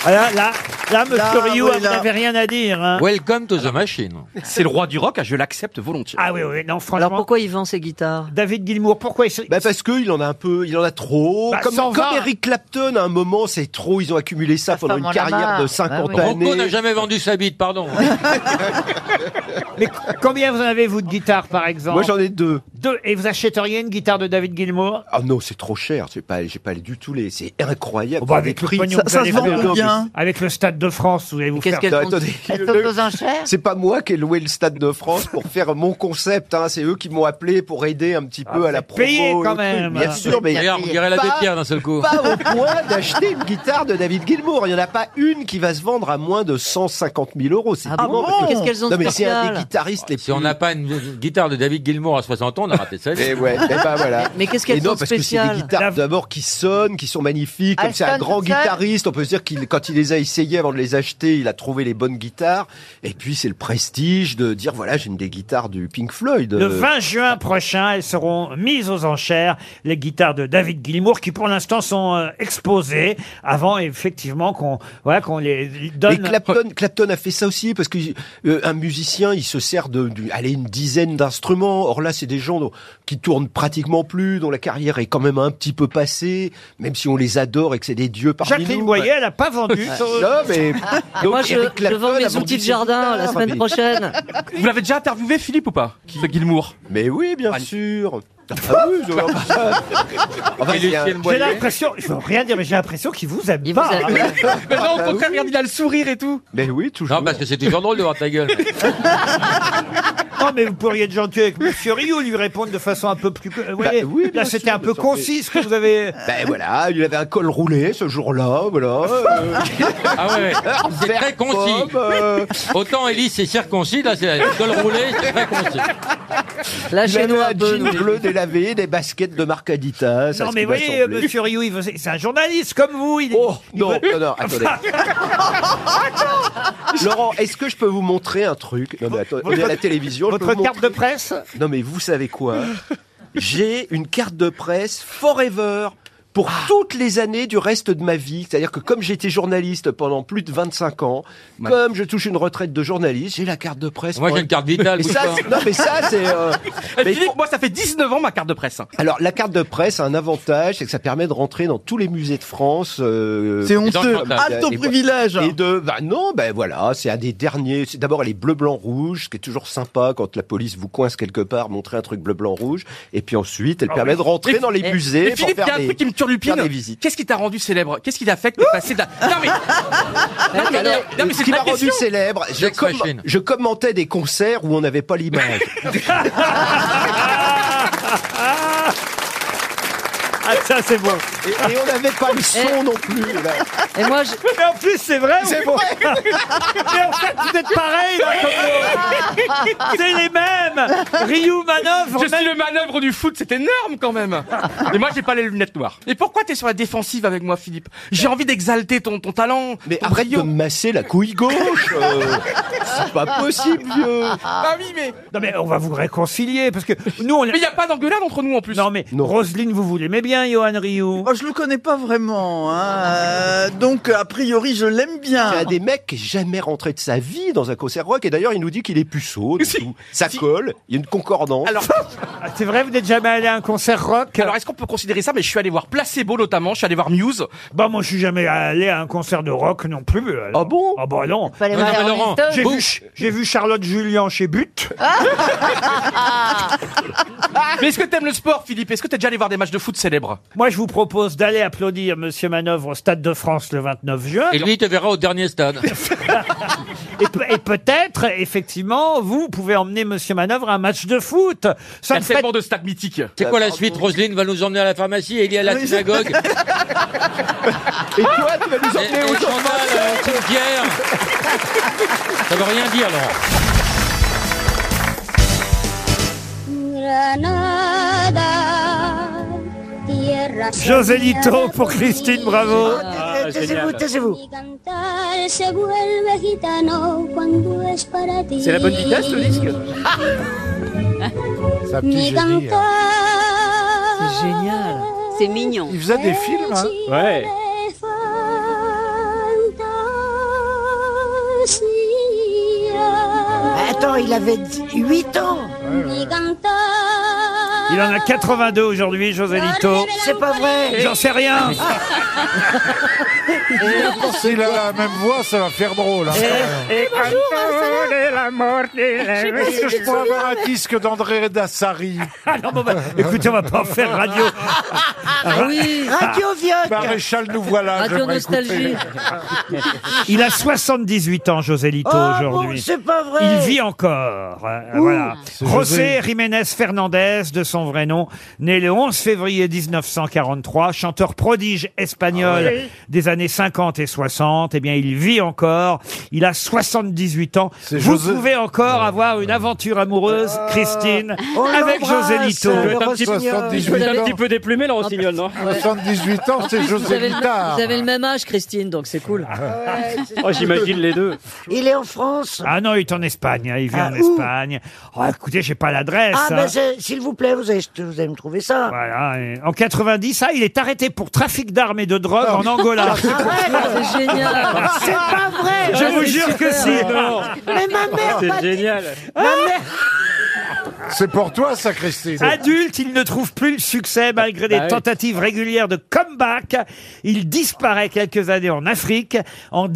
Ah Là, là, là, monsieur
Là,
Rioux,
oui,
vous
là.
n'avez rien à dire. hein.
Welcome to the machine.
C'est le roi du rock, je l'accepte volontiers.
Ah oui, oui, non, franchement. Alors pourquoi
il vend ses guitares
David Gilmour, pourquoi il
bah Parce qu'il en a un peu, il en a trop.
Bah,
comme,
120.
comme Eric Clapton, à un moment, c'est trop, ils ont accumulé ça pendant une
femme en a
carrière
marre.
de 50
Rocco n'a
années.
jamais vendu sa bite, pardon.
Mais combien vous en avez-vous de guitares, par exemple
Moi, j'en ai deux.
Deux. Et vous achèteriez une guitare de David Gilmour
Ah non, c'est trop cher, j'ai pas, j'ai pas du tout les. C'est incroyable.
Bon, bah, avec le pognon que vous allez faire, Avec le Stade de France, vous allez vous faire...
C'est pas moi qui ai loué le Stade de France pour faire mon concept. hein. C'est eux qui m'ont appelé pour aider un petit peu à la promo.
Ah, payé
et
quand
au truc.
même. Ah,
Bien sûr, mais
D'ailleurs, on dirait la
Pas-
Pierre d'un seul coup.
Pas au point d'acheter une guitare de David Gilmour. Il n'y en a pas une qui va se vendre à moins de 150 000 euros. C'est
Ah bon
dément, parce
Qu'est-ce qu'elles ont
Non,
de
mais c'est un
spécial
des guitaristes les
Si on n'a pas une guitare de David Gilmour à 60 ans, on a raté ça.
et ouais, eh ben voilà. Et non,
sont
parce que c'est des guitares d'abord qui sonnent, qui sont magnifiques. Comme c'est un
Alston
grand
Johnson.
guitariste, on peut se dire qu'il, quand il les a essayés avant de les acheter, il a trouvé les bonnes guitares. Et puis c'est le prestige de dire voilà, j'ai une des guitares du Pink Floyd.
Le
Euh,
20 juin prochain, elles seront mises aux enchères, les guitares de David Gilmour, qui pour l'instant sont euh, exposées, avant effectivement qu'on voilà, qu'on les donne...
Mais Clapton, Clapton a fait ça aussi parce que euh, un musicien, il se sert de, du- allez, une dizaine d'instruments. Or là, c'est des gens dont- qui tournent pratiquement plus, dont la carrière est quand même un petit peu passée, même si on les adore et que c'est des dieux parmi nous.
Jacqueline Boyer, elle n'a pas vendu.
Ouais.
son-
Non, mais...
Donc,
moi, je,
Eric
je
Clapton
vends
a
mes
vendu
outils de
ses
jardin la
guitares,
semaine
mais-
prochaine.
Vous l'avez déjà interviewé, Philippe, ou pas De Gilmour
Mais oui, bien sûr. Ah oui, je- Enfin, c'est un-
J'ai l'impression, je veux rien dire, mais j'ai l'impression qu'il vous aime pas. Bah
Mais non, au contraire, regarde, il a le sourire et tout.
Mais oui, toujours.
Non, parce que c'est toujours drôle de voir ta gueule.
Non, mais vous pourriez être gentil avec Monsieur Rio, lui répondre de façon un peu plus. euh, Vous
Bah
voyez,
oui, bien
là, c'était
sûr,
un peu
de sortir.
concis ce que vous avez.
Ben voilà, il avait un col roulé ce jour-là, voilà. euh,
Ah ouais, ouais. c'est
vert
très concis.
pomme, euh,
Autant Ellie, c'est circoncis, là, c'est le col roulé, c'est très concis.
il avait un jean bleu délavé, des baskets de marque Adidas. à
Non,
ce
mais
qui
vous
m'a
voyez, euh,
semblé.
Monsieur Rio, il veut- c'est un journaliste comme vous. Il oh,
non, non, non, attendez. Laurent, est-ce que je peux vous montrer un truc Non, mais attends, on est à la télévision. je peux
Votre
vous
carte
montrer-
de presse
Non, mais vous savez quoi J'ai une carte de presse Forever pour
Ah.
toutes les années du reste de ma vie. C'est-à-dire que comme j'étais journaliste pendant plus de 25 ans, comme je touche une retraite de journaliste, j'ai la carte de presse.
Moi, j'ai une carte vitale,
Et
bouge
ça,
pas.
c'est- non, mais ça, c'est... euh,
Eh,
mais-
Philippe, moi, ça fait 19 ans ma carte de presse. hein.
alors, la carte de presse a un avantage, c'est que ça permet de rentrer dans tous les musées de France. euh,
C'est
et
honteux.
dans le Cantal.
Halte au
Et-
privilège.
Et de, bah non, ben voilà, c'est un des derniers. c'est- D'abord, elle est bleu, blanc, rouge, ce qui est toujours sympa quand la police vous coince quelque part, montrer un truc bleu, blanc, rouge. Et puis ensuite, elle
Ah
permet
oui.
de rentrer
Mais-
dans les
mais-
musées.
Mais Philippe,
pour
il y
faire
a un
des-
truc qui me turlupine.
faire des visites.
Qu'est-ce qui t'a rendu célèbre Qu'est-ce qui t'a fait que t'es passé de la... Non mais... Non, mais-
Alors,
non, mais
ce
c'est
qui
une
m'a
vraie
rendu
question.
célèbre, je, com- je commentais des concerts où on n'avait pas l'image.
Ah, ça, c'est bon.
Et, et on n'avait pas le son non plus. là.
Eh. Et moi, je...
Mais en plus, c'est vrai.
C'est
vous-
vrai.
Mais en fait, vous êtes pareil. là, comme- C'est les mêmes. Ryu manœuvre.
Je suis le manœuvre du foot, c'est énorme quand même. Et moi, j'ai pas les lunettes noires. Et pourquoi t'es sur la défensive avec moi, Philippe J'ai envie d'exalter ton, ton talent.
Mais arrête de me masser la couille gauche. euh, c'est pas possible, vieux.
Ah oui, mais.
Non mais on va vous réconcilier parce que nous on Mais il
n'y a pas d'engueulade entre nous en plus.
Non mais Roselyne vous vous l'aimez bien Johan Rioux.
Oh,
Moi, je le connais pas vraiment, hein, euh, donc a priori je l'aime bien.
C'est un des mecs qui est jamais rentré de sa vie dans un concert rock. Et d'ailleurs, il nous dit qu'il est puceau. donc tout. Ça colle. Il y a une concordance.
Alors,
Ah, c'est vrai, vous n'êtes jamais allé à un concert rock
Alors, est-ce qu'on peut considérer ça Mais je suis allé voir Placebo notamment, je suis allé voir Muse.
Bah moi je suis jamais allé à un concert de rock non plus. Ah
bon
Ah bah non.
aller voir Non, mais les Laurent, Rolling Stones.
J'ai
vous-
vu, Ch- j'ai vu Charlotte Julien chez But.
Mais est-ce que t'aimes le sport, Philippe Est-ce que t'es déjà allé voir des matchs de foot célèbres
Moi je vous propose d'aller applaudir Monsieur Manœuvre au Stade de France le 29 juin.
Et lui, il te verra au dernier stade.
Et, pe- et peut-être, effectivement, vous pouvez emmener Monsieur Manœuvre à un match de foot. Ça ne fait
de stades mythiques.
C'est quoi la suite Roselyne va nous emmener à la pharmacie et il y a la synagogue.
Et toi, tu vas nous
emmener au journal euh, au cimetière. Ça veut rien dire, Laurent.
Granada, tierra
Joselito
soñada
pour Christine Bravo.
Ah,
c'est
génial.
génial.
Mi cantar se vuelve gitano cuando es para ti.
Sa
Mi
petite génie. hein.
cantar. C'est génial.
C'est mignon.
Il faisait des films, hein.
Ouais. ah.
Attends, il avait 8 ans.
Mi cantar.
Il en a 82 aujourd'hui, José Lito.
C'est pas vrai. Ah,
J'en sais rien.
Et S'il a la même voix, ça va faire drôle. hein, quand même. Est-ce que je pourrais avoir un disque d'André Dassari
Ah non, bon, bah, écoutez, on va pas en faire radio.
Ah oui, Radio Vioque.
Maréchal, nous voilà.
Radio
j'aimerais
Nostalgie.
écouter.
Il a 78 ans, José Lito,
Oh,
aujourd'hui.
bon, c'est pas vrai.
Il vit encore. Euh,
Ouh.
Voilà.
C'est
José
José.
Jiménez Fernandez, de son vrai nom, né le 11 février 1943, chanteur prodige espagnol
Ah oui.
des années 50 et 60. Eh bien, il vit encore. Il a 78 ans. Vous
José-
pouvez encore avoir une aventure amoureuse, Christine,
On
Oh,
avec
l'embrasse,
José Lito.
euh, le Rossignol.
Vous avez-
petit
peu déplumé,
Ah,
le Rossignol, non
78 ans, c'est
vous
José
avez, le,
Guitard.
vous avez le même âge, Christine, donc c'est cool.
Oh, j'imagine les deux.
Il est en France.
Ah non, il est en Espagne. hein, Il vit
Ah,
en
où
Espagne. Oh, écoutez, j'ai pas l'adresse.
Ah,
hein.
ben, c'est- s'il vous plaît, vous allez, vous allez me trouver ça.
Voilà, et en 90, ça, il est arrêté pour trafic d'armes et de drogue
Ah.
en Angola.
Arrête, Ah, c'est génial. Ah, C'est pas vrai.
Ah,
Je vous jure que si.
Mais ma mère,
C'est
m'a dit-
génial.
ma mère,
C'est pour toi, ça, Christine. Adulte, il ne trouve plus le succès malgré des
Bah oui.
tentatives régulières de comeback. Il disparaît quelques années en Afrique. En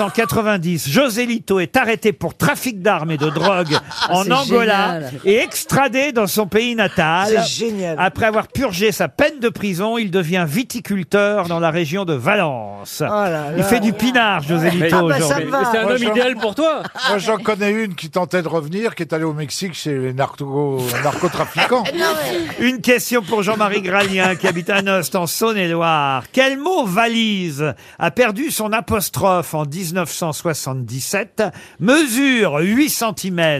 1990, José Lito est arrêté pour trafic d'armes et de drogue en
Ah, c'est
Angola
génial.
et extradé dans son pays natal.
C'est génial.
Après avoir purgé sa peine de prison, il devient viticulteur dans la région de Valence.
Ah là
il
là. Ah, bah,
fait du pinard, José Lito.
Ah bah,
aujourd'hui.
pour toi.
Moi, j'en connais une qui tentait de revenir, qui est allée au Mexique chez les narco- narcotrafiquants.
Une question pour Jean-Marie Gralien qui habite à Nost en Saône-et-Loire. Quel mot valise a perdu son apostrophe en 1977, mesure 8 cm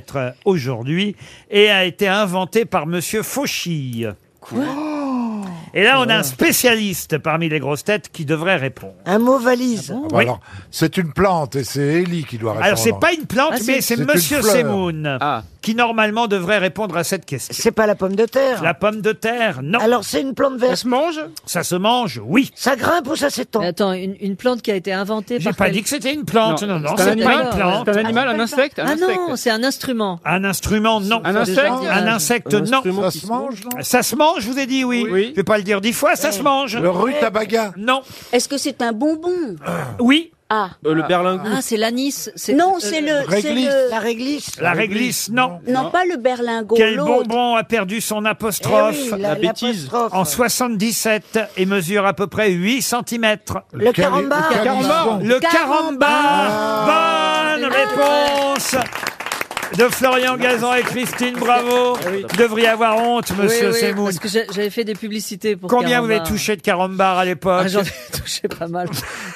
aujourd'hui et a été inventé par monsieur Fauchille
Oh
Et là, on a un spécialiste parmi les grosses têtes qui devrait répondre.
Un mot valise.
Oui.
Ah bah Alors, c'est une plante et c'est Ellie qui doit répondre. Ah,
Alors, c'est pas une
Ah,
plante, mais c'est
une
Monsieur
fleur.
Semoun qui normalement devrait répondre à cette question. C'est
pas la pomme de terre.
La pomme de terre, non.
Alors c'est une plante verte. Ça se mange
Ça se mange, oui.
Ça grimpe ou ça s'étend Attends, une, une plante qui a été inventée
J'ai
par.
pas
quel-
dit que c'était une plante. Non, non,
c'est
c'est
un
pas une
animal,
plante.
c'est un animal,
un insecte
Ah non, c'est un instrument.
Un instrument, non.
Un insecte
Un insecte,
Un
non.
instrument qui se
mange, Ça se mange, je vous ai dit, oui. Je vais pas le dire dix fois, ça se mange.
Le rutabaga.
Non.
Est-ce que c'est un bonbon
Oui.
Ah.
Euh, le berlingot.
Ah, c'est l'anis. Non, c'est le, c'est
Réglisse.
le-
La
réglisse.
La réglisse, non.
Non, pas le berlingot.
Quel
l'autre.
bonbon a perdu son apostrophe
Eh oui, la- La bêtise. l'apostrophe.
En 77 et mesure à peu près 8 cm.
Le Quel- carambar. le
Le carambar.
carambar.
Le carambar. Bonne
Ah.
réponse de Florian Gazan et Christine Bravo. Vous devriez avoir honte,
Oui,
monsieur
oui,
Semoun.
Parce que j'ai- j'avais fait des publicités pour.
Combien vous avez
Carambar.
touché de carambar à l'époque
Ah, J'en ai touché pas mal.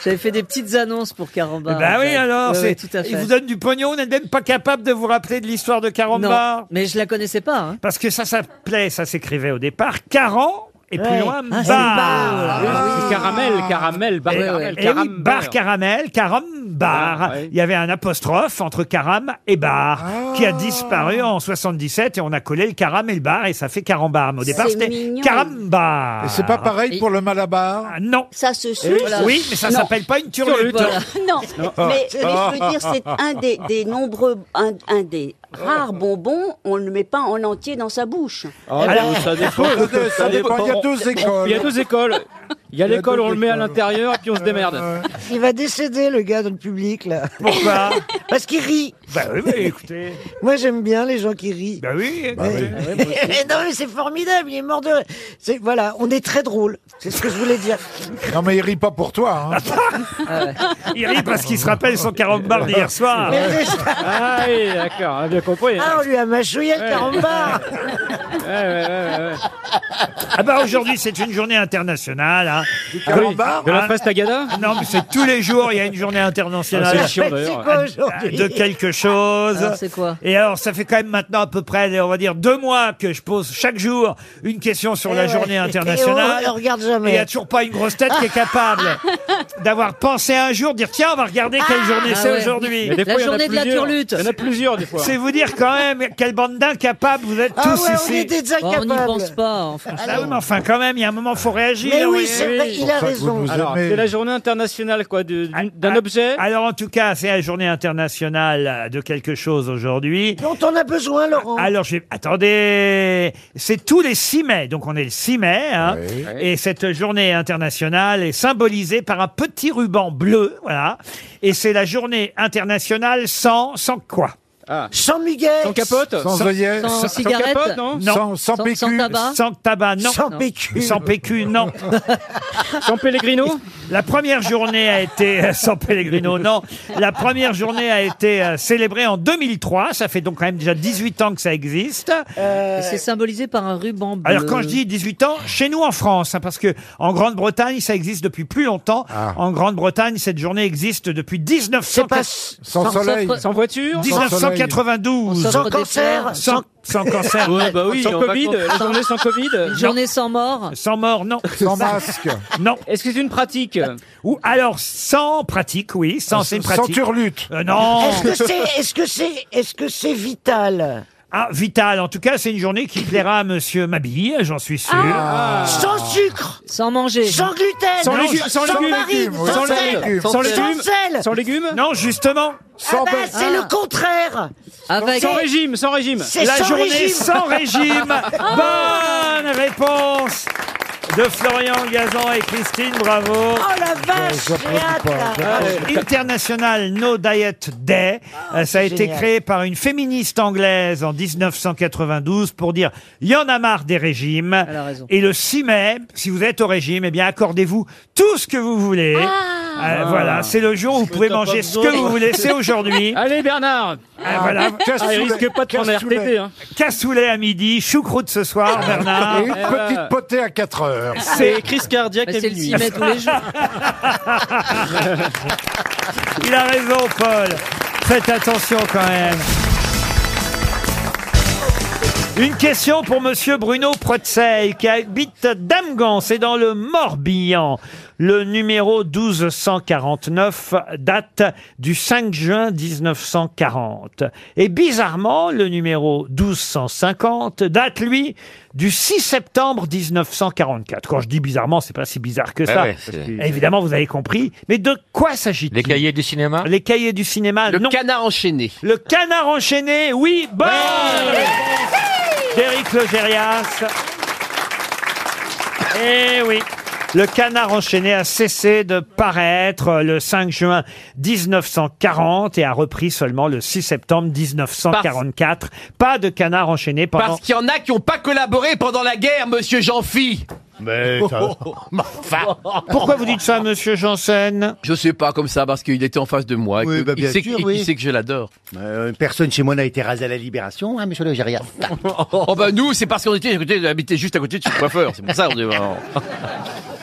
J'avais fait des petites annonces pour Carambar.
Bah oui,
Ouais.
alors,
Ouais,
c'est-
ouais, tout à fait.
il vous donne du pognon, vous n'êtes même pas capable de vous rappeler de l'histoire de Carambar.
Non, mais je la connaissais pas. hein.
Parce que ça s'appelait, ça s'écrivait au départ, Caran, et plus
Ouais.
loin,
Ah, c'est
bar.
bar, voilà.
Ah.
Oui, c'est
Caramel, caramel, bar,
Eh-
caramel,
eh oui,
carambar.
bar, caramel, caram, bar. Il y avait un apostrophe entre caram et bar, qui a disparu en 77, et on a collé le caram et le bar, et ça fait carambar. Mais au départ,
C'est
c'était
mignon.
carambar.
Et c'est pas pareil pour le malabar
Ah. Non.
Ça se suce.
Oui, mais ça
Non.
s'appelle pas une turlute.
Voilà. Non,
Non.
mais, mais je veux dire, c'est un des, des nombreux, un, un des rares bonbons, on ne le met pas en entier dans sa bouche.
Ah,
Ah,
Alors, ça dépend. Ça dépend. Il y a deux écoles.
Il y a deux écoles. Il y a
Il y a
l'école,
deux
on le met à
écoles.
l'intérieur et puis on se démerde.
Il va décéder, le gars, dans le public, là.
Pourquoi
Parce qu'il rit.
Bah oui, mais écoutez.
Moi, j'aime bien les gens qui rient.
Bah oui.
non, mais c'est formidable, il est mort de... c'est- Voilà, on est très drôle. C'est ce que je voulais dire.
Non, mais il rit pas pour toi. hein.
Ah,
Il rit parce qu'il se rappelle son carambar d'hier soir.
Mais c'est
Ah oui, d'accord, on a bien compris.
hein.
Ah, on lui a mâchouillé le
Ouais.
carambar
Ouais, ouais, ouais, ouais.
Ah bah aujourd'hui c'est une journée internationale. hein.
carambar De la
Hein.
presse tagada
Non mais c'est tous les jours il y a une journée internationale.
Ah, c'est chiant, d'ailleurs. C'est quoi aujourd'hui
De quelque chose.
Alors, c'est quoi
Et alors ça fait quand même maintenant à peu près on va dire deux mois que je pose chaque jour une question sur
Eh
la
ouais.
journée
Et
internationale.
on- on regarde jamais.
Et il n'y a toujours pas une grosse tête qui est capable d'avoir pensé un jour dire tiens on va regarder quelle journée
Ah
c'est
ouais.
aujourd'hui.
Mais des La fois, il y en a journée de la plusieurs. turlute.
Il y en a plusieurs, des fois.
C'est vous dire quand même quelle bande d'incapables vous êtes
Ah
tous
ouais,
ici. Oh,
on est des
Bon, Oh, on n'y
incapables.
pense pas, en fait.
Ah oui, mais enfin, quand même, il y a un moment, faut réagir.
Mais oui,
vous
c'est
voyez.
vrai, il a
Pour ça que vous
raison.
nous Alors, aimez. c'est la journée internationale, quoi, de-
Ah,
d'une- d'un objet.
Alors, en tout cas, c'est la journée internationale de quelque chose aujourd'hui. Ah,
Dont on a besoin, Laurent.
Alors, j'ai... attendez, c'est tous les 6 mai, donc on est le 6 mai, hein.
Oui.
et cette journée internationale est symbolisée par un petit ruban bleu, voilà, et c'est la journée internationale sans, sans quoi
Ah.
Sans muguet.
Sans capote
Sans œillets. Sans
cigarette.
capote, non
Non.
Sans- sans Sans- PQ. sans tabac.
Sans tabac, non.
Sans
Non.
PQ.
Sans PQ, non.
Sans Pellegrino
La première journée a été euh, sans Pellegrino, non. La première journée a été euh, célébrée en 2003. Ça fait donc quand même déjà 18 ans que ça existe.
Et C'est symbolisé par un ruban bleu.
Alors quand je dis 18 ans, chez nous en France, hein, parce que en Grande-Bretagne ça existe depuis plus longtemps. En Grande-Bretagne cette journée existe depuis 1900.
Sans soleil.
Sans voiture
1992.
Sans cancer.
Sans, sans cancer.
Ouais, bah oui,
sans
sans Covid, la journée sans
Une
Covid.
journée sans mort.
Sans mort, non. Sans masque. Non.
Est-ce que c'est une pratique
Ou alors sans pratique, oui, sans c'est une
Sans
pratique.
turlute.
Euh, non.
Est-ce que c'est est -ce c'est est -ce c'est vital
Ah, vital. En tout cas, c'est une journée qui plaira à Monsieur Mabille, j'en suis sûr.
Ah. Sans sucre
Sans manger.
Sans gluten
Sans
Non,
légumes,
Sans,
sans légumes,
farine
oui.
Sans,
Sans
sel,
légumes,
Sans,
sans légumes.
sel
Sans légumes Non, justement.
Ah bah, c'est le contraire
ah, Avec-
C'est-
Sans régime,
sans régime.
C'est
La
sans
journée
régime. Oh.
sans régime.
Ah.
Bonne réponse de Florian Gazan et Christine Bravo.
Oh la vache,
Euh,
j'ai hâte,
Ah,
là.
j'applaudis pas. International No Diet Day. Euh, Ça a été
génial.
créé par une féministe anglaise en 1992 pour dire il y en a marre des régimes. Et le 6 mai, si vous êtes au régime, eh bien accordez-vous tout ce que vous voulez. Euh,
Ah.
Voilà, c'est le jour où vous pouvez manger ce que vous voulez. C'est aujourd'hui.
Allez, Bernard.
Ah, voilà.
Ah, il risque pas de prendre RTT. Hein. Ah.
Cassoulet à midi, choucroute ce soir, Bernard.
Et une petite potée à 4 heures.
C'est-
crise cardiaque
Bah, à c'est le minuit. 6 mai tous les jours.
jours.
Il a raison, Paul. Faites attention quand même. Une question pour Monsieur Bruno Pretzel, qui habite Damgan, c'est dans le Morbihan. Le numéro 1249 date du 5 juin 1940. Et bizarrement, le numéro 1250 date, lui, du 6 septembre 1944. Quand je dis bizarrement, c'est pas si bizarre que
Ah
ça.
ouais, c'est-
Évidemment, vous avez compris. Mais de quoi s'agit-il Les cahiers du cinéma Les cahiers du cinéma, Le canard enchaîné. Le canard enchaîné, oui, bonne réponse d'Éric Logérias. Eh oui. Le canard enchaîné a cessé de paraître le 5 juin 1940 et a repris seulement le 6 septembre 1944. Pas de canard enchaîné pendant...
Parce qu'il y en a qui n'ont pas collaboré pendant la guerre, monsieur Jean-Phi. Oh, Mais
ça-
enfin.
Pourquoi vous dites ça, monsieur Janssen
Je sais pas comme ça parce qu'il était en face de moi. et
Oui,
Ah, que-
bah,
il,
bien
sait,
sûr,
il-
oui.
il sait que je l'adore.
Euh, personne chez moi n'a été rasé à la libération, hein, monsieur le gérien.
oh bah nous, c'est parce qu'on était, à côté- on habitait juste à côté de chez le coiffeur. C'est pour ça on, est- on-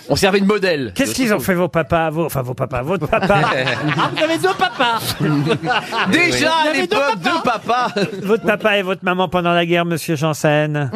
on servait de modèle.
Qu'est-ce qu'ils ont fait vos papas, vos... enfin vos papas, votre papa
Ah, vous avez deux papas.
Déjà
Vous
à
avez deux
l'époque de papa.
Votre papa et votre maman pendant la guerre, monsieur
Il
Janssen
y en a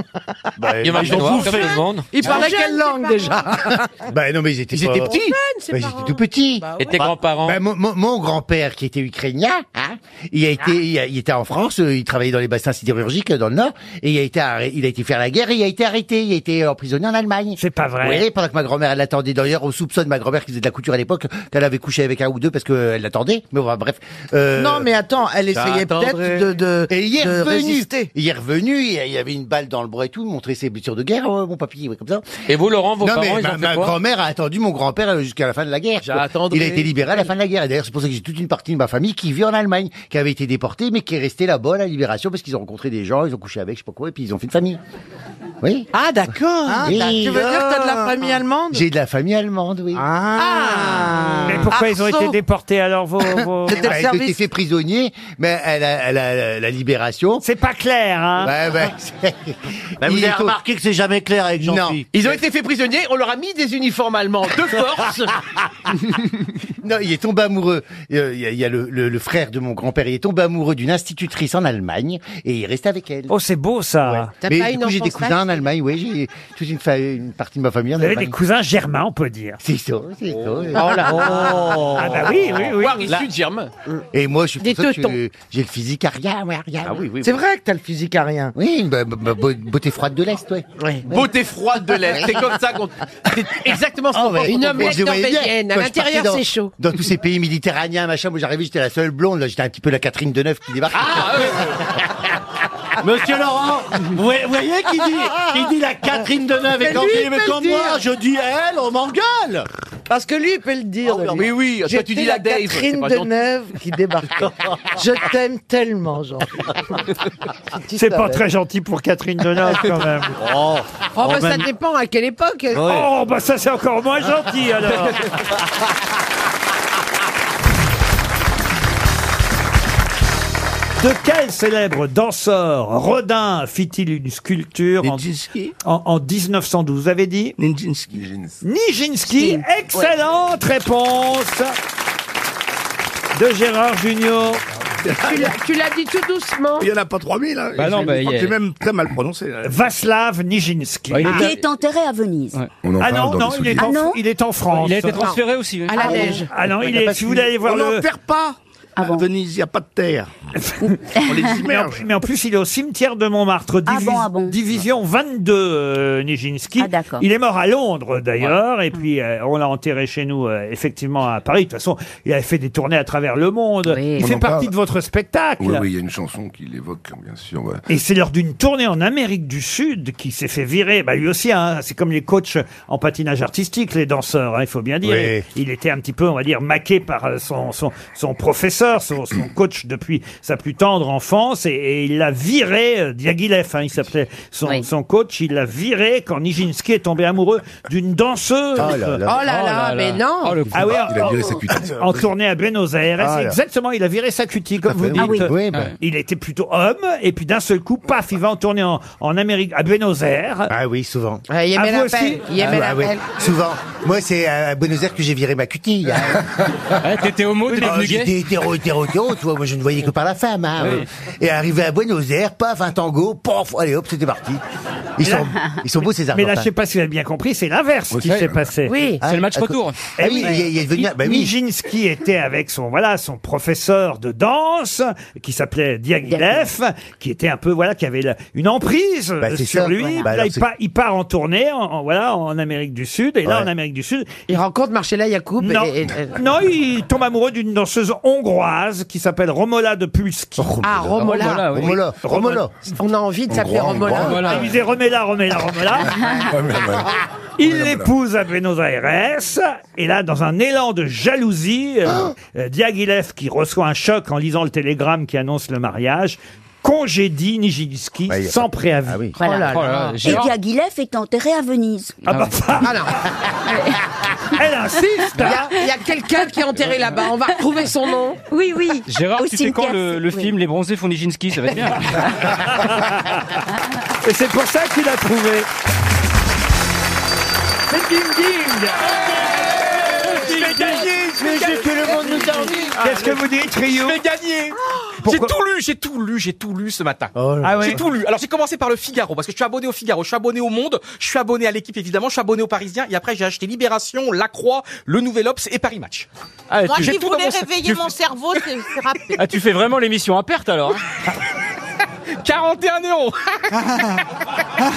Bah, ils ont noir, bouffé. comme tout le monde. Ils parlaient
quelle langue déjà
Bah non, mais ils étaient, Ils étaient pas- petits. Bah, Ils Ils étaient tout petits.
Bah
Et tes grands-parents mon, mon- mon grand-père, qui était ukrainien, hein, il, a
Ah.
été, il, a- il était en France, euh, il travaillait dans les bassins sidérurgiques euh, dans le Nord, et il a été, arrê- il a été faire la guerre, et il a été arrêté, il a été emprisonné en Allemagne.
C'est pas vrai.
Oui, pendant que ma grand-mère elle l'attendait. D'ailleurs, on soupçonne ma grand-mère qui faisait de la couture à l'époque, qu'elle avait couché avec un ou deux parce qu'elle l'attendait. Mais bon, bref. euh,
Non, mais attends, elle essayait
J'attendrai.
peut-être de- de-
Et il est
de
revenu.
résister.
Il est revenu, il y avait une balle dans le bras et tout, il montrait ses blessures de guerre, euh, mon papy, ouais, comme ça.
Et vous, Laurent, vos
non,
parents,
mais
ils
ma,
ont
ma
fait quoi
grand-mère a attendu mon grand-père euh, jusqu'à la fin de la guerre. quoi.
J'attendrai.
Il a été libéré à la fin de la guerre. Et d'ailleurs, c'est pour ça que j'ai toute une partie de ma famille qui vit en Allemagne, qui avait été déportée, mais qui est restée là-bas à la libération parce qu'ils ont rencontré des gens, ils ont couché avec, je sais pas quoi, et puis ils ont fait une famille. Oui.
Ah, d'accord.
Oui.
tu veux dire que t'as de
Ah.
la famille allemande
J'ai de la famille allemande, oui.
Mais pourquoi ils ont été déportés alors vos, vos...
Bah, elle a été fait prisonnier, mais elle a, elle a la, la libération. Bah,
C'est pas clair, hein
vous avez
remarqué
que c'est jamais clair avec
Non. Ils ont été faits prisonniers, on leur a mis des uniformes allemands de force.
Non, il est tombé amoureux. Euh, Il y a, il y a le, le- le frère de mon grand-père. Il est tombé amoureux d'une institutrice en Allemagne et il reste avec elle.
Oh, c'est beau ça.
Mais du coup, j'ai des cousins en Allemagne. Oui, j'ai toute une, fa- une partie de ma famille en
Vous avez
Allemagne.
des cousins germains, on peut dire.
C'est ça, c'est ça.
Oh là. Oh. Ah bah oui, oui, oui.
Voir issu
Là.
de germain.
Et moi, je suis
Des
pour ça que
teutons.
je- j'ai le physique à rien, ouais, à rien.
Ah oui, oui,
C'est
oui.
vrai que t'as le physique à rien. Oui, bah, bah, bah, beau- beauté froide de l'Est, ouais. ouais.
Beauté froide de l'air. C'est comme ça qu'on. C'est exactement ce
Ah
qu'on
ouais.
pense.
Et je voyais bien, quand je partais dans-
chaud.
Dans tous ces pays méditerranéens, machin, moi j'arrivais, j'étais la seule blonde, là, j'étais un petit peu la Catherine Deneuve qui débarque.
Ah
Ah,
Monsieur Laurent, vous voyez, vous voyez qui dit, qui dit la Catherine Deneuve
Mais
et quand
lui,
il
il
est
peut
comme
le
moi,
dire.
je dis elle, on m'engueule
Parce que lui, il peut le dire.
Ah oui, oui,
lui.
oui, toi,
J'étais
tu dis la Dave, c'est
Catherine
pas
de
gentil.
Neuve qui débarque. Je t'aime tellement, Jean. Tu
C'est pas
savais.
très gentil pour Catherine Deneuve quand même.
Oh,
Oh, bah, ça dépend à quelle époque.
Oh, bah ça c'est encore moins gentil alors. De quel célèbre danseur Rodin fit-il une sculpture en, en, en 1912 Vous avez dit Nijinsky. Nijinsky, excellente réponse de Gérard Junior.
Tu l'as-
Tu l'as dit tout doucement.
Il n'y en a pas 3000, hein. Bah non, J'ai- bah, je il crois y que a- j'ai même très mal prononcé. là.
Vaslav Nijinsky.
Ouais, il est
Ah, Qui est enterré à Venise.
On en
ah
parle
non,
dans
non,
les
il est,
sous-titres.
en, il est en France. Ah
Il a été hein.
transféré aussi.
À la neige.
Ah non, il est, si vous voulez aller voir
On
le...
n'en perd pas
Venise, il n'y a pas de terre. On les
mais, en,
immerge.
mais en plus, il est au cimetière de Montmartre, divi- division 22, euh, Nijinsky. il est mort à Londres, d'ailleurs, et puis euh, on l'a enterré chez nous, euh, effectivement, à Paris. De toute façon, il avait fait des tournées à travers le monde. Il
On
fait
en
partie
parle.
de votre spectacle.
Oui, oui, il y a une chanson qui l'évoque, bien sûr. ouais.
Et c'est lors d'une tournée en Amérique du Sud qui s'est fait virer. Bah lui aussi, hein, c'est comme les coachs en patinage artistique, les danseurs, hein, il faut bien dire.
Oui.
Il était un petit peu, on va dire, maqué par euh, son, son, son professeur, son, son coach depuis sa plus tendre enfance. Et, et il l'a viré, euh, Diaghilev, hein, il s'appelait son, son coach, il l'a viré quand Nijinsky est tombé amoureux d'une danseuse.
Oh là là. Oh là là, Oh là mais là. non. Oh, le coup.
ah oui, en-
Il a viré sa cutie.
En tournée à Buenos Aires,
Ah
c'est
là.
exactement, il a viré sa cutie, comme vous
fait,
dites.
oui. Ah oui. Oui, bah.
Il était plutôt homme, et puis d'un seul coup, paf, il va en tournée en, en Amérique, à Buenos Aires.
Ah oui, souvent.
Ouais, il aimait Ah, vous l'appel, aussi il aimait
bah,
Ah, ouais,
l'appel.
Souvent. Moi, c'est
euh,
à Buenos Aires que j'ai viré ma cutie.
T'étais homo,
t'étais Ah,
devenu gay
J'étais hétéro, hétéro, hétéro, tu vois. Moi, je ne voyais que par la femme. hein.
Oui.
Et arrivé à Buenos Aires, paf, un tango, pof, allez hop, c'était parti. Ils sont, ils sont beaux, ces
Mais
Argentins.
là, je sais pas si vous avez bien compris, c'est l'inverse
Oui,
qui
c'est-
s'est passé.
Oui. C'est le match Ah, retour.
Eh
ah oui, il est- il est devenu- bah oui.
Nijinsky était avec son, voilà, son professeur de danse, qui s'appelait Diaghilev, qui était un peu, voilà, qui avait la- une emprise
Bah,
euh,
c'est
sur
ça,
lui.
voilà.
Là,
Bah, alors,
il,
c'est-
part, il part en tournée, en, en- voilà, en Amérique du Sud, et là,
Ouais.
en Amérique du Sud.
Il rencontre Marcella Yacoub.
Non, non, il tombe amoureux d'une danseuse hongroise qui s'appelle Romola de Pulski.
Ah, Romola. Romola, oui. Romola, Romola. On a envie de s'appeler Romola.
Ah, il disait Romola, Romola, Romola. Ah, Il l'épouse à Buenos Aires et là, dans un élan de jalousie, euh, euh, Diaghilev, qui reçoit un choc en lisant le télégramme qui annonce le mariage, congédie Nijinsky
Bah,
sans préavis.
Ah
Voilà.
Oh
Oh
Et Diaghilev est enterré à Venise.
Ah bah, Elle insiste
hein.
Il y a, quelqu'un qui est enterré là-bas. On va retrouver son nom.
Oui, oui.
Gérard,
Au
tu sais quand
cimetière,
le, le
oui.
film Les bronzés font Nijinsky, ça va être bien.
Et c'est pour ça qu'il a trouvé. C'est ding ding
Je vais gagner gagner.
Mais c'est que le monde nous a envie. Qu'est-ce que vous dites, Rio
Je vais gagner J'ai tout lu, j'ai tout lu, j'ai tout lu ce matin.
Ah ouais.
J'ai tout lu. Alors j'ai commencé par le Figaro parce que je suis abonné au Figaro, je suis abonné au Monde, je suis abonné à l'équipe évidemment, je suis abonné au Parisien et après j'ai acheté Libération, La Croix, Le Nouvel Obs et Paris Match.
Ah,
Moi
J'ai
qui
tout dans
voulais
mon-
réveiller
j'ai-
mon cerveau, c'est c'est rapide.
Ah, tu fais vraiment l'émission à perte alors hein
41 euros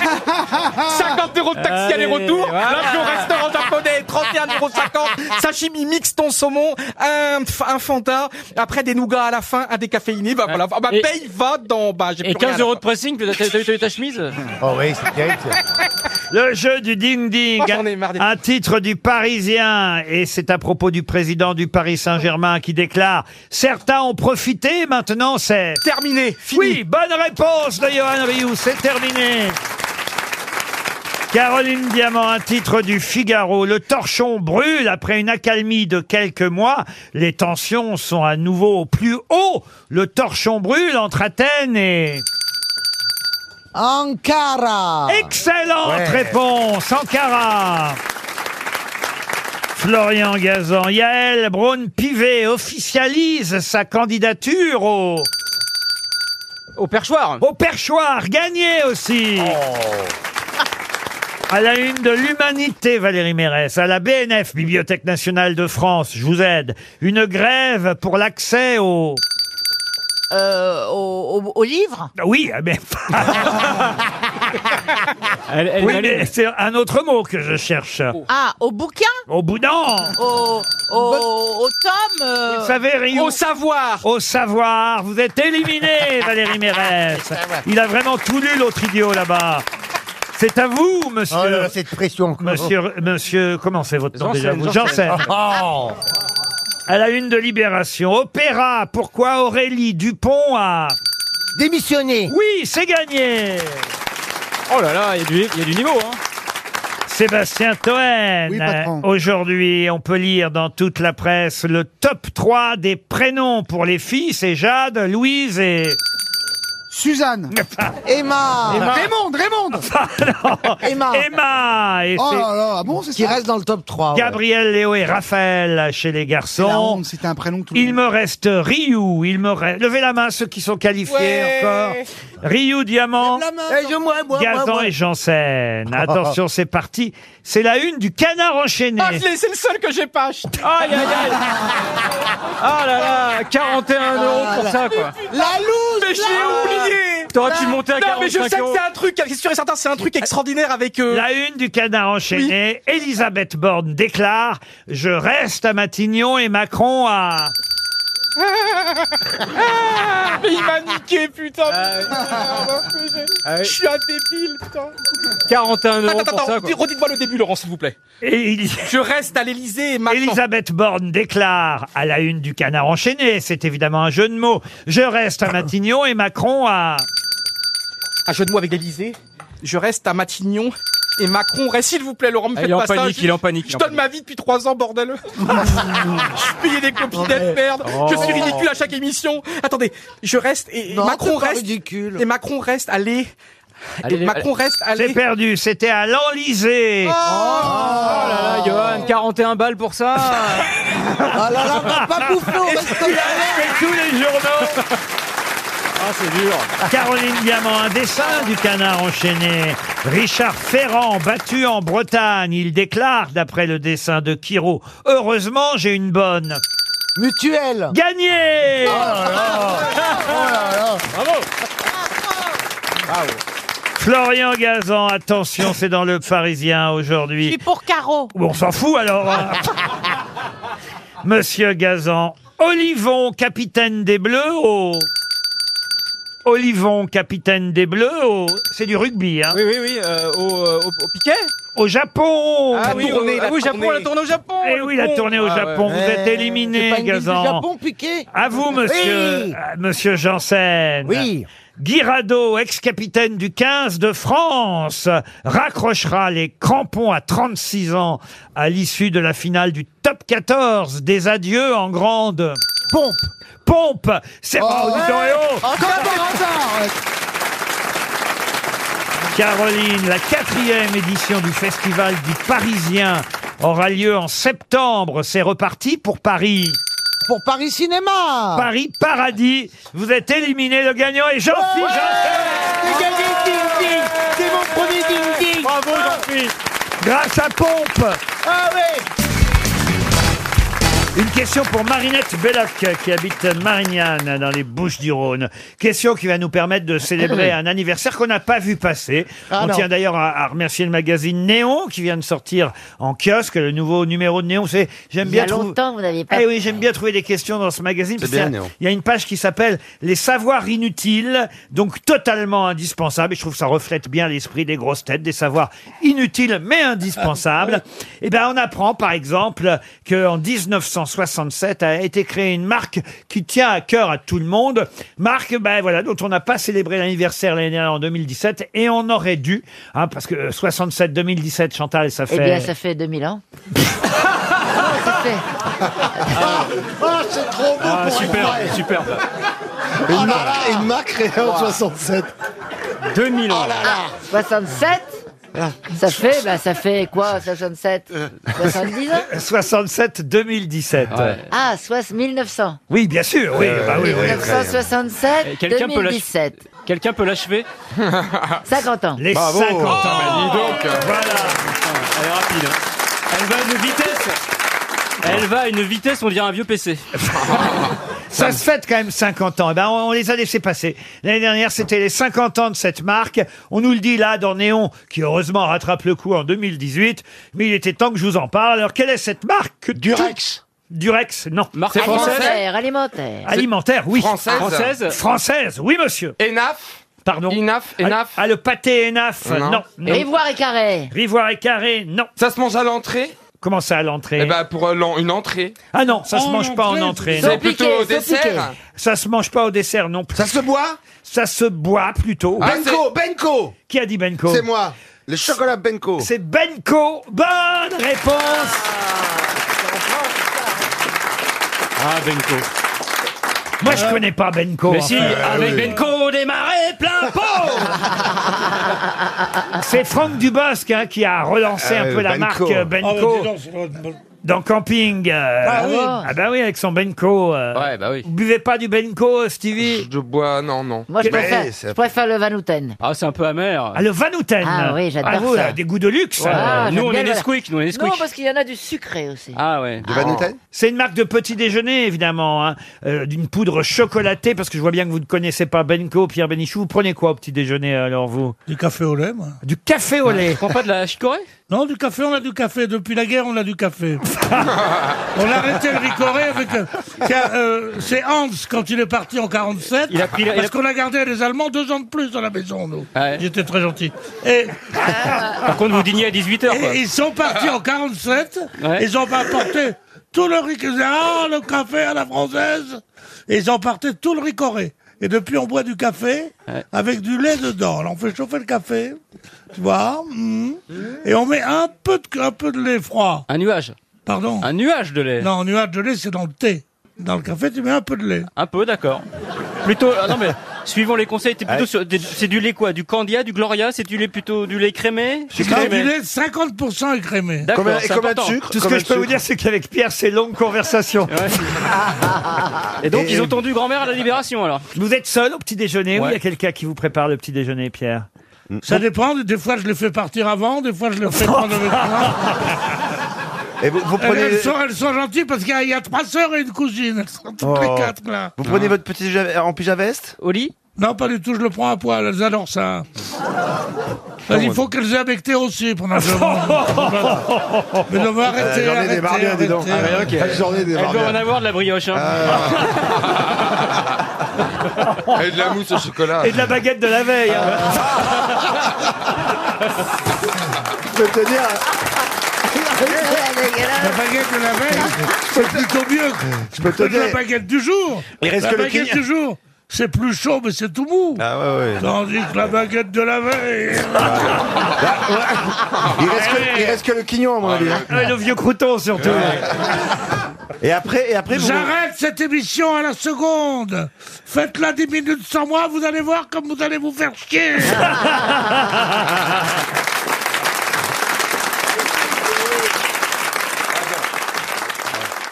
50 euros de taxi
Allez,
aller-retour,
voilà.
l'avion restaurant japonais, 31,50 euros sashimi mix ton saumon, un, f- un fanta, après des nougats à la fin, un décaféiné, bah voilà, Ah bah
Et-
paye, va dans, bah j'ai
Et
plus rien
15
à la
euros
fin.
de pressing, puis t'as t'as- t'as eu ta chemise
Oh oui, c'est terrible.
Le jeu du ding-ding.
Oh, j'en ai marre des-
un titre du Parisien. Et c'est à propos du président du Paris Saint-Germain qui déclare Certains ont profité, maintenant c'est.
Terminé,
Oui, bonne réponse de Johan Rioux, c'est terminé. Caroline Diamant, un titre du Figaro. Le torchon brûle après une accalmie de quelques mois. Les tensions sont à nouveau au plus haut. Le torchon brûle entre Athènes et...
Ankara.
Excellente réponse, Ankara. Florian Gazan, Yael Braun-Pivet officialise sa candidature au...
Au perchoir. Oh.
Au perchoir, gagné aussi. À la une de l'humanité, Valérie Mérès, à la BNF, Bibliothèque nationale de France, je vous aide, une grève pour l'accès au...
Euh, au, au- au livre
Ah Oui, ben. mais... oui, mais c'est un autre mot que je cherche.
Oh.
Ah, au bouquin
Au boudin
Au, au, au tome euh,
Vous savez, Rio-
au sa-
Au savoir. Vous êtes éliminé, Valérie Mérès. Il a vraiment tout lu, l'autre idiot, là-bas. C'est à vous, monsieur.
Oh là là, cette pression.
Monsieur, monsieur, comment c'est votre nom
Janssen,
déjà vous
Janssen.
Janssen.
Oh.
À la une de Libération. Opéra, pourquoi Aurélie Dupont a... Démissionné. Oui, c'est gagné.
Oh là là, il y a du- il y, a du niveau, hein
Sébastien Toen.
Oui, patron.
Aujourd'hui, on peut lire dans toute la presse le top 3 des prénoms pour les filles. C'est Jade, Louise et... Suzanne.
Emma.
Emma.
Raymond, Raymond.
enfin, non.
Emma.
Emma. et
Oh
c'est-
là là, ah bon, c'est
Qui
ça
reste
dans le top 3.
Gabriel, Léo et Raphaël chez les
la
garçons.
honte, c'était un prénom tout le
Il me reste Ryu, il me reste... Levez la main ceux qui sont qualifiés
Ouais.
encore. Ryu, Diamant, Gazan et Janssen. Attention, c'est parti. C'est la une du canard enchaîné.
Ah, je l'ai, c'est le seul que j'ai pas acheté. Aïe, aïe, aïe. Ah là là, 41 euros pour ça, quoi.
La loose Mais je l'ai oublié
T'aurais pu monter à
Non, mais je
45
sais que
euros.
c'est un truc, c'est sûr et certain, c'est un truc extraordinaire avec... euh,
La une du canard enchaîné, Elisabeth Borne déclare « Je reste à Matignon et Macron à...
Ah, mais il m'a niqué, putain.
Ah,
Je suis un débile, putain.
41 euros
Ah Attends,
pour
attends,
ça,
attends,
quoi.
redites-moi le début, Laurent, s'il vous plaît. » Je reste à l'Elysée maintenant.
Elisabeth Borne déclare à la une du canard enchaîné, c'est évidemment un jeu de mots, « Je reste à Matignon et Macron à...
Un jeu de mots avec l'Elysée. Je reste à Matignon. Et Macron reste, s'il vous plaît, Laurent, me
Ah,
faites
il est en
pas ça,
panique,
je-
il est en panique, il est
Je
en
donne ma vie depuis trois ans, bordel. je suis payé des copies d'aide, merde.
Oh.
Je suis ridicule à chaque émission. Attendez, je reste et et
Non,
Macron
t'es pas
reste. Et Macron reste, allez.
Allez,
et Macron
allez.
reste, allez.
C'est perdu, c'était à l'Enlisée.
Oh là là, Johan, 41 balles pour ça.
Oh
Ah là là, va pas bouffer au restaurant. tous les journaux.
Ah, c'est dur.
Caroline Diamant, un dessin du canard enchaîné. Richard Ferrand, battu en Bretagne, il déclare, d'après le dessin de Kiro, Heureusement, j'ai une bonne. Mutuelle. Gagné Oh
Bravo
Florian Gazan, attention, c'est dans le Parisien aujourd'hui.
Et pour Caro.
Bon, on s'en fout alors. hein. Monsieur Gazan, Olivon, capitaine des Bleus au... Olivon, capitaine des Bleus au... C'est du rugby, hein Oui, oui, oui,
euh,
au, piquet Au Japon
Ah oui, au- ah oui, au Japon, la tournée au Japon
Eh
le
oui, la
con.
tournée au
Ah ouais.
Japon, vous
Eh,
êtes éliminé,
c'est pas une ville du
Gazan.
Japon,
piqué À vous, monsieur,
Oui.
euh, monsieur Janssen.
Oui.
Guirado, ex-capitaine du 15 de France, raccrochera les crampons à 36 ans à l'issue de la finale du top 14 des adieux en grande pompe. Pompe C'est oh, dis donc, eh oh Caroline, la quatrième édition du Festival du Parisien aura lieu en septembre. C'est reparti pour Paris. Pour Paris Cinéma Paris Paradis. Vous êtes éliminé, le gagnant est Jean-Philippe
C'est mon premier ding-ding
Bravo, Jean-Philippe Grâce à Pompe
Ah ouais
Une question pour Marinette Belloc qui habite Marignane dans les Bouches du Rhône. Question qui va nous permettre de célébrer un anniversaire qu'on n'a pas vu passer.
Ah
On
non.
tient d'ailleurs à, à remercier le magazine Néon qui vient de sortir en kiosque le nouveau numéro de Néon. C'est j'aime
Il y
bien
a
trouver-
longtemps, vous n'aviez pas.
Eh oui, j'aime bien trouver des questions dans ce magazine.
C'est
parce
bien,
qu'il y a-
Néon.
Il y a une page qui s'appelle Les savoirs inutiles, donc totalement indispensables. Et je trouve que ça reflète bien l'esprit des grosses têtes, des savoirs inutiles mais indispensables. Eh ben, on apprend, par exemple, qu'en 1967 a été créée une marque qui tient à cœur à tout le monde. Marque, ben voilà, dont on n'a pas célébré l'anniversaire l'année dernière en 2017 et on aurait dû, hein, parce que 67-2017, Chantal, ça fait.
Eh bien, ça fait 2000 ans.
Ah, c'est trop beau
Ah,
pour
super,
être
super.
Une, marque, une marque créée en 67.
2000 ans.
67
Ah.
Ça fait, bah, ça fait quoi, 67
Euh,
70 ans
67-2017.
Ah, soit 1900.
Oui, bien sûr, oui,
Euh,
bah oui, oui.
1967,
Quelqu'un peut lâcher-
2017.
Quelqu'un peut l'achever
50 ans.
Les 50 ans. hein,
Oh,
Voilà.
Elle est rapide. hein. Elle va à une vitesse. Elle va à une vitesse, on dirait un vieux PC.
Ça se fête quand même 50 ans. Eh ben, on, on les a laissés passer. L'année dernière, c'était les 50 ans de cette marque. On nous le dit là dans Néon, qui heureusement rattrape le coup en 2018. Mais il était temps que je vous en parle. Alors, quelle est cette marque Durex. Durex, non. Marque
Alimentaire, alimentaire.
Alimentaire, oui.
Française
Française Française, oui, monsieur. Enaf Pardon Enaf, Enaf. Ah, le pâté Enaf, non. non.
Rivoire et Carré.
Rivoire et Carré, non. Ça se mange à l'entrée Comment ça à l'entrée Eh ben pour une entrée. Ah non, ça se
En
mange pas en
entrée.
entrée.
C'est
non.
plutôt au Saupiqué, dessert saupiqué.
Ça se mange pas au dessert non plus. Ça se boit Ça se boit plutôt.
Ah, Benko,
Benko. Qui a dit Benko
C'est moi.
Le chocolat Benko. C'est Benko. Bonne réponse.
Ah, Benko.
Moi je connais pas Benko.
Mais si,
enfin.
avec Benko, on démarrait plein pot
Ah, C'est Franck Dubosc hein, qui a relancé un
Euh,
peu la
Benco.
Ah,
marque Benko.
Oh, bah,
dans Camping. euh,
Ah oui.
Ah bah oui, avec son Benko. euh. Vous buvez pas du Benko, Stevie
bah Je bois, non, non.
Moi, je préfère, je préfère le Vanouten.
Ah, c'est un peu amer.
Ah, le Vanouten
Ah oui, j'adore
Ah, vous,
ça.
là, des goûts de luxe hein.
Ouais. Ah,
nous,
j'aime
on
bien
est
le-
Nesquik, nous, on est Nesquik.
Non, bah, parce qu'il y en a du sucré aussi.
Ah ouais.
Ah. C'est une marque de petit déjeuner, évidemment, hein, euh, d'une poudre chocolatée, parce que je vois bien que vous ne connaissez pas Benko, Pierre Bénichou. Vous prenez quoi au petit déjeuner, alors, vous
Du café au lait, moi.
Du café au lait
Prends pas de la chicorée
Non, du café, on a du café. Depuis la guerre, on a du café. on a arrêté le Ricoré avec. euh, tiens, euh, c'est Hans quand il est parti en 47.
Il a pris la- il
parce
a- Ah
qu'on a gardé les Allemands deux ans de plus dans la maison, nous. J'étais très gentil. Et,
Par contre, vous dîniez à 18h, quoi.
Ah. et ils sont partis en 47.
Ouais.
Ils ont apporté tout le Ricoré. Ah, le café à la française. Et ils ont apporté tout le Ricoré. Et depuis, on boit du café avec du lait dedans. Alors, on fait chauffer le café. Tu vois hum. Et on met un peu de, un peu de lait froid.
Un nuage.
Pardon
Un nuage de lait.
Non, un nuage de lait, c'est dans le thé. Dans le café, tu mets un peu de lait.
Un peu, d'accord. Plutôt, ah non mais, suivant les conseils, t'es plutôt sur, des- c'est du lait quoi Du Candia, du Gloria, c'est du lait plutôt, du lait crémé
C'est
Qu'est-ce que
quand
tu
du
mets
lait 50% écrémé.
D'accord, Combien- et c'est combien de important. sucre
Tout ce
Combien
que je peux
de
vous dire, c'est qu'avec Pierre, c'est longue conversation.
Et donc ils ont tendu grand-mère à la libération alors.
Vous êtes seul au petit déjeuner ou Eh il y a quelqu'un qui vous prépare le petit déjeuner, Pierre
Ça dépend, des fois je les fais partir avant, des fois je les fais prendre avec moi.
Et vous,
Elles, sont, elles sont gentilles parce qu'il y a- il y, a trois sœurs et une cousine. Elles sont toutes les
Oh.
quatre là.
Vous prenez votre petit déjeuner en pyjama veste
Au lit
Non, pas du tout, je le prends à poil, elles adorent ça. Parce qu'il faut qu'elles aient becté aussi pendant ce moment. Mais on va arrêter.
Euh, j'en ai des
arrêter,
barbiers, dis donc.
arrêter.
Ah, ouais, ok. Euh.
Elles en ont des
Elle
barbiers.
doit en avoir de la brioche. Hein.
Et de la mousse au chocolat.
Et de la baguette de la veille. hein.
Ah Je peux te dire. hein. La baguette de la veille, c'est plutôt mieux que,
peux te
que de la
dire.
baguette du jour.
Il reste
la
que le
baguette
Kenya.
du jour, c'est plus chaud, mais c'est tout mou.
Ah ouais, ouais.
Tandis que la baguette de la veille.
Il reste, que, il reste que le quignon, à mon avis. hein.
Ouais, le vieux crouton, surtout.
Et après, et après vous...
J'arrête cette émission à la seconde. Faites-la 10 minutes sans moi, vous allez voir comme vous allez vous faire chier.